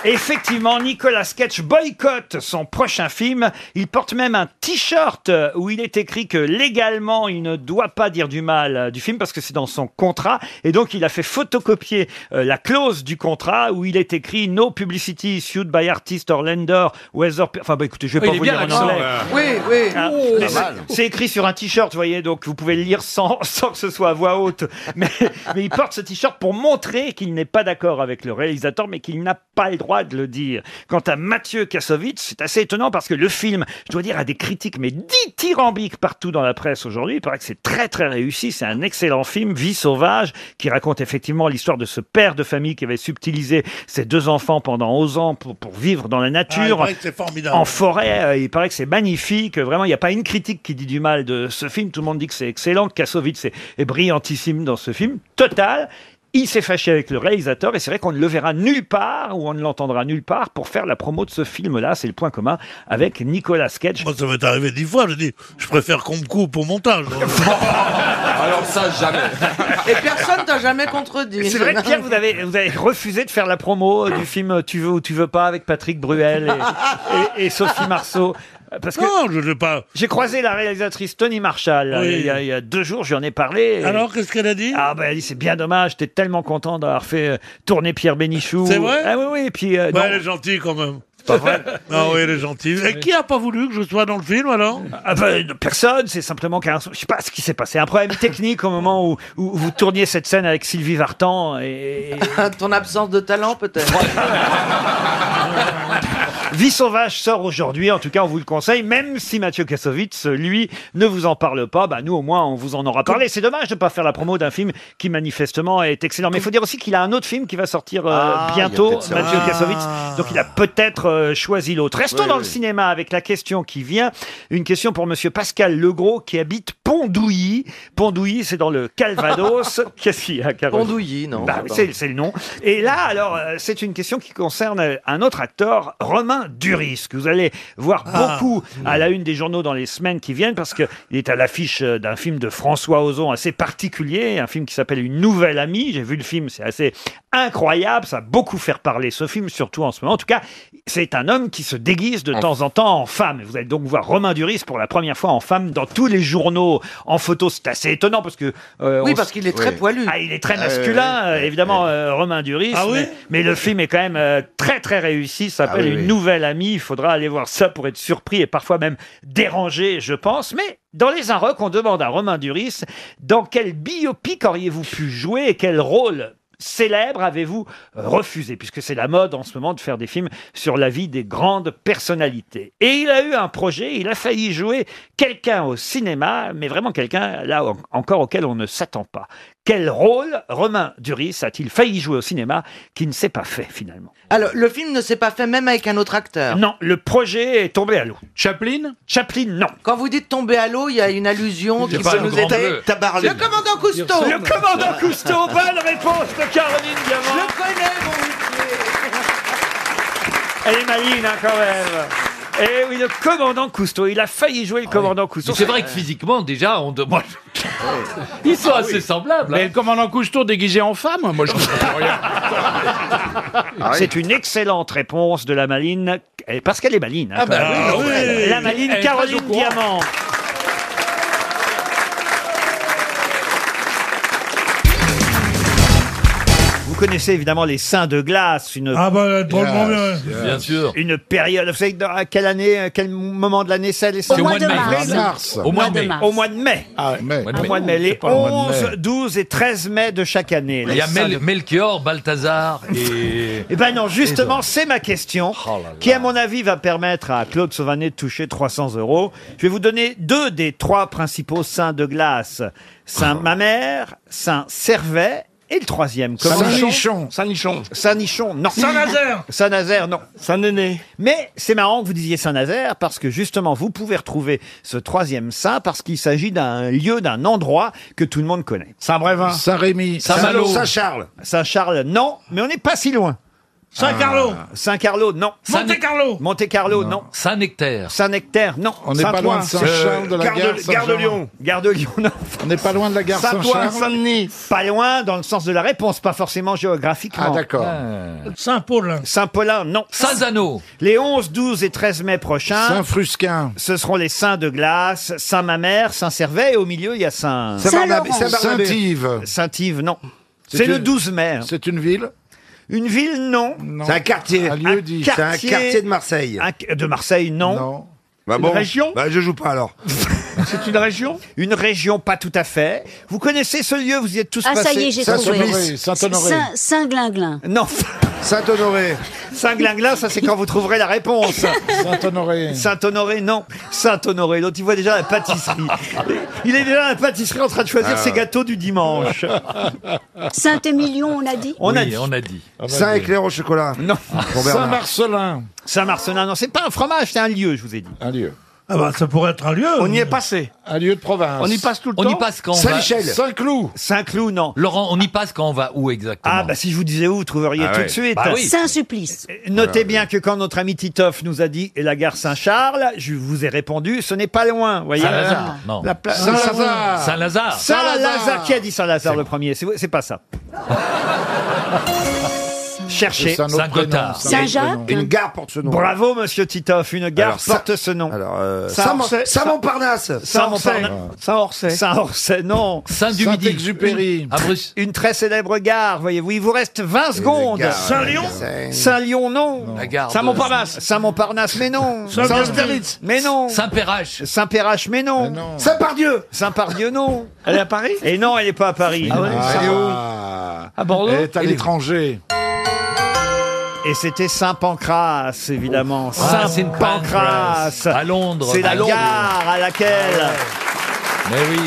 S1: Effectivement, Nicolas Cage boycotte son prochain film. Il porte même un t-shirt euh, où il est écrit que légalement, il ne doit pas dire du mal euh, du film parce que c'est dans son contrat. Et donc, il a fait photocopier euh, la clause du contrat où il est écrit No publicity issued by artist or lender ou other per- Enfin, bah, écoutez, je vais
S15: Oh, il
S1: pas
S15: est
S1: vous
S15: bien
S1: lire en
S15: l'accent,
S1: anglais.
S15: là.
S21: Oui, oui.
S1: Hein,
S21: Oh.
S1: mais
S21: Pas
S1: c'est-
S21: mal.
S1: c'est écrit sur un t-shirt, vous voyez, donc vous pouvez le lire sans, *laughs* sans que ce soit à voix haute. Mais, mais il porte ce t-shirt pour montrer qu'il n'est pas d'accord avec le réalisateur, mais qu'il n'a pas le droit de le dire. Quant à Mathieu Kassovitz, c'est assez étonnant parce que le film, je dois dire, a des critiques, mais dithyrambiques partout dans la presse aujourd'hui. Il paraît que c'est très très réussi, c'est un excellent film, Vie sauvage, qui raconte effectivement l'histoire de ce père de famille qui avait subtilisé ses deux enfants pendant 11 ans pour, pour vivre dans la
S17: Ah, il
S1: nature.
S17: paraît que c'est formidable.
S1: En forêt, euh, il paraît que c'est magnifique. Vraiment, il n'y a pas une critique qui dit du mal de ce film. Tout le monde dit que c'est excellent. que Kassovitz est, est brillantissime dans ce film. Total. Il s'est fâché avec le réalisateur et c'est vrai qu'on ne le verra nulle part ou on ne l'entendra nulle part pour faire la promo de ce film-là. C'est le point commun avec Nicolas Cage.
S17: Moi, ça m'est arrivé dix fois. Je dis, je préfère qu'on me coupe au
S1: *laughs*
S17: montage.
S3: Alors ça, jamais.
S21: Et personne t'a jamais contredit.
S1: C'est vrai, que, Pierre, vous
S21: *laughs*
S1: avez, vous avez refusé de faire la promo euh, du film Tu veux ou tu veux pas avec Patrick Bruel et, et- et Sophie Marceau. Euh, Parce que
S17: non, je ne veux pas.
S1: J'ai croisé la réalisatrice Tony Marshall
S17: Oui.
S1: euh, il, y a, il y a deux jours, j'en ai parlé.
S17: Alors, qu'est-ce qu'elle a dit
S1: Ah ben elle dit c'est bien dommage, j'étais tellement content d'avoir fait euh, tourner Pierre Bénichou.
S17: C'est vrai
S1: Ah oui oui, et puis euh,
S17: Bah,
S1: non.
S17: elle est gentille quand même.
S1: C'est
S17: *laughs*
S2: *laughs*
S1: pas vrai
S17: Ah oui, elle est gentille. Et qui a pas voulu que je sois dans le film alors
S1: Ah ben, personne, c'est simplement qu'un je sais pas ce qui s'est passé, un problème technique au moment où, où vous tourniez cette scène avec Sylvie Vartan et
S21: Ton absence de talent, peut-être.
S1: Vie sauvage sort aujourd'hui, en tout cas on vous le conseille, même si Mathieu Kassovitz, lui, ne vous en parle pas, bah nous au moins on vous en aura parlé. C'est dommage de ne pas faire la promo d'un film qui manifestement est excellent. Mais il faut dire aussi qu'il a un autre film qui va sortir euh,
S2: Ah, il y a
S1: bientôt,
S2: peut-être ça.
S1: Mathieu
S2: Ah.
S1: Kassovitz. Donc il a peut-être euh, choisi l'autre. Restons
S2: Oui,
S1: dans
S2: oui.
S1: le cinéma avec la question qui vient. Une question pour Monsieur Pascal Legros qui habite Pondouilly. Pondouilly, c'est dans
S2: *laughs*
S1: le Calvados. Qu'est-ce qu'il y a, Caroline
S14: Pondouilly, non,
S1: Bah
S14: c'est
S1: oui,
S14: pas-
S1: c'est c'est le nom. Et là, alors, euh, c'est une question qui concerne euh, un autre acteur, Romain Duris, que vous allez voir
S2: Ah.
S1: beaucoup à la une des journaux dans les semaines qui viennent, parce qu'il est à l'affiche euh, d'un film de François Ozon assez particulier, un film qui s'appelle Une nouvelle amie. J'ai vu le film, c'est assez incroyable, ça a beaucoup faire parler ce film, surtout en ce moment. En tout cas, c'est un homme qui se déguise de temps en temps en femme. Et Vous allez donc voir Romain Duris pour la première fois en femme dans tous les journaux, en photo. C'est assez étonnant parce que... euh,
S21: Oui,
S1: on
S21: parce
S1: s-
S21: qu'il est très
S1: Oui.
S21: poilu.
S1: Ah, il est très
S21: Ah,
S1: masculin, euh, évidemment, euh, Romain Duris.
S21: Ah oui
S1: mais, mais le film est quand même euh, très, très réussi. Ça s'appelle
S2: Ah oui,
S1: Une
S2: oui.
S1: nouvelle amie. Il faudra aller voir ça pour être surpris et parfois même dérangé, je pense. Mais dans Les Inrocks, on demande à Romain Duris dans quel biopic auriez-vous pu jouer et quel rôle célèbre avez-vous refusé Puisque c'est la mode en ce moment de faire des films sur la vie des grandes personnalités. Et il a eu un projet, il a failli jouer quelqu'un au cinéma, mais vraiment quelqu'un là en- encore auquel on ne s'attend pas. Quel rôle Romain Duris a-t-il failli jouer au cinéma qui ne s'est pas fait finalement
S21: Alors, le film ne s'est pas fait même avec un autre acteur.
S1: Non, le projet est tombé à l'eau.
S21: Chaplin
S1: Chaplin, non.
S21: Quand vous dites tomber à l'eau, il y a une allusion
S1: C'est
S21: qui
S1: pas
S21: peut
S1: un
S21: nous
S1: grand
S21: aider.
S1: bleu. Tabarly.
S21: Le commandant Cousteau.
S1: Le commandant Cousteau, bonne réponse de Caroline Diamant.
S21: Je connais mon
S1: Elle est maligne hein, quand même. Et oui, le commandant Cousteau, il a failli jouer le commandant Cousteau.
S14: Ah Mais c'est vrai que
S1: physiquement, déjà, on demande.
S14: Ils
S1: Ah
S14: sont assez
S15: Ah
S14: semblables. hein.
S1: hein.
S15: Mais le commandant Cousteau déguisé en femme, moi je comprends
S14: *laughs*
S15: rien.
S1: Ah C'est une excellente réponse de la maline, eh, parce qu'elle est maline. hein,
S15: Ah
S1: quand
S15: bah
S1: même.
S15: oui, oui.
S1: Euh, La maline
S15: Elle est
S1: Caroline
S15: très au courant.
S1: Diamant. Vous connaissez évidemment les Saints de glace, une
S24: Ah bah, drôlement Yes, bien. yes.
S14: Bien sûr.
S1: Une période. Vous savez dans- à quelle année, à quel moment de l'année c'est les Saints
S14: Au mois de mars. Mars.
S1: Au mois de mai. Au mois de mai. Au mois de mai. Les 11, 12 et 13 mai de chaque année.
S14: Il
S1: les
S14: y a
S1: Saints
S14: Mel-
S1: de-
S14: Melchior,
S1: *laughs*
S14: Balthazar et. Oh
S1: Eh ben non, justement, c'est ma question, qui à mon avis va permettre à Claude Sauvanet de toucher 300 euros. Je vais vous donner deux des trois principaux saints de glace.
S14: Ah.
S1: Saint Mamère, Saint Servet et le troisième. comment-
S15: Saint-Nichon. Saint-Nichon.
S1: Saint-Nichon, non.
S15: Saint-Nazaire.
S1: Saint-Nazaire, non. Saint-Néné. Mais c'est marrant que vous disiez Saint-Nazaire parce que justement, vous pouvez retrouver ce troisième saint parce qu'il s'agit d'un lieu, d'un endroit que tout le monde connaît. Saint-Brévin.
S15: Saint-Rémy.
S1: Saint-Malo.
S15: Saint-Charles.
S1: Saint-Charles, non. Mais on n'est pas si loin.
S15: Saint-Carlo.
S1: Ah. Saint-Carlo, non. Monte-Carlo. Monte-Carlo, non.
S14: Saint-Nectaire.
S1: Saint-Nectaire, non.
S14: On n'est pas
S1: Saint-Ouen.
S14: loin de Saint-Charles, de la Gare de- gare de Saint-Germain. Lyon.
S1: Gare de Lyon, non. On n'est pas loin de la
S14: gare Saint-Charles.
S1: Saint-Denis. Pas loin dans le sens de la réponse, pas forcément géographiquement.
S14: Ah, d'accord.
S1: Saint-Paulin. Saint-Paulin, non.
S14: Saint-Zano.
S1: Les 11, 12 et 13 mai prochains.
S15: Saint-Frusquin.
S1: Ce seront les saints de glace, Saint-Mamère, Saint-Servais, et au milieu, il y a Saint...
S15: Saint-Barnabé, Saint-Barnabé.
S1: Saint-Yves. Saint-Yves, non.
S15: C'est
S1: C'est le
S15: une-
S1: 12 mai. hein.
S15: C'est une ville
S1: Une ville, non.
S15: C'est un quartier. Un lieu dit. C'est un quartier de
S1: Marseille. de Marseille, non.
S15: Bah
S1: Une
S15: bon,
S1: région
S15: bah
S1: Je joue pas alors. *laughs* C'est une région Une région, pas tout à fait. Vous connaissez ce lieu, vous y êtes tous
S20: Ah,
S1: passés
S20: ça y est, j'ai trouvé. Saint- Saint-Glinglin.
S1: Non. Saint-Honoré. Saint-Glinglin, ça c'est quand vous trouverez la réponse. Saint-Honoré. Saint-Honoré, non. Saint-Honoré, l'autre il voit déjà la pâtisserie. Il est déjà à la pâtisserie en train de choisir
S2: Ah.
S1: ses gâteaux du dimanche.
S20: Saint-Émilion, on a dit
S1: On a
S14: Oui,
S1: dit.
S14: on a dit.
S1: éclair au chocolat. Non.
S14: Pour Bernard.
S1: Saint-Marcelin. Saint-Marcelin, non, c'est pas un fromage, c'est un lieu, je vous ai dit. Un lieu.
S24: Ah bah, ça pourrait être un lieu. On y est passé.
S1: Un lieu de province.
S24: On y passe tout le
S14: On y
S24: temps
S14: passe quand on va-
S1: Saint-Cloud. Saint-Cloud, non.
S14: Laurent, on y passe quand on va où exactement
S1: Ah, bah si je vous disais où, vous trouveriez
S14: Ah
S1: tout
S14: ouais.
S1: de suite.
S14: Bah oui.
S20: Saint-Supplice.
S1: Notez bien que quand notre ami Titoff nous a dit la gare Saint-Charles, je vous ai répondu, ce n'est pas loin. voyez
S14: Saint-Lazare,
S1: Ah.
S14: non.
S1: La pla-
S14: Saint-Lazare. Saint-Lazare.
S1: Saint-Lazare. Qui a dit Saint-Lazare le premier C'est c'est pas
S14: *laughs*
S1: ça. Cherchez.
S14: C'est un autre Saint-Gothard. prénom, c'est un autre Saint-Jacques prénom. Une
S1: gare porte ce nom. Bravo, monsieur Titoff. Une gare
S14: Alors,
S1: porte ce nom. Alors, euh,
S14: Saint-Mont- Saint-Montparnasse.
S1: Saint-Montparnasse. Saint-Orsay. Saint-Orsay, non.
S14: Saint-Dumidi. Saint-Exupéry.
S1: Une-
S14: À Bruce.
S1: Une très célèbre gare, voyez-vous. Il vous reste 20 secondes.
S14: gares, Saint-Lyon la gare.
S1: Saint-Lyon, non.
S14: La gare de-
S1: Saint-Montparnasse. Saint-Montparnasse, mais *laughs* non.
S14: Saint-Austerlitz.
S1: Mais non.
S14: Saint-Pérache.
S1: Saint-Pérache, mais non. Saint-Pardieu. Saint-Pardieu, non. Elle est à Paris Ah Et non, elle n'est pas à Paris.
S15: Ah ouais, Ah, ça- elle est où
S1: À Bordeaux
S15: Elle est à l'étranger.
S1: Et c'était Saint-Pancras, évidemment.
S7: Ah,
S1: Saint-Pancras.
S7: À Londres.
S1: C'est la
S7: À Londres.
S1: gare à laquelle...
S20: Ah
S7: Mais oui.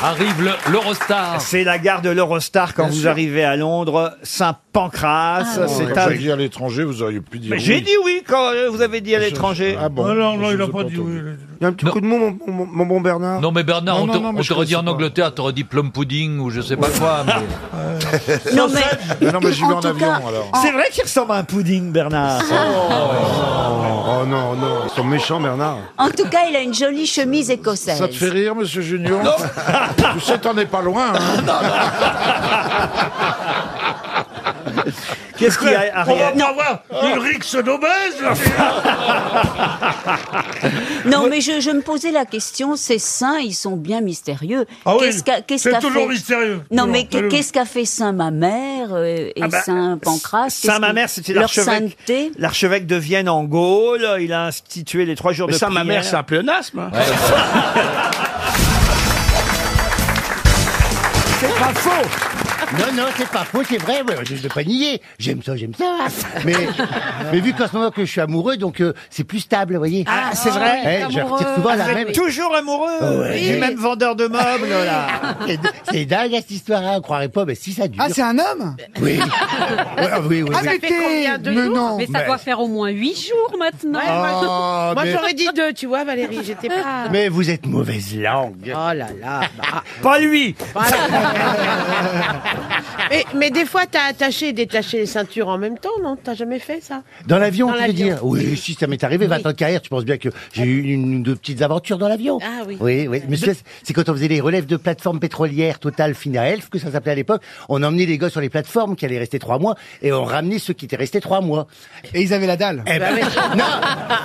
S7: Arrive le- l'Eurostar.
S1: C'est la gare de l'Eurostar quand
S7: Bien
S1: vous
S7: sûr.
S1: arrivez à Londres. Saint-Pancras, c'est un...
S10: dit à l'étranger, vous auriez pu dire.
S1: Mais J'ai dit oui quand euh, vous avez dit à l'étranger. Ah
S10: bon.
S1: non, non,
S10: il
S1: a pas dit oui.
S4: Il y a un petit coup de mou, mon, mon- mon bon Bernard.
S7: Non mais Bernard,
S4: Non,
S7: on
S4: non,
S7: te-
S4: non, mais
S7: on
S4: je
S7: t'aurait dit
S4: connaissais
S7: en
S4: pas.
S7: Angleterre, t'aurais dit plum pudding ou je sais pas
S1: *laughs*
S7: quoi. Mais...
S4: Non, mais- Non, mais j'y vais en Ah. avion, alors.
S1: C'est vrai qu'il ressemble à un pudding, Bernard.
S4: Oh non, non, ils sont méchants, Bernard.
S20: En tout cas, il a une jolie chemise écossaise.
S10: Ça te fait rire, monsieur Junior *laughs* Tu sais, t'en es pas loin. hein.
S1: Qu'est-ce qu'il y a,
S2: On va
S1: Ariel
S2: pas voir une rixe d'obèse
S1: *laughs*
S2: là.
S20: Non, mais je, je me posais la question, ces saints, ils sont bien mystérieux.
S2: Ah oui,
S20: Qu'est-ce qu'a- qu'est-ce
S2: c'est
S20: qu'a
S2: toujours
S20: fait-
S2: mystérieux.
S20: Non,
S2: Toujours,
S20: mais qu'est-
S2: toujours.
S20: qu'est-ce qu'a fait Saint Mamère euh, et
S1: Ah bah,
S20: Saint Pancras Qu'est-ce
S1: Saint Mamère,
S20: qu'ils-
S1: c'était
S20: leur
S1: l'archevêque.
S20: sainteté
S1: L'archevêque de Vienne en Gaule. Il a institué les trois jours
S2: Mais
S1: de
S2: Saint
S1: prière.
S2: Mamère, c'est un hein.
S1: pléonasme.
S18: C'est pas faux Non, non, c'est pas faux, c'est vrai, ouais, je ne vais pas nier. J'aime ça, j'aime ça. Mais, mais vu qu'en ce moment que je suis amoureux, donc euh, c'est plus stable, vous voyez.
S1: Ah, c'est vrai.
S18: Eh, je retire souvent la
S1: Vous
S18: même. Oh,
S1: êtes toujours amoureux.
S18: Ouais.
S1: Et même vendeur de meubles, là.
S18: C'est- C'est dingue cette histoire, hein, on croirait pas, mais si ça dure.
S16: Ah, c'est un homme
S18: Oui. Ouais, oui, oui.
S16: Ah,
S18: oui.
S16: mais t'es- mais non, mais-
S6: faire au moins 8 jours maintenant.
S18: Ouais, moi, je- Oh,
S6: moi
S18: mais-
S6: j'aurais dit 2, tu vois Valérie,
S18: *laughs*
S6: j'étais pas...
S18: Mais vous êtes mauvaise langue.
S6: Oh là là.
S1: Pas lui
S6: mais, mais des fois, t'as attaché et détaché les ceintures en même temps, non T'as jamais fait ça
S18: Dans l'avion,
S6: Dans
S18: tu veux
S6: l'avion.
S18: dire Oui, si, ça m'est arrivé, 20 ans de carrière, tu penses bien que j'ai eu une ou deux petites aventures dans l'avion.
S6: Ah oui.
S18: Oui, oui. Mais c'est c'est quand on faisait les relèves de plateformes pétrolières Total, Fina Elf, que ça s'appelait à l'époque, on emmenait les gars sur les plateformes qui allaient rester trois mois et on ramenait ceux qui étaient restés trois mois. Et ils avaient la dalle. *laughs* non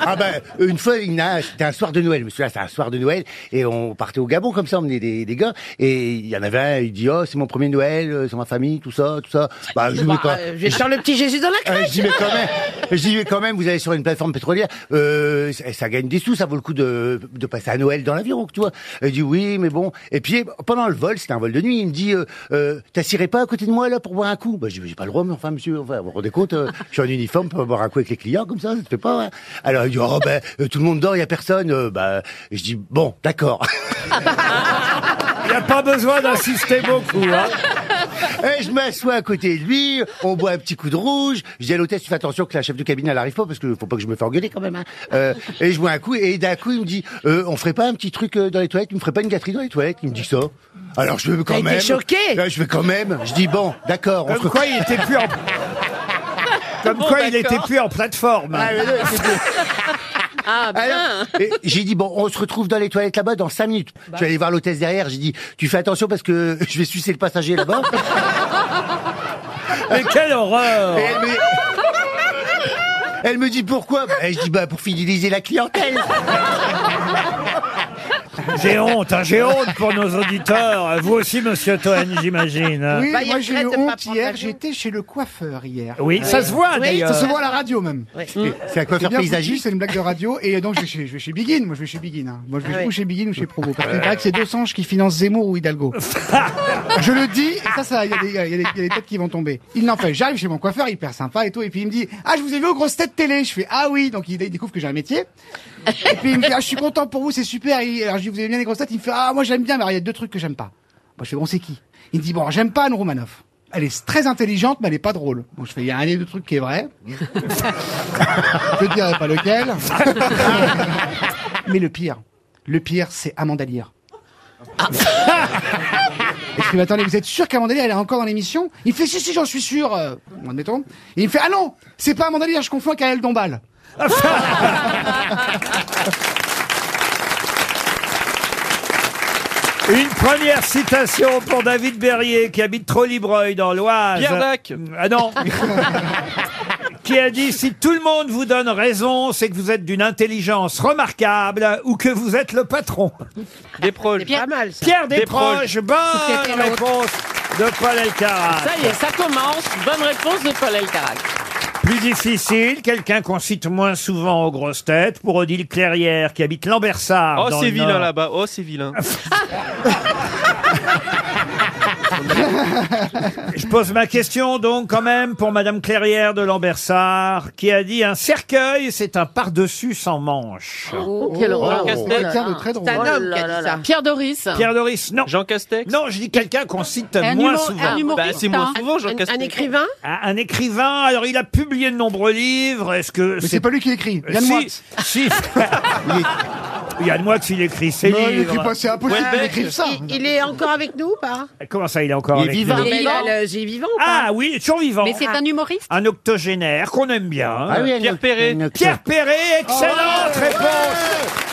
S18: Ah ben, une fois, il y en a- c'était un soir de Noël, monsieur, là, c'est un soir de Noël, et on partait au Gabon comme ça, on emmenait des, des gars, et il y en avait un, il dit, oh, c'est mon premier Noël, euh, c'est ma famille, tout ça, tout ça. Bah, je
S6: Bah,
S18: voulais pas.
S6: euh, je vais faire le petit Jésus dans la
S18: Euh,
S6: crèche.
S18: je dis
S8: *laughs*
S18: mais quand même, je dis mais quand même, vous allez sur une plateforme pétrolière, euh, ça, ça gagne des sous, ça vaut le coup de, de passer à Noël dans l'avion, tu vois. Elle dit oui, mais bon. Et puis pendant le vol, c'était un vol de nuit, il me dit, euh, euh, t'assirais pas à côté de moi là pour boire un coup Bah je dis, j'ai pas le droit, mais enfin monsieur, enfin, vous vous rendez compte, euh, je suis en uniforme, pour boire un coup avec les clients comme ça, ça te fait pas. hein Alors il dit oh ben euh, tout le monde dort, il y a personne. Euh, bah je dis bon, d'accord. *laughs*
S1: Il n'y a pas besoin d'insister beaucoup. Hein.
S18: Et Eh, je m'assois à côté de lui, on boit un petit coup de rouge. Je dis à l'hôtesse, tu fais attention que la chef de cabine, elle arrive pas, parce que faut pas que je me fasse engueuler quand même. hein. Euh, et je bois un coup, et d'un coup, il me dit, euh, on ferait pas un petit truc euh, dans les toilettes, tu me ferais pas une gâterie dans les toilettes Il me dit ça. Alors je vais
S6: T'as
S18: quand
S6: été
S18: même.
S6: choqué
S18: Là, je vais quand même. Je dis, bon, d'accord. on
S1: Comme
S18: se-
S1: quoi, il était
S8: *laughs*
S1: plus en... Comme
S18: Bon,
S1: quoi, il
S18: d'accord.
S1: était plus en plateforme.
S18: Ah, mais non, il était-
S6: Ah
S10: bah
S18: Alors, et j'ai dit, bon, on se retrouve dans les toilettes là-bas dans 5 minutes.
S10: Bah
S18: Je suis allé voir l'hôtesse derrière, j'ai dit, tu fais attention parce que je vais sucer le passager là-bas.
S1: *laughs* Mais quelle horreur
S18: Et
S9: Eh,
S18: elle, me... elle me dit pourquoi Et je dis, bah, pour fidéliser la clientèle.
S1: *laughs* J'ai honte, hein, j'ai honte pour nos auditeurs. Vous aussi, monsieur Toen, j'imagine.
S16: Oui,
S6: Bah, il
S16: moi
S6: regrette
S16: j'ai eu
S6: de pas
S16: honte
S6: prendre
S16: hier,
S6: l'avion.
S16: j'étais chez le coiffeur hier. Euh,
S1: Oui, ça se voit, Oui. d'ailleurs.
S16: Ça se voit à la radio même.
S18: Mm. C'est un coiffeur
S16: bien foutu,
S18: paysagiste.
S16: C'est une blague de radio. Et donc je vais chez, je vais chez Begin, moi je vais chez Begin. hein. Moi je vais
S6: Ah ouais.
S16: ou chez Begin ou chez Provo. Parce qu'il paraît que c'est deux singes qui financent Zemmour ou Hidalgo. je le dis, et ça, ça, il y, a des- il y a des- il y a des têtes qui vont tomber. Il n'empêche, j'arrive chez mon coiffeur, hyper sympa et tout. Et puis il me dit, ah je vous ai vu aux grosses têtes télé. Je fais, ah oui. Donc il, il découvre que j'ai un métier. Et puis il me dit, ah je suis content pour vous, c'est super. Il- alors je dis, vous avez bien les grosses têtes. Il me fait, ah moi j'aime bien, mais alors, il y a deux trucs que j'aime pas. Moi, je fais, bon, c'est qui Il me dit, bon, j'aime pas Anne Romanoff. Elle est très intelligente, mais elle est pas drôle. Bon, je fais, il y a un des deux trucs qui est vrai. *laughs* je ne dirai pas lequel. *laughs* mais le pire, le pire, c'est Amanda Lear. *laughs* Et je fais, mais attendez, vous êtes sûr qu'Amanda Lear, elle est encore dans l'émission Il me fait, si, si, j'en suis sûr. euh, bon, admettons. Et il me fait, ah non, c'est pas Amanda Lear, je confonds avec Ariel Dombal.
S1: Une première citation pour David Berrier, qui habite Trolibreuil, dans l'Oise.
S22: Pierre Dac.
S2: *laughs*
S1: Ah non Qui a dit si tout le monde vous donne raison, c'est que vous êtes d'une intelligence remarquable ou que vous êtes le patron.
S22: Des proches.
S6: Pas mal, ça.
S1: Pierre Desproges,
S2: *laughs*
S1: bonne réponse de Paul Elkarat.
S6: Ça y est, ça commence. Bonne réponse de Paul Elkarat.
S1: Plus difficile, quelqu'un qu'on cite moins souvent aux grosses têtes, pour Odile Clairière, qui habite Lambersart.
S22: Oh,
S1: dans
S22: c'est *laughs*
S1: le
S22: vilain
S1: Nord.
S22: là-bas. Oh, c'est vilain.
S1: Je pose ma question donc quand même pour Madame Clairière de Lambersart qui a dit un cercueil c'est un par-dessus sans manche.
S6: Oh, quelle horreur. Quelqu'un de très drôle. C'est
S20: Oh
S6: un homme qui a dit ça. Pierre Doris.
S1: Pierre Doris, non. Jean Castex Non, je dis quelqu'un qu'on cite moins
S6: humo-
S1: souvent.
S6: un humoriste, Bah, c'est moins hein. souvent, Jean Un- un Castex. écrivain
S1: Ah, Un écrivain. Alors, il a publié de nombreux livres. Est-ce que Euh,
S19: Mais c'est pas lui qui écrit. Yann
S1: si,
S19: Moix. *laughs*
S1: Si. Yann Moix, il écrit ses
S19: Non,
S1: livres.
S19: il écrit pas, c'est impossible
S1: Ouais,
S19: qu'il écrive ça.
S6: Il, il est encore avec nous ou pas
S1: Comment ça, il est encore
S6: Il est
S1: avec
S6: vivant.
S1: nous
S6: Il est vivant. Il a le- j'ai vivant ou pas
S1: Ah oui, toujours vivant.
S6: Mais c'est un humoriste
S1: Un octogénaire qu'on aime bien. hein.
S6: Ah oui, un
S1: Pierre
S6: oct- Perret. un oct-
S1: Pierre Perret, excellente
S4: Oh.
S6: Ouais.
S1: réponse.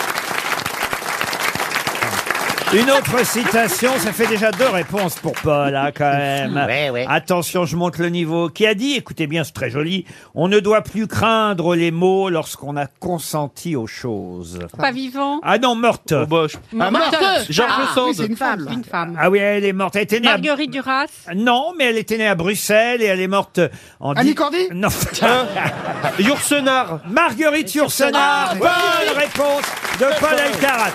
S1: Une autre citation, ça fait déjà deux réponses pour Paul, hein, quand même. Attention, je monte le niveau. Qui a dit, écoutez bien, c'est très joli, on ne doit plus craindre les mots lorsqu'on a consenti aux choses.
S10: Pas vivant.
S1: Ah non, morte.
S10: Ah, morteuse. Ah, oui, c'est une femme. Une femme.
S1: Ah oui, elle est morte. Elle était née à-
S10: Marguerite Duras.
S1: Non, mais elle était née à Bruxelles et elle est morte en...
S10: Annie
S1: Cordy Non. *laughs* Yourcenar. Marguerite Yourcenar.
S6: Ah,
S1: Bonne
S6: oui.
S1: réponse de Paul Alcarat.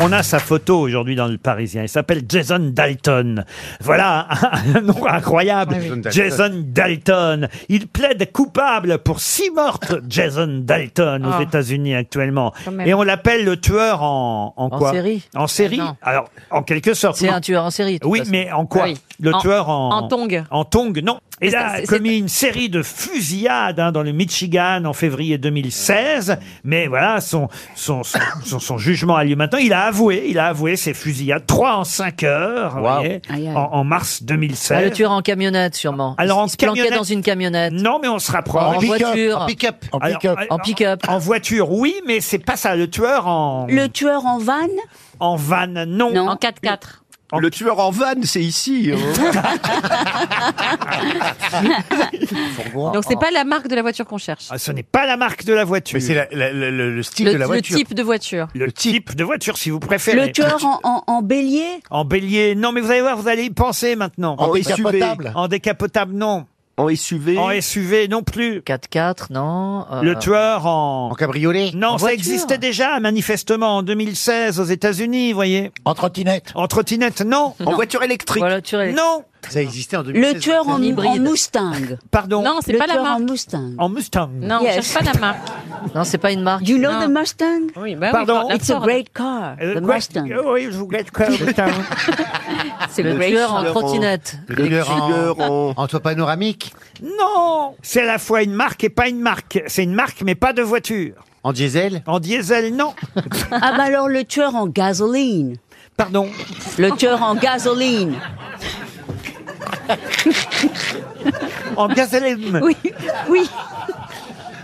S1: On a sa photo aujourd'hui dans le Parisien. Il s'appelle Jason Dalton. Voilà *laughs* un, un nom incroyable.
S2: Ah oui.
S1: Jason Dalton. Il plaide coupable pour six
S13: *laughs*
S1: mortes, Jason Dalton, aux
S2: Ah.
S1: États-Unis actuellement.
S13: Quand même.
S1: Et on l'appelle le tueur en, en
S13: En
S1: quoi
S13: série.
S1: En série.
S13: Non.
S1: Alors, en quelque sorte.
S13: C'est un tueur en série. de toute
S1: Oui,
S13: façon.
S1: mais en quoi
S13: Ah oui.
S1: Le tueur en...
S13: En tongue.
S1: En tongue, non. Et
S13: C'est-
S1: là, a
S13: c'est-
S1: commis une série de fusillades hein, dans le Michigan en février 2016. Mais voilà, son, son, son, son- son jugement a lieu maintenant. Il a avoué, il a avoué ces fusillades. Trois en cinq heures, vous voyez, en, en mars 2016.
S13: Ah, le tueur en camionnette, sûrement.
S1: Alors, en
S13: il se planquait
S1: camionnette-
S13: dans une camionnette.
S1: Non, mais on se rapproche.
S13: En voiture.
S1: En pick-up. En, en voiture, oui, mais c'est pas ça. Le tueur en...
S20: Le tueur en vanne
S1: En van, non.
S20: En
S10: 4x4.
S1: Le tueur en van, c'est ici. *laughs*
S10: Donc c'est pas la marque de la voiture qu'on cherche.
S1: Ah, ce n'est pas la marque de la voiture.
S2: Mais c'est la- la- la- le, le style
S10: le,
S2: de la
S10: le
S2: voiture.
S10: type de voiture.
S1: Le type de voiture, si vous préférez.
S20: Le tueur en, en- en bélier
S1: En bélier, non, mais vous allez voir, vous allez y penser maintenant.
S2: En En décapotable. décapotable.
S1: En décapotable, non. En SUV En SUV, non plus.
S13: 4x4, non. euh,
S1: Le tueur en... En cabriolet Non,
S13: En
S1: ça
S13: voiture.
S1: existait déjà, manifestement, en 2016 aux États-Unis, vous voyez. En trottinette En trottinette, non.
S13: En Non. voiture
S1: électrique Non. Ça existait en
S20: Le tueur en, en
S13: *laughs*
S20: Mustang.
S1: Pardon
S10: Non, c'est
S20: Le
S10: pas la
S20: tueur
S10: marque.
S20: en Mustang.
S1: En Mustang
S10: Non,
S20: Yes.
S10: on cherche pas la marque.
S13: Non, c'est pas une marque.
S20: You know
S10: Non.
S20: the Mustang
S10: Oui, bah oui,
S1: Pardon
S10: la
S20: It's a
S10: Ford.
S20: great car,
S1: Euh,
S20: the
S1: quoi
S20: Mustang.
S1: Oh Oui, je vous regrette quoi,
S20: *laughs*
S1: Mustang
S13: C'est le, tueur en trottinette.
S1: Le tueur en-
S2: en toit panoramique.
S1: Non C'est à la fois une marque et pas une marque. C'est une marque, mais pas de voiture. En diesel En diesel, non.
S20: Ah bah alors le tueur en gasoline.
S1: Pardon
S20: Le tueur en gasoline.
S1: *laughs* en gasoline.
S20: Oui, oui.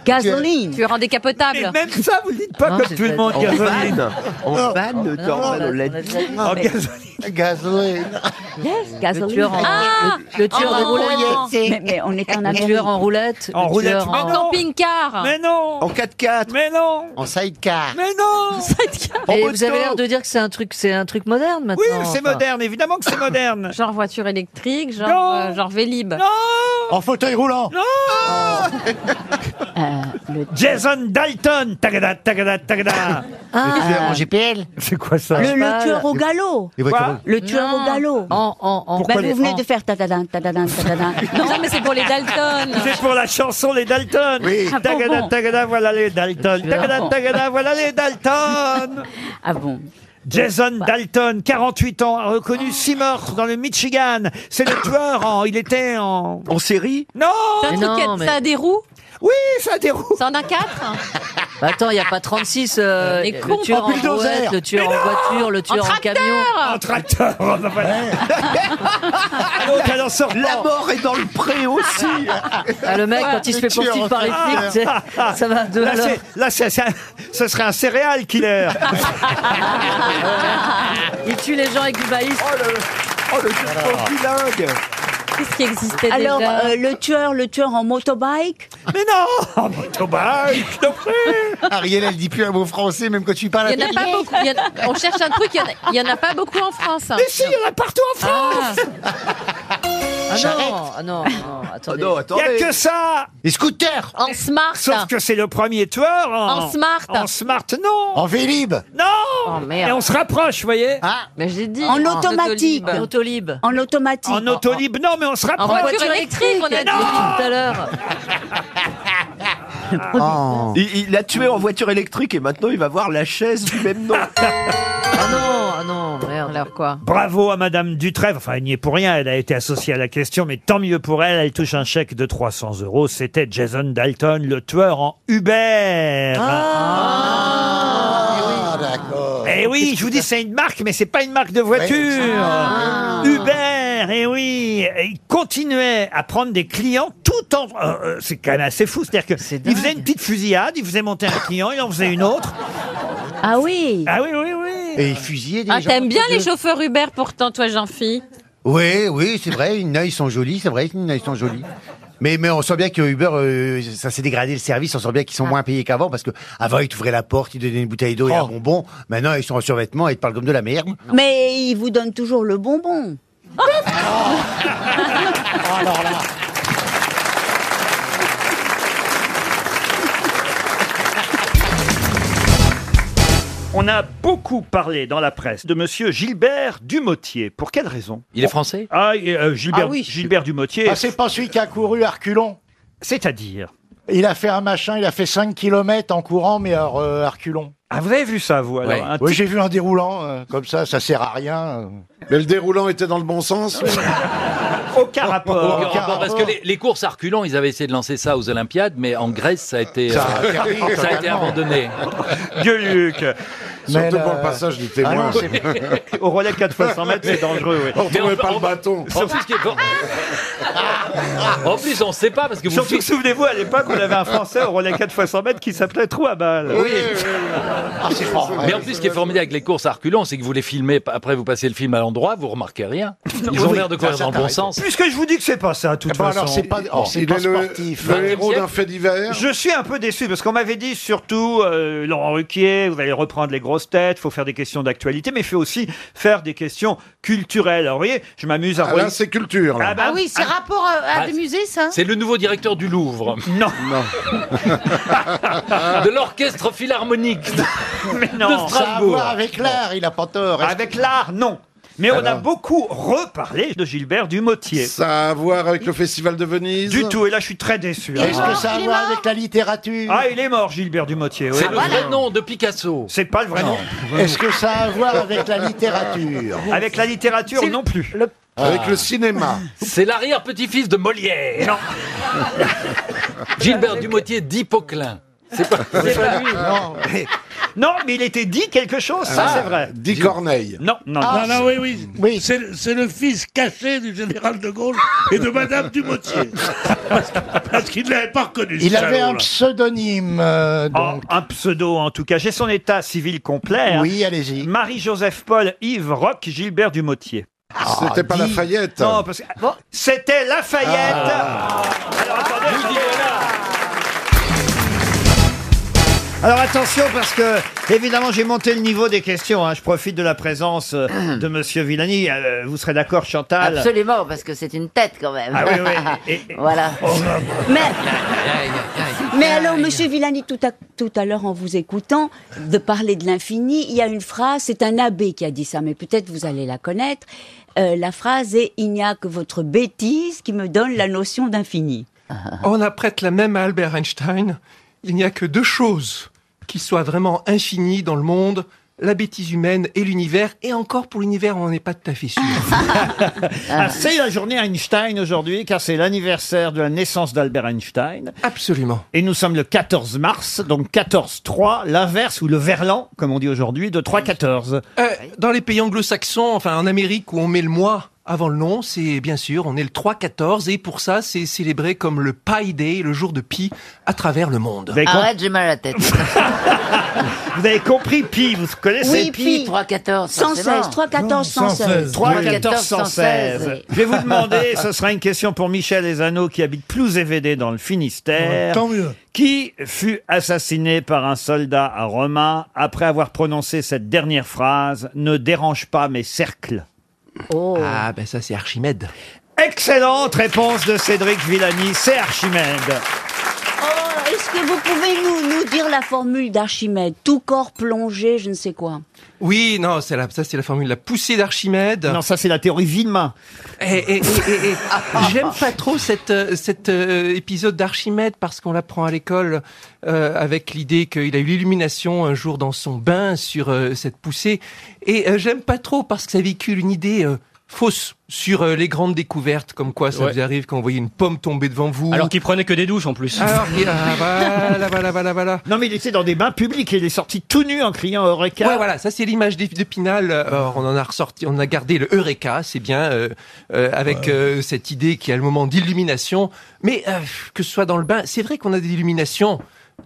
S10: Gasoline. Tu es en décapotable.
S1: Mais même ça, vous le dites pas comme tout le monde. gasoline. En gasoline.
S2: Gasoline.
S20: Yes,
S13: Ah, Le tueur en,
S10: Ah
S13: le, le tueur
S10: Ah,
S13: en roulette.
S20: Mais, mais on est en
S13: Le
S20: Amérique.
S13: tueur en roulette.
S1: En
S13: le
S1: roulette,
S13: tueur
S1: mais
S10: En camping-car.
S1: Mais non
S2: En 4x4.
S1: Mais non
S2: En sidecar.
S1: Mais non
S13: Et
S1: En
S13: vous avez
S1: moto.
S13: l'air de dire que c'est un truc, c'est un truc moderne maintenant.
S1: Oui, c'est
S13: enfin.
S1: moderne, évidemment que c'est moderne.
S10: *laughs* Genre voiture électrique, genre, euh, genre Vélib.
S2: En fauteuil roulant.
S20: Euh,
S1: Jason Dalton Tagada, tagada, tagada
S2: Le tueur en GPL.
S1: C'est quoi ça
S20: Ah. Le, le tueur au galop.
S2: Les voitures roulantes.
S20: Le tueur au galop.
S13: En, en, en.
S20: Bah,
S1: Pourquoi
S20: vous
S1: les-
S20: venez
S1: en-
S20: de faire ta ta ta ta *laughs*
S10: Non, mais c'est pour les Dalton.
S1: C'est pour la chanson Les Dalton
S20: Oui. Ah bon,
S1: Tagada,
S20: bon.
S1: tagada, voilà les Dalton
S20: tueur.
S1: Tagada, tagada, voilà les Dalton
S20: Ah bon Bah.
S1: Jason Dalton, 48 ans, a reconnu six morts dans le Michigan. C'est le tueur en... Il était en...
S14: En série
S1: Non
S10: C'est un truc, à- ça a des roues
S1: Oui, ça a des roues
S10: C'est en un 4
S13: Bah, Attends, il n'y a pas 36. euh,
S10: Mais con,
S13: le tueur
S1: Ah,
S10: en
S13: en
S10: bulldozer.
S13: roulette, le tueur en voiture, le tueur en,
S10: tracteur
S13: camion.
S1: En tracteur oh, bah, voilà. *laughs* L'autre, elle en sort
S14: La
S1: pas.
S14: mort est dans le pré aussi
S13: Ah, le mec, quand il se fait poursuivre par les flics, tu sais, ça va de
S1: Ah. Là,
S13: alors.
S1: c'est- là, c'est- c'est un- ce serait un céréal killer.
S13: Ah,
S1: Ah,
S13: Il tue les gens avec du maïs.
S14: Oh, le
S1: Ah.
S14: jeu bilingue
S10: Qu'est-ce qui existait
S20: Alors,
S10: déjà
S20: euh, le tueur, le tueur en motobike
S1: Mais non *laughs* En motobike, je t'en prie.
S2: Ariel, elle dit plus un mot français, même quand tu
S1: Oh,
S2: parles à
S10: Il y en a pas beaucoup. il y en a- on
S13: hein.
S10: cherche un truc, il y en a- il y en, a pas beaucoup en France.
S18: Ah.
S1: Mais si, il y en a partout en France
S10: Ah.
S13: Ah
S1: charrette.
S13: non, ah non, non, attendez.
S1: Il n'y a que ça
S18: Les scooters
S1: En smart Sauf que c'est le premier tueur en...
S13: En smart.
S1: En smart, non
S18: En Vélib
S1: Non Et on se rapproche, vous voyez
S13: Ah, Oh, mais j'ai dit.
S1: En automatique.
S13: En autolib.
S1: En automatique. En autolib, non, mais on se rapproche
S13: En voiture électrique, on a dit tout à l'heure.
S9: Il, il l'a tué en voiture électrique et maintenant il va voir la chaise du même
S4: *laughs*
S9: nom.
S13: Ah non, ah non, merde. Alors quoi
S1: Bravo à Madame Dutrève. Enfin, elle n'y est pour rien. Elle a été associée à la question, mais tant mieux pour elle. Elle touche un chèque de 300 euros. C'était Jason Dalton, le tueur en Uber.
S18: Ah, d'accord.
S1: Eh oui, je vous dis, c'est une marque, mais c'est pas une marque de voiture.
S18: Ah.
S1: Uber, eh oui. Et il continuait à prendre des clients tout en. euh, euh, c'est quand même assez fou. C'est-à-dire qu'il faisait une petite fusillade, il faisait monter un client, il en faisait une autre.
S24: Ah oui
S1: Ah oui, oui, oui.
S18: Et il fusillait des
S24: Ah,
S18: gens.
S24: t'aimes bien les
S18: choses
S24: chauffeurs Uber pourtant, toi, Jean-Phi
S18: Oui, oui, c'est vrai, il y en a, ils sont jolis, c'est vrai, il y en a, ils sont jolis. Mais, mais on sent bien que Uber, euh, ça s'est dégradé le service, on sent bien qu'ils sont moins payés qu'avant, parce que avant ils t'ouvraient la porte, ils te donnaient une bouteille d'eau et
S4: Oh.
S18: un bonbon, maintenant ils sont en survêtement et ils te parlent comme de la merde.
S20: Mais il vous donne toujours le bonbon. Oh.
S1: Oh, On a beaucoup parlé dans la presse de monsieur Gilbert Dumotier. Pour quelle raison Il est français Ah, euh, Gilbert,
S18: Ah oui.
S1: Gilbert Dumotier.
S18: Ah, c'est pas celui qui a couru à reculons
S1: C'est-à-dire
S18: Il a fait un machin, il a fait 5 km en courant, mais alors, euh, à reculons.
S1: Ah, vous avez vu ça, vous alors
S18: Ouais.
S1: Un
S18: Oui,
S1: type-
S18: j'ai vu un déroulant, euh, comme ça, ça sert à rien. Mais le déroulant était dans le bon sens
S1: *laughs* Aucun rapport.
S18: Aucun rapport.
S7: Parce que les, les courses à reculons, ils avaient essayé de lancer ça aux Olympiades, mais en Grèce, ça a été,
S18: Ça a
S7: euh,
S18: atterri
S7: ça a été
S18: totalement.
S7: abandonné.
S1: Dieu, Luc
S18: Mais Surtout le- pour le passage du témoin. Ah non, c'est-
S1: *laughs* Au relais 4 fois 100 mètres, c'est dangereux, oui.
S7: Mais on- on- En plus, ce qui est
S18: *laughs*
S7: fort- en plus, on ne sait pas parce que vous
S1: Surtout,
S7: faites-
S1: que souvenez-vous, à l'époque, on avait un Français au relais 4 fois 100 mètres qui s'appelait Trou à balle.
S7: Oui. Ah, Mais en plus, ce qui est formidable avec les courses à reculons, c'est que vous les filmez, p- après vous passez le film à l'endroit, vous remarquez rien. Ils ont
S1: Oui,
S7: l'air de courir
S1: ça,
S7: dans le bon
S1: t'arrête.
S7: sens.
S1: Puisque je vous dis que c'est pas ça, de toute
S7: Eh ben
S1: façon.
S7: alors, c'est pas- alors, c'est Il pas est le- sportif. le héros d'un fait
S1: divers. Je suis un peu déçu parce qu'on m'avait dit surtout euh, Laurent Ruquier, vous allez reprendre les grosses têtes, faut faire des questions d'actualité, mais il faut aussi faire des questions culturelles. Alors, vous voyez, je m'amuse à.
S7: ben,
S18: Ah, là, c'est culture, là.
S1: bah,
S8: Ah oui, c'est rapport à, à
S7: Ah,
S8: des musées, ça
S7: C'est le nouveau directeur du Louvre.
S1: Non.
S7: *laughs* de l'orchestre philharmonique.
S1: *laughs* Mais
S7: De Strasbourg.
S18: avec l'art, il a pas tort.
S1: Avec l'art, non. Mais on a beaucoup reparlé de Gilbert Dumotier.
S2: Ça a à voir avec le Festival de Venise
S1: Du tout, et là je suis très déçu.
S18: Est-ce
S1: Ah.
S18: que ça a à voir avec la littérature
S1: Ah, il est mort, Gilbert Dumotier. oui. Ah,
S7: C'est le vrai nom de Picasso.
S1: C'est pas le vrai nom.
S18: Est-ce que ça a à voir avec la littérature
S1: *laughs*
S18: Ah.
S1: Avec la littérature, non plus.
S18: Avec le cinéma.
S7: C'est l'arrière-petit-fils de Molière. Gilbert Dumotier d'Hippoclin. C'est pas, c'est pas lui.
S1: *laughs* Non. mais il était dit quelque chose,
S18: Ah.
S1: ça c'est vrai.
S18: Dit Corneille.
S1: Non, non,
S18: Ah,
S1: non.
S18: non,
S1: Ah, oui,
S18: oui.
S2: C'est le- c'est le fils caché du général de Gaulle et de Madame Dumotier. Parce, parce qu'il ne l'avait pas reconnu. ce
S18: Il avait
S2: salaud,
S18: un
S2: là.
S18: pseudonyme. euh, donc.
S1: Ah, un pseudo en tout cas. J'ai son état civil complet.
S18: Oui,
S1: allez-y. Marie-Joseph Paul, Yves Roch, Gilbert Dumotier.
S18: Ah,
S2: C'était pas Lafayette.
S1: Non, parce que c'était Lafayette.
S18: Ah.
S1: Alors attendez, Alors attention parce que évidemment j'ai monté le niveau des questions. hein. Je profite de la présence euh, de Monsieur Villani. Euh, Vous serez d'accord, Chantal
S24: Absolument, parce que c'est une tête quand même.
S1: Ah oui, oui. Et- et-
S24: *laughs* voilà.
S20: Mais, mais alors, monsieur Villani, tout à, tout à l'heure, en vous écoutant, de parler de l'infini, il y a une phrase, c'est un abbé qui a dit ça, mais peut-être vous allez la connaître. Euh, la phrase est Il n'y a que votre bêtise qui me donne la notion d'infini.
S22: On apprête la même à Albert Einstein. Il n'y a que deux choses qui soient vraiment infinies dans le monde la bêtise humaine et l'univers. Et encore pour l'univers, on n'est pas tout à fait sûr.
S1: Ah, c'est la journée Einstein aujourd'hui, car c'est l'anniversaire de la naissance d'Albert Einstein.
S22: Absolument.
S1: Et nous sommes le 14 mars, donc 14-3, l'inverse ou le verlan, comme on dit aujourd'hui, de 3-14.
S22: Euh, dans les pays anglo-saxons, enfin en Amérique où on met le mois avant le nom, c'est bien sûr, on est le 3-14 et pour ça, c'est célébré comme le Pi Day, le jour de Pi, à travers le monde.
S24: Arrête, Ah j'ai mal à la tête.
S1: *laughs* Vous avez compris Pi, vous connaissez
S24: oui, puis 3-14.
S20: 116, 3, 14, 116.
S1: 3, 14, 116. Je vais vous demander, ce sera une question pour Michel Ezano qui habite Plouzévédé dans le Finistère.
S33: Ouais, tant mieux.
S1: Qui fut assassiné par un soldat romain après avoir prononcé cette dernière phrase Ne dérange pas mes cercles
S22: Ah ben ça c'est Archimède.
S1: Excellente réponse de Cédric Villani, c'est Archimède.
S20: Oh, Est-ce que vous pouvez nous, nous dire la formule d'Archimède Tout corps plongé, je ne sais quoi.
S22: Oui, non, c'est la, ça c'est la formule la poussée d'Archimède. Eh, Non,
S1: ça c'est la théorie Villemin.
S22: Et, et- et- et- et eh. j'aime pas trop cet euh, cet, euh, épisode d'Archimède parce qu'on l'apprend à l'école euh, avec l'idée qu'il a eu l'illumination un jour dans son bain sur euh, cette poussée. Et euh, j'aime pas trop parce que ça véhicule une idée euh, fausse sur euh, les grandes découvertes, comme quoi ça
S7: Ouais.
S22: vous arrive quand vous voyez une pomme tomber devant vous.
S7: Alors qu'il prenait que des douches en plus.
S22: Alors qu'il- ah, voilà, voilà, voilà, voilà.
S1: Non, mais il était dans des bains publics, il est sorti tout nu en criant Eureka.
S22: Ouais, voilà, ça c'est l'image d'E- d'Épinal. Alors, on en a ressorti, on a gardé le Eureka, c'est bien, euh, euh, avec euh, cette idée qui a le moment d'illumination. Mais euh, que ce soit dans le bain, c'est vrai qu'on a des illuminations.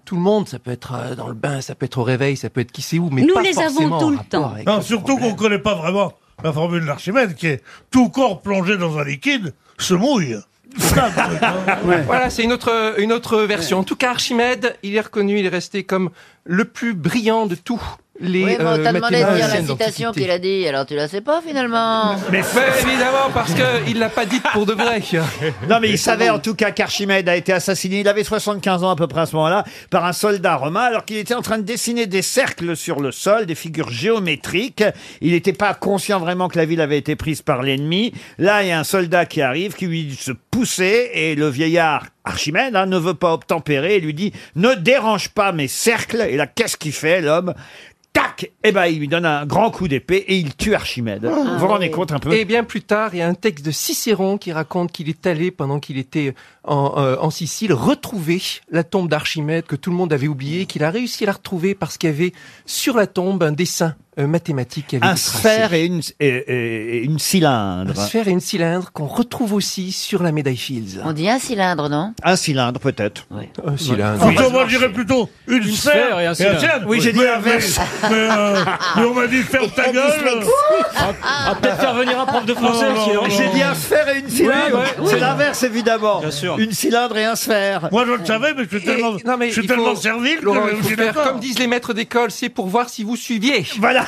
S22: Tout le monde, ça peut être euh, dans le bain, ça peut être au réveil, ça peut être qui sait où, mais pas forcément en rapport avec *laughs*
S24: Non, surtout qu'on ne connaît pas vraiment la formule d'Archimède qui est tout corps plongé dans un liquide se mouille. Ça, le truc, hein.
S22: Voilà, c'est une autre, une autre version. En tout cas, Archimède, il est reconnu, il est resté comme le plus brillant de tous les
S16: Oui, mais on
S22: euh,
S16: t'a demandé de dire la
S22: mathématiciens
S16: citation
S22: d'Antiquité.
S16: qu'il a dit, alors tu la sais pas finalement.
S22: Mais évidemment, parce qu'il l'a pas dite pour de vrai.
S1: *laughs* Non, mais il savait en tout cas qu'Archimède a été assassiné. Il avait 75 ans à peu près à ce moment-là par un soldat romain, alors qu'il était en train de dessiner des cercles sur le sol, des figures géométriques. Il n'était pas conscient vraiment que la ville avait été prise par l'ennemi. Là, il y a un soldat qui arrive, qui lui dit de se pousser, et le vieillard Archimède hein, ne veut pas obtempérer et lui dit ne dérange pas mes cercles. Et là, qu'est-ce qu'il fait l'homme Tac Eh ben, il lui donne un grand coup d'épée et il tue Archimède. vous vous rendez compte un peu
S22: Et Eh bien plus tard, il y a un texte de Cicéron qui raconte qu'il est allé, pendant qu'il était en, euh, en Sicile, retrouver la tombe d'Archimède que tout le monde avait oubliée, qu'il a réussi à la retrouver parce qu'il y avait sur la tombe un dessin euh, mathématique qui avait
S1: un
S22: été tracé.
S1: sphère et une, et- et- et une cylindre.
S22: Un sphère et une cylindre qu'on retrouve aussi sur la médaille Fields.
S16: On dit un cylindre, non
S1: Un cylindre, peut-être.
S22: Un cylindre.
S24: Plutôt, moi, je dirais plutôt une, sphère, et un cylindre.
S7: Oui, j'ai dit
S24: Mais-
S4: *laughs*
S7: l'inverse.
S24: Mais, mais, euh, mais on m'a dit ferme ta gueule. Ah,
S7: On va peut-être faire venir un prof de français
S24: Non,
S7: qui est
S24: non,
S7: en-
S24: non.
S1: hein. J'ai dit un sphère et une cylindre.
S24: Ouais, ouais.
S1: C'est
S24: Oui.
S1: l'inverse, évidemment. Une cylindre et un sphère.
S24: Moi, je le savais, mais je suis tellement,
S22: Non, mais
S24: je suis
S22: il faut-
S24: tellement servile
S22: Laurent,
S24: que je
S22: il
S24: me
S22: faut
S24: suis
S22: faire
S24: d'accord.
S22: comme disent les maîtres d'école, c'est pour voir si vous suiviez.
S1: Voilà.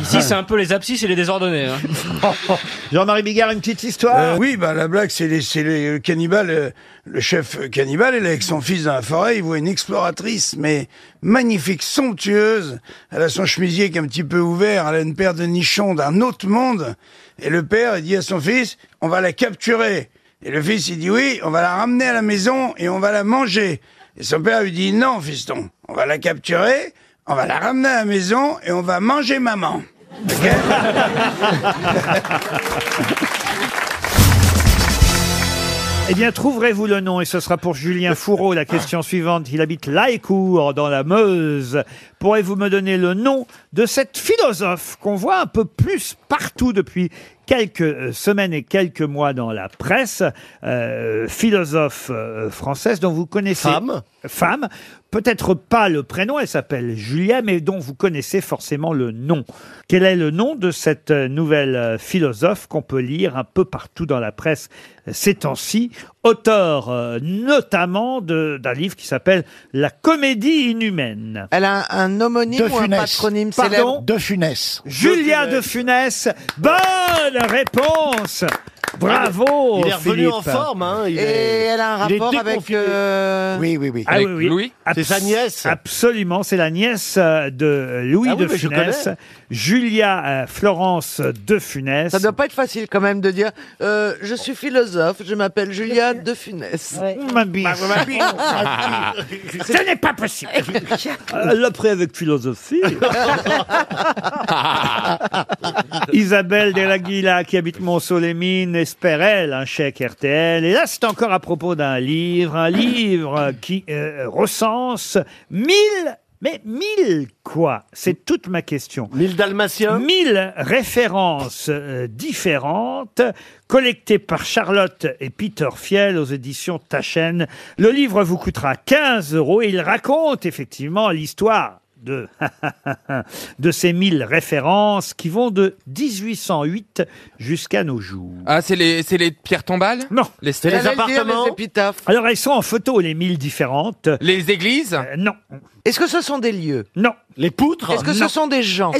S7: Ici, c'est un peu les abscisses et les désordonnés.
S22: *laughs*
S7: hein.
S1: *laughs* Jean-Marie Bigard, une petite histoire
S11: Oui, bah, la blague, c'est les, c'est les euh, cannibales. euh, le chef euh, cannibale, il est avec son fils dans la forêt. Il voit une exploratrice, mais magnifique, somptueuse. Elle a son chemisier qui est un petit peu ouvert. Elle a une paire de nichons d'un autre monde. Et le père, il dit à son fils, on va la capturer. Et le fils, il dit oui, on va la ramener à la maison et on va la manger. Et son père lui dit non, fiston, on va la capturer, on va la ramener à la maison et on va manger maman.
S1: Eh bien, trouverez-vous le nom, et ce sera pour Julien Fourreau, la question suivante. Il habite Laïcourt, dans la Meuse. Pourrez-vous me donner le nom de cette philosophe qu'on voit un peu plus partout depuis quelques euh, semaines et quelques mois dans la presse, euh, philosophe euh, française dont vous connaissez... Femme Femme. Peut-être pas le prénom, elle s'appelle Julia, mais dont vous connaissez forcément le nom. Quel est le nom de cette euh, nouvelle euh, philosophe qu'on peut lire un peu partout dans la presse ces temps-ci, auteur euh, notamment de- d'un livre qui s'appelle La comédie inhumaine.
S21: Elle a un, un homonyme
S1: De
S21: ou un
S1: Funès.
S21: patronyme
S1: Pardon
S21: célèbre
S1: De
S21: Funès.
S1: Julia de Funès, bonne réponse Bravo
S4: Il est revenu en
S1: Philippe.
S4: forme, hein. il
S21: Et
S4: est-
S21: elle a un
S4: il est
S21: rapport avec...
S4: déconfiné.
S21: euh,
S4: Oui, oui, oui.
S1: Ah oui, oui.
S4: C'est
S1: Abs-
S4: sa nièce.
S1: Absolument, c'est la nièce euh, de Louis
S21: Ah oui,
S1: de
S21: mais je
S1: Funès,
S21: connais.
S1: Julia euh, Florence de Funès.
S21: Ça doit pas être facile quand même de dire euh, je suis philosophe, je m'appelle Julia de Funès. Bah,
S1: Ma bise.
S21: Ma bise.
S1: *laughs*
S4: Ah,
S1: Ce n'est pas
S21: *laughs*
S1: possible. Euh,
S21: Euh,
S1: Elle l'a pris avec
S4: *laughs*
S1: philosophie. *laughs* Isabelle Delaguila, qui habite Monceau-les-Mines, espère, elle, un chèque RTL. Et là, c'est encore à propos d'un livre, un livre qui euh, recense 1000, mais 1000 quoi C'est toute ma question. 1000 dalmatiens 1000 références euh, différentes collectées par Charlotte et Peter Fiel aux éditions Tachen. Le livre vous coûtera 15 euros et il raconte effectivement l'histoire de, *laughs* de ces 1000 références qui vont de 1808 jusqu'à nos jours.
S3: Ah, c'est les, c'est les pierres tombales
S1: Non.
S3: Les,
S1: C'est les
S3: stèles
S1: appartements
S21: Les épitaphes.
S1: Alors elles sont en photo, les 1000 différentes. Euh,
S3: Les églises
S1: Non.
S21: Est-ce que ce sont des lieux
S1: Non.
S3: Les poutres
S21: Est-ce que ce sont des gens
S1: Non.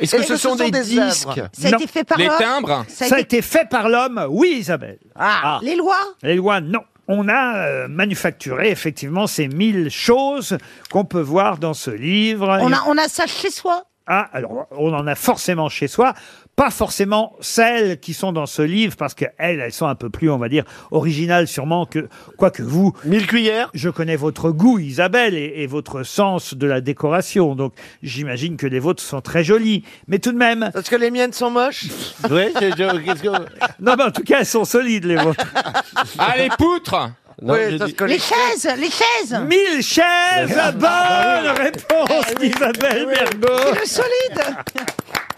S4: Est-ce que ce sont des disques Ça a été fait par Les l'homme timbres
S1: Ça a, été fait par l'homme, oui Isabelle.
S4: Ah.
S1: Les lois Les lois, non. On a euh, manufacturé effectivement ces mille choses qu'on peut voir dans ce livre.
S9: On a, on a ça chez soi.
S1: Ah, alors on en a forcément chez soi, pas forcément celles qui sont dans ce livre, parce qu'elles, elles sont un peu plus, on va dire, originales sûrement que, quoi que vous. Mille cuillères Je connais votre goût, Isabelle, et, et votre sens de la décoration, donc j'imagine que les vôtres sont très jolies, mais tout de même...
S21: Parce que les miennes
S3: *laughs*
S21: sont moches
S1: Oui, Non, mais en tout cas, elles sont solides, les vôtres.
S3: *laughs* Ah, les poutres
S1: Oui, parce que
S9: Les chaises, les chaises.
S1: Mille chaises,
S3: *laughs*
S1: la bonne réponse
S21: Ah
S1: d'Isabelle Mergo.
S9: C'est le solide.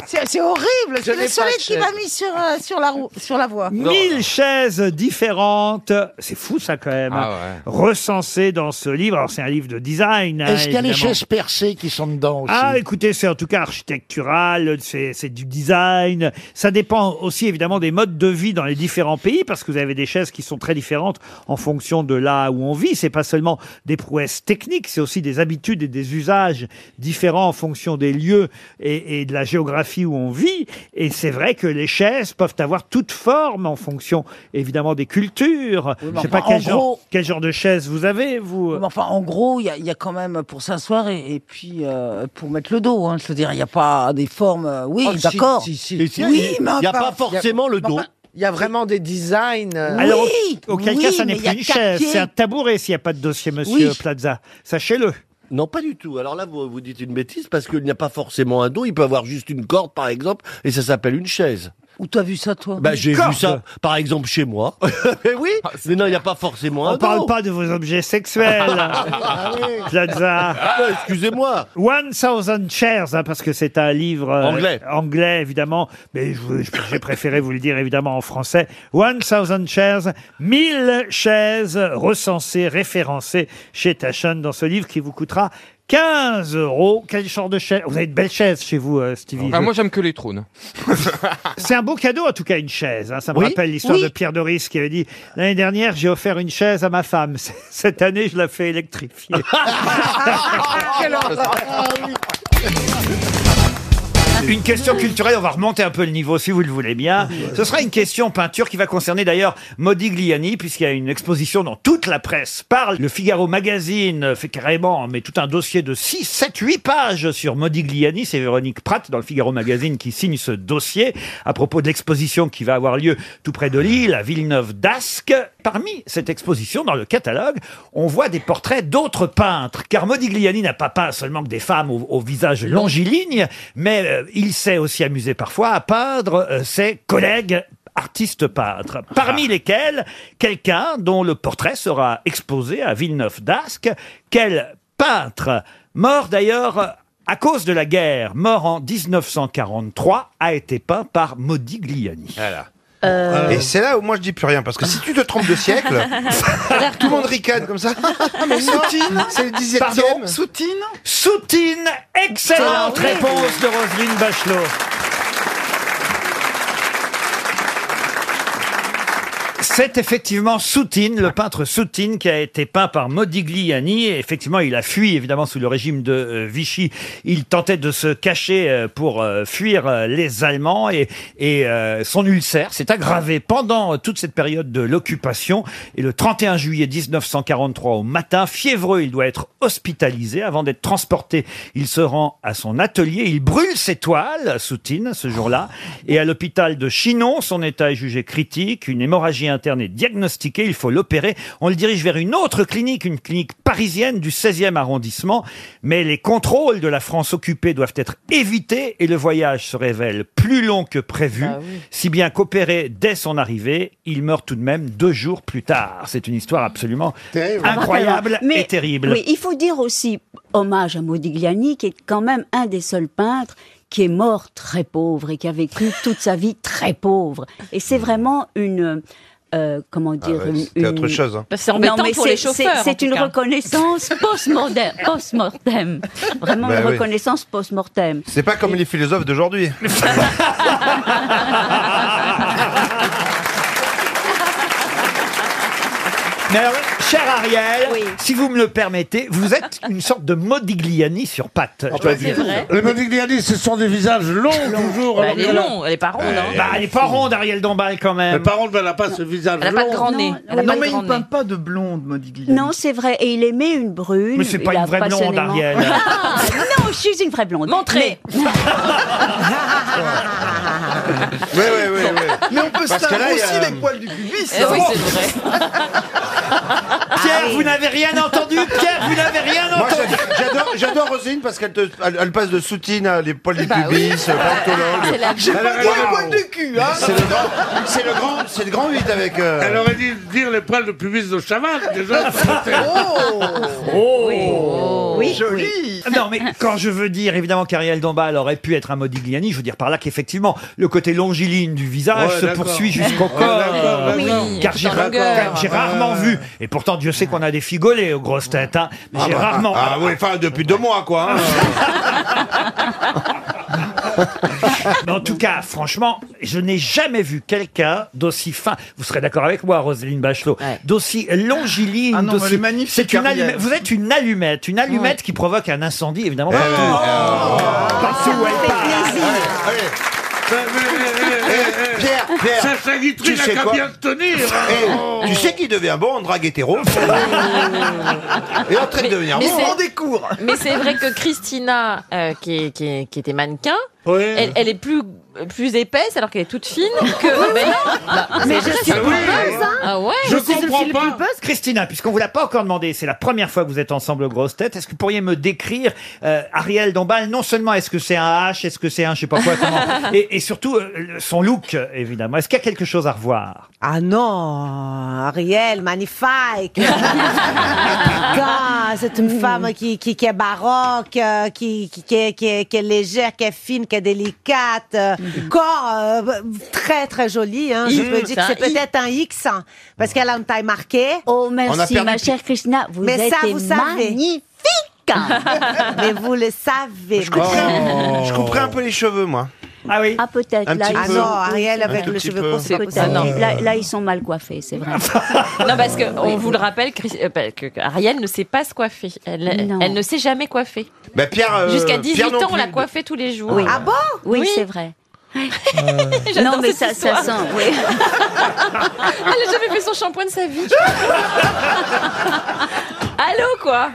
S9: C'est c'est horrible.
S1: Oh. Je
S9: C'est
S1: n'ai
S9: le
S1: pas
S9: solide
S1: de
S9: qui
S1: chaise.
S9: m'a mis sur, euh, sur, la roue, sur la voie.
S1: Mille chaises différentes, c'est fou ça quand même, recensées dans ce livre. Alors c'est un livre de design. hein,
S12: Est-ce qu'il y a les
S1: évidemment.
S12: chaises percées qui sont dedans aussi
S1: Ah, écoutez, c'est en tout cas architectural, c'est c'est du design. Ça dépend aussi évidemment des modes de vie dans les différents pays, parce que vous avez des chaises qui sont très différentes en fonction de là où on vit. C'est pas seulement des prouesses techniques, c'est aussi des habitudes et des usages différents en fonction des lieux et, et de la géographie où on vit. Et c'est vrai que les chaises peuvent avoir toute forme en fonction évidemment des cultures.
S15: mais
S1: Je sais pas
S15: enfin,
S1: quel
S15: en
S1: genre,
S15: gros-
S1: quel genre de chaise vous avez, vous.
S4: euh-
S15: Mais enfin, en gros, il y, a- il y a quand même pour s'asseoir et, et puis euh, pour mettre le dos. Hein, je veux dire, il n'y a pas des formes. euh, oui,
S4: Oh, si,
S15: d'accord.
S4: si, si.
S15: Oui, mais
S4: Il y a
S15: enfin-
S4: pas forcément le dos.
S21: Il y a vraiment des designs. euh,
S1: Alors, au- auquel
S15: oui,
S1: cas, ça n'est
S15: mais il y
S1: plus
S15: a
S1: une
S15: quatre
S1: chaise,
S15: pieds.
S1: c'est un tabouret s'il n'y a pas de dossier, monsieur
S4: Oui.
S1: Plaza. Sachez-le.
S4: Non, pas du tout. Alors là, vous, vous dites une bêtise parce qu'il n'y a pas forcément un dos. Il peut avoir juste une corde, par exemple, et ça s'appelle une chaise.
S15: Où t'as vu ça, toi
S4: Bah, j'ai vu
S1: corde
S4: ça, par exemple, chez
S1: *laughs*
S4: moi. Mais oui, mais non, il n'y a pas forcément un
S1: On
S4: dos.
S1: parle pas de vos
S4: *laughs*
S1: objets sexuels,
S4: Ah
S1: Plaza.
S4: bah, Excusez-moi.
S1: 1000 Chairs, hein, parce que c'est un livre euh,
S4: Anglais.
S1: anglais, évidemment, mais je vous- je- j'ai préféré vous le dire évidemment en français. 1000 Chairs, 1000 chaises recensées, référencées chez Tachan dans ce livre qui vous coûtera 15 euros. Quel genre de chaise Vous avez de belles chaises chez vous, euh, Stevie.
S22: Ah,
S1: Je-
S22: moi, j'aime que les trônes.
S1: *laughs* C'est un beau cadeau, en tout cas, une chaise. hein. Ça me
S22: Oui.
S1: rappelle l'histoire
S22: Oui.
S1: de Pierre Doris qui avait dit L'année dernière, j'ai offert une chaise à ma femme. *laughs* Cette année, je la fais
S22: *laughs*
S1: électrifier. Ah,
S8: Ah
S1: Une question culturelle, on va remonter un peu le niveau si vous le voulez bien. Ce sera une question peinture qui va concerner d'ailleurs Modigliani, puisqu'il y a une exposition dans toute la presse. Parle le Figaro Magazine, fait carrément, mais tout un dossier de 6, 7, 8 pages sur Modigliani. C'est Véronique Pratt dans le Figaro Magazine qui signe ce dossier à propos de l'exposition qui va avoir lieu tout près de Lille, à Villeneuve d'Ascq. Parmi cette exposition, dans le catalogue, on voit des portraits d'autres peintres, car Modigliani n'a pas peint seulement que des femmes au, au visage longiligne, mais euh, il s'est aussi amusé parfois à peindre euh, ses collègues artistes peintres, parmi lesquels quelqu'un dont le portrait sera exposé à Villeneuve d'Ascq, quel peintre, mort d'ailleurs euh, à cause de la guerre, mort en 1943, a été peint par Modigliani.
S8: Et c'est là où moi je dis plus rien parce que si tu te trompes de siècle, tout le monde ricane comme ça.
S1: mais non.
S8: Soutine, c'est le
S1: Pardon
S8: dixième.
S1: Soutine Soutine, excellente
S8: Ah oui.
S1: réponse de Roselyne Bachelot. C'est effectivement Soutine, le peintre Soutine, qui a été peint par Modigliani. Et effectivement, il a fui, évidemment, sous le régime de euh, Vichy. Il tentait de se cacher euh, pour euh, fuir euh, les Allemands. Et, et euh, son ulcère s'est aggravé pendant euh, toute cette période de l'occupation. Et le 31 juillet 1943, au matin, fiévreux, il doit être hospitalisé. Avant d'être transporté, il se rend à son atelier. Il brûle ses toiles, Soutine, ce jour-là. Et à l'hôpital de Chinon, son état est jugé critique. Une hémorragie interne est diagnostiquée. Il faut l'opérer. On le dirige vers une autre clinique, une clinique parisienne du 16e arrondissement. Mais les contrôles de la France occupée doivent être évités et le voyage se révèle plus long que prévu. Si bien qu'opéré dès son arrivée, il meurt tout de même deux jours plus tard. C'est une histoire absolument incroyable
S20: bah, Mais-
S1: et terrible.
S20: Oui, il faut dire aussi hommage à Modigliani, qui est quand même un des seuls peintres qui est mort très pauvre et qui a vécu toute sa vie très pauvre. Et c'est vraiment une. euh, comment dire
S8: ouais,
S20: une-
S8: c'était
S20: une-
S8: autre chose, hein. Bah, c'est
S20: Non,
S8: embêtant
S20: mais
S15: pour
S20: c'est-
S15: les chauffeurs,
S20: c'est-
S15: en
S20: C'est
S15: tout
S20: une
S15: cas.
S20: *laughs* reconnaissance post-mortem. post-mortem. Vraiment
S8: Bah
S20: une
S8: oui.
S20: reconnaissance post-mortem.
S8: C'est pas comme les
S1: *laughs*
S8: philosophes d'aujourd'hui.
S1: Mais alors, cher Ariel, si vous me le permettez, vous êtes une sorte de Modigliani sur pattes.
S2: Les Modigliani, ce sont des visages longs, toujours.
S1: bah,
S2: alors
S4: hein,
S1: Bah, elle est
S2: que là-
S1: londe, elle est pas ronde, hein. Bah, elle est pas ronde, Ariel Dombal, quand même.
S2: Elle est pas ronde, mais elle n'a pas ce visage
S20: Elle a
S2: long.
S20: pas de grand nez. Elle a pas de grand nez.
S2: pas de blonde, Modigliani.
S20: Non, c'est vrai. Et il aimait une brune.
S2: Mais c'est pas
S20: Il
S2: une
S20: a
S2: vraie blonde,
S20: passionnément-
S2: Ariel.
S20: *laughs* Ah, non, je suis une vraie blonde. Montrez.
S4: Oui, oui, oui.
S9: Mais on peut se
S4: Parce que
S9: taper
S4: là, il y
S9: aussi
S4: a-
S9: les poils du pubis.
S4: Eh oui, c'est
S9: vrai.
S1: bah, Pierre, vous n'avez rien entendu Pierre, vous n'avez rien
S4: Moi,
S1: entendu
S4: j'ad- j'adore- j'adore Roselyne parce qu'elle te- elle, elle passe de soutine à les poils du
S9: Bah oui.
S4: pubis, euh,
S9: C'est
S4: pantologue.
S9: la- J'ai pas dit les poils du cul, hein.
S4: C'est le grand, c'est le grand, c'est le grand 8 avec. euh,
S2: Elle aurait dit dire les poils de pubis de Chaval,
S4: *laughs*
S2: déjà.
S1: Oh,
S2: Oui,
S1: joli. Ah, Non mais quand je veux dire évidemment qu'Ariel Dombal aurait pu être un Modigliani, je veux dire par là qu'effectivement le côté longiligne du visage
S2: Ouais,
S1: se
S2: d'accord.
S1: poursuit jusqu'au
S2: Ouais,
S1: corps,
S2: d'accord,
S1: Euh,
S2: d'accord.
S1: car
S2: Oui,
S1: j'ai
S2: dans
S1: ra-
S2: longueur.
S1: car j'ai
S2: Ouais,
S1: rarement
S4: ouais,
S1: vu. Et pourtant Dieu sait qu'on a des figolés aux grosses têtes, hein. Mais
S4: Ah
S1: j'ai
S4: bah,
S1: rarement.
S4: Ah oui, enfin depuis deux mois quoi. hein.
S1: *laughs* Mais en tout cas, franchement, je n'ai jamais vu quelqu'un d'aussi fin. Vous serez d'accord avec moi, Roselyne Bachelot, d'aussi longiligne.
S9: Ah non, mais
S1: d'aussi-
S9: elle est magnifique,
S1: C'est une
S9: Ariel.
S1: allumette- Vous êtes une allumette, une allumette qui provoque un incendie, évidemment. partout. Ah. Partout où elle part.
S4: Pierre, Pierre,
S2: Sacha Guitry
S4: tu sais
S2: n'a qu'à
S4: quoi
S2: bien se tenir.
S4: Eh, tu sais qui devient bon en drague hétéro Et en train de devenir
S13: mais
S4: bon.
S13: c'est-
S4: Rendez-
S13: cours. Mais c'est vrai que Christina, euh, qui, est- qui est- qui était mannequin,
S2: Ouais.
S13: elle, elle est plus, plus épaisse alors qu'elle est toute fine que. mais
S4: Bah,
S1: Mais je suis
S13: pulpeuse, hein. Ah ouais.
S1: Ah, Je comprends pas. Christina, puisqu'on vous l'a pas encore demandé, c'est la première fois que vous êtes ensemble aux grosses têtes. Est-ce que vous pourriez me décrire euh, Ariel Dombal Non seulement est-ce que c'est un H, est-ce que c'est un je sais pas quoi, *laughs* comment, et, et surtout euh, son look euh, évidemment. Est-ce qu'il y a quelque chose à revoir
S8: Ah non,
S1: *laughs*
S8: Ariel, magnifique. Ah, c'est une femme qui, qui, qui est baroque, euh, qui, qui, qui, est- qui est, qui est légère, qui est fine, qui est délicate. euh,
S20: Mhm.
S8: Corps euh, très, très joli. Hein. Je
S20: Mm,
S8: peux dire que
S20: c'est
S8: c'est
S20: un I.
S8: peut-être un X, hein, parce qu'elle a une taille marquée. Oh,
S20: merci, On a perdu ma pi- chère
S8: Christina.
S20: vous êtes magnifique.
S8: Mais vous le savez. Oh.
S4: Je couperais,
S18: Oh.
S4: un- je couperais un peu les cheveux moi.
S1: Ah oui.
S20: Ah peut-être.
S4: Un
S20: Là,
S4: petit
S20: ils
S4: peu.
S20: sont-
S8: Ah non, Ariel,
S20: Un
S8: avec
S20: tout
S8: le
S20: petit
S8: cheveu
S20: peu.
S8: court, c'est
S20: Ah,
S8: possible.
S20: non.
S13: Euh.
S20: Là, là, ils sont mal coiffés, c'est *laughs* vrai.
S13: Non, parce que on vous le rappelle, Chris- euh, bah, que- que Ariel ne sait pas se coiffer. Elle, elle ne s'est jamais coiffée.
S4: Bah, Pierre, euh,
S13: Jusqu'à
S4: Pierre
S13: 18
S4: non
S13: ans, on
S4: plus.
S13: la coiffait tous les jours.
S20: Oui. Ah bon Oui, c'est
S13: *laughs* vrai.
S20: Non, mais ça- ça sent, oui.
S13: *laughs* Elle n'a jamais fait son shampoing de sa vie. *laughs* Allô, quoi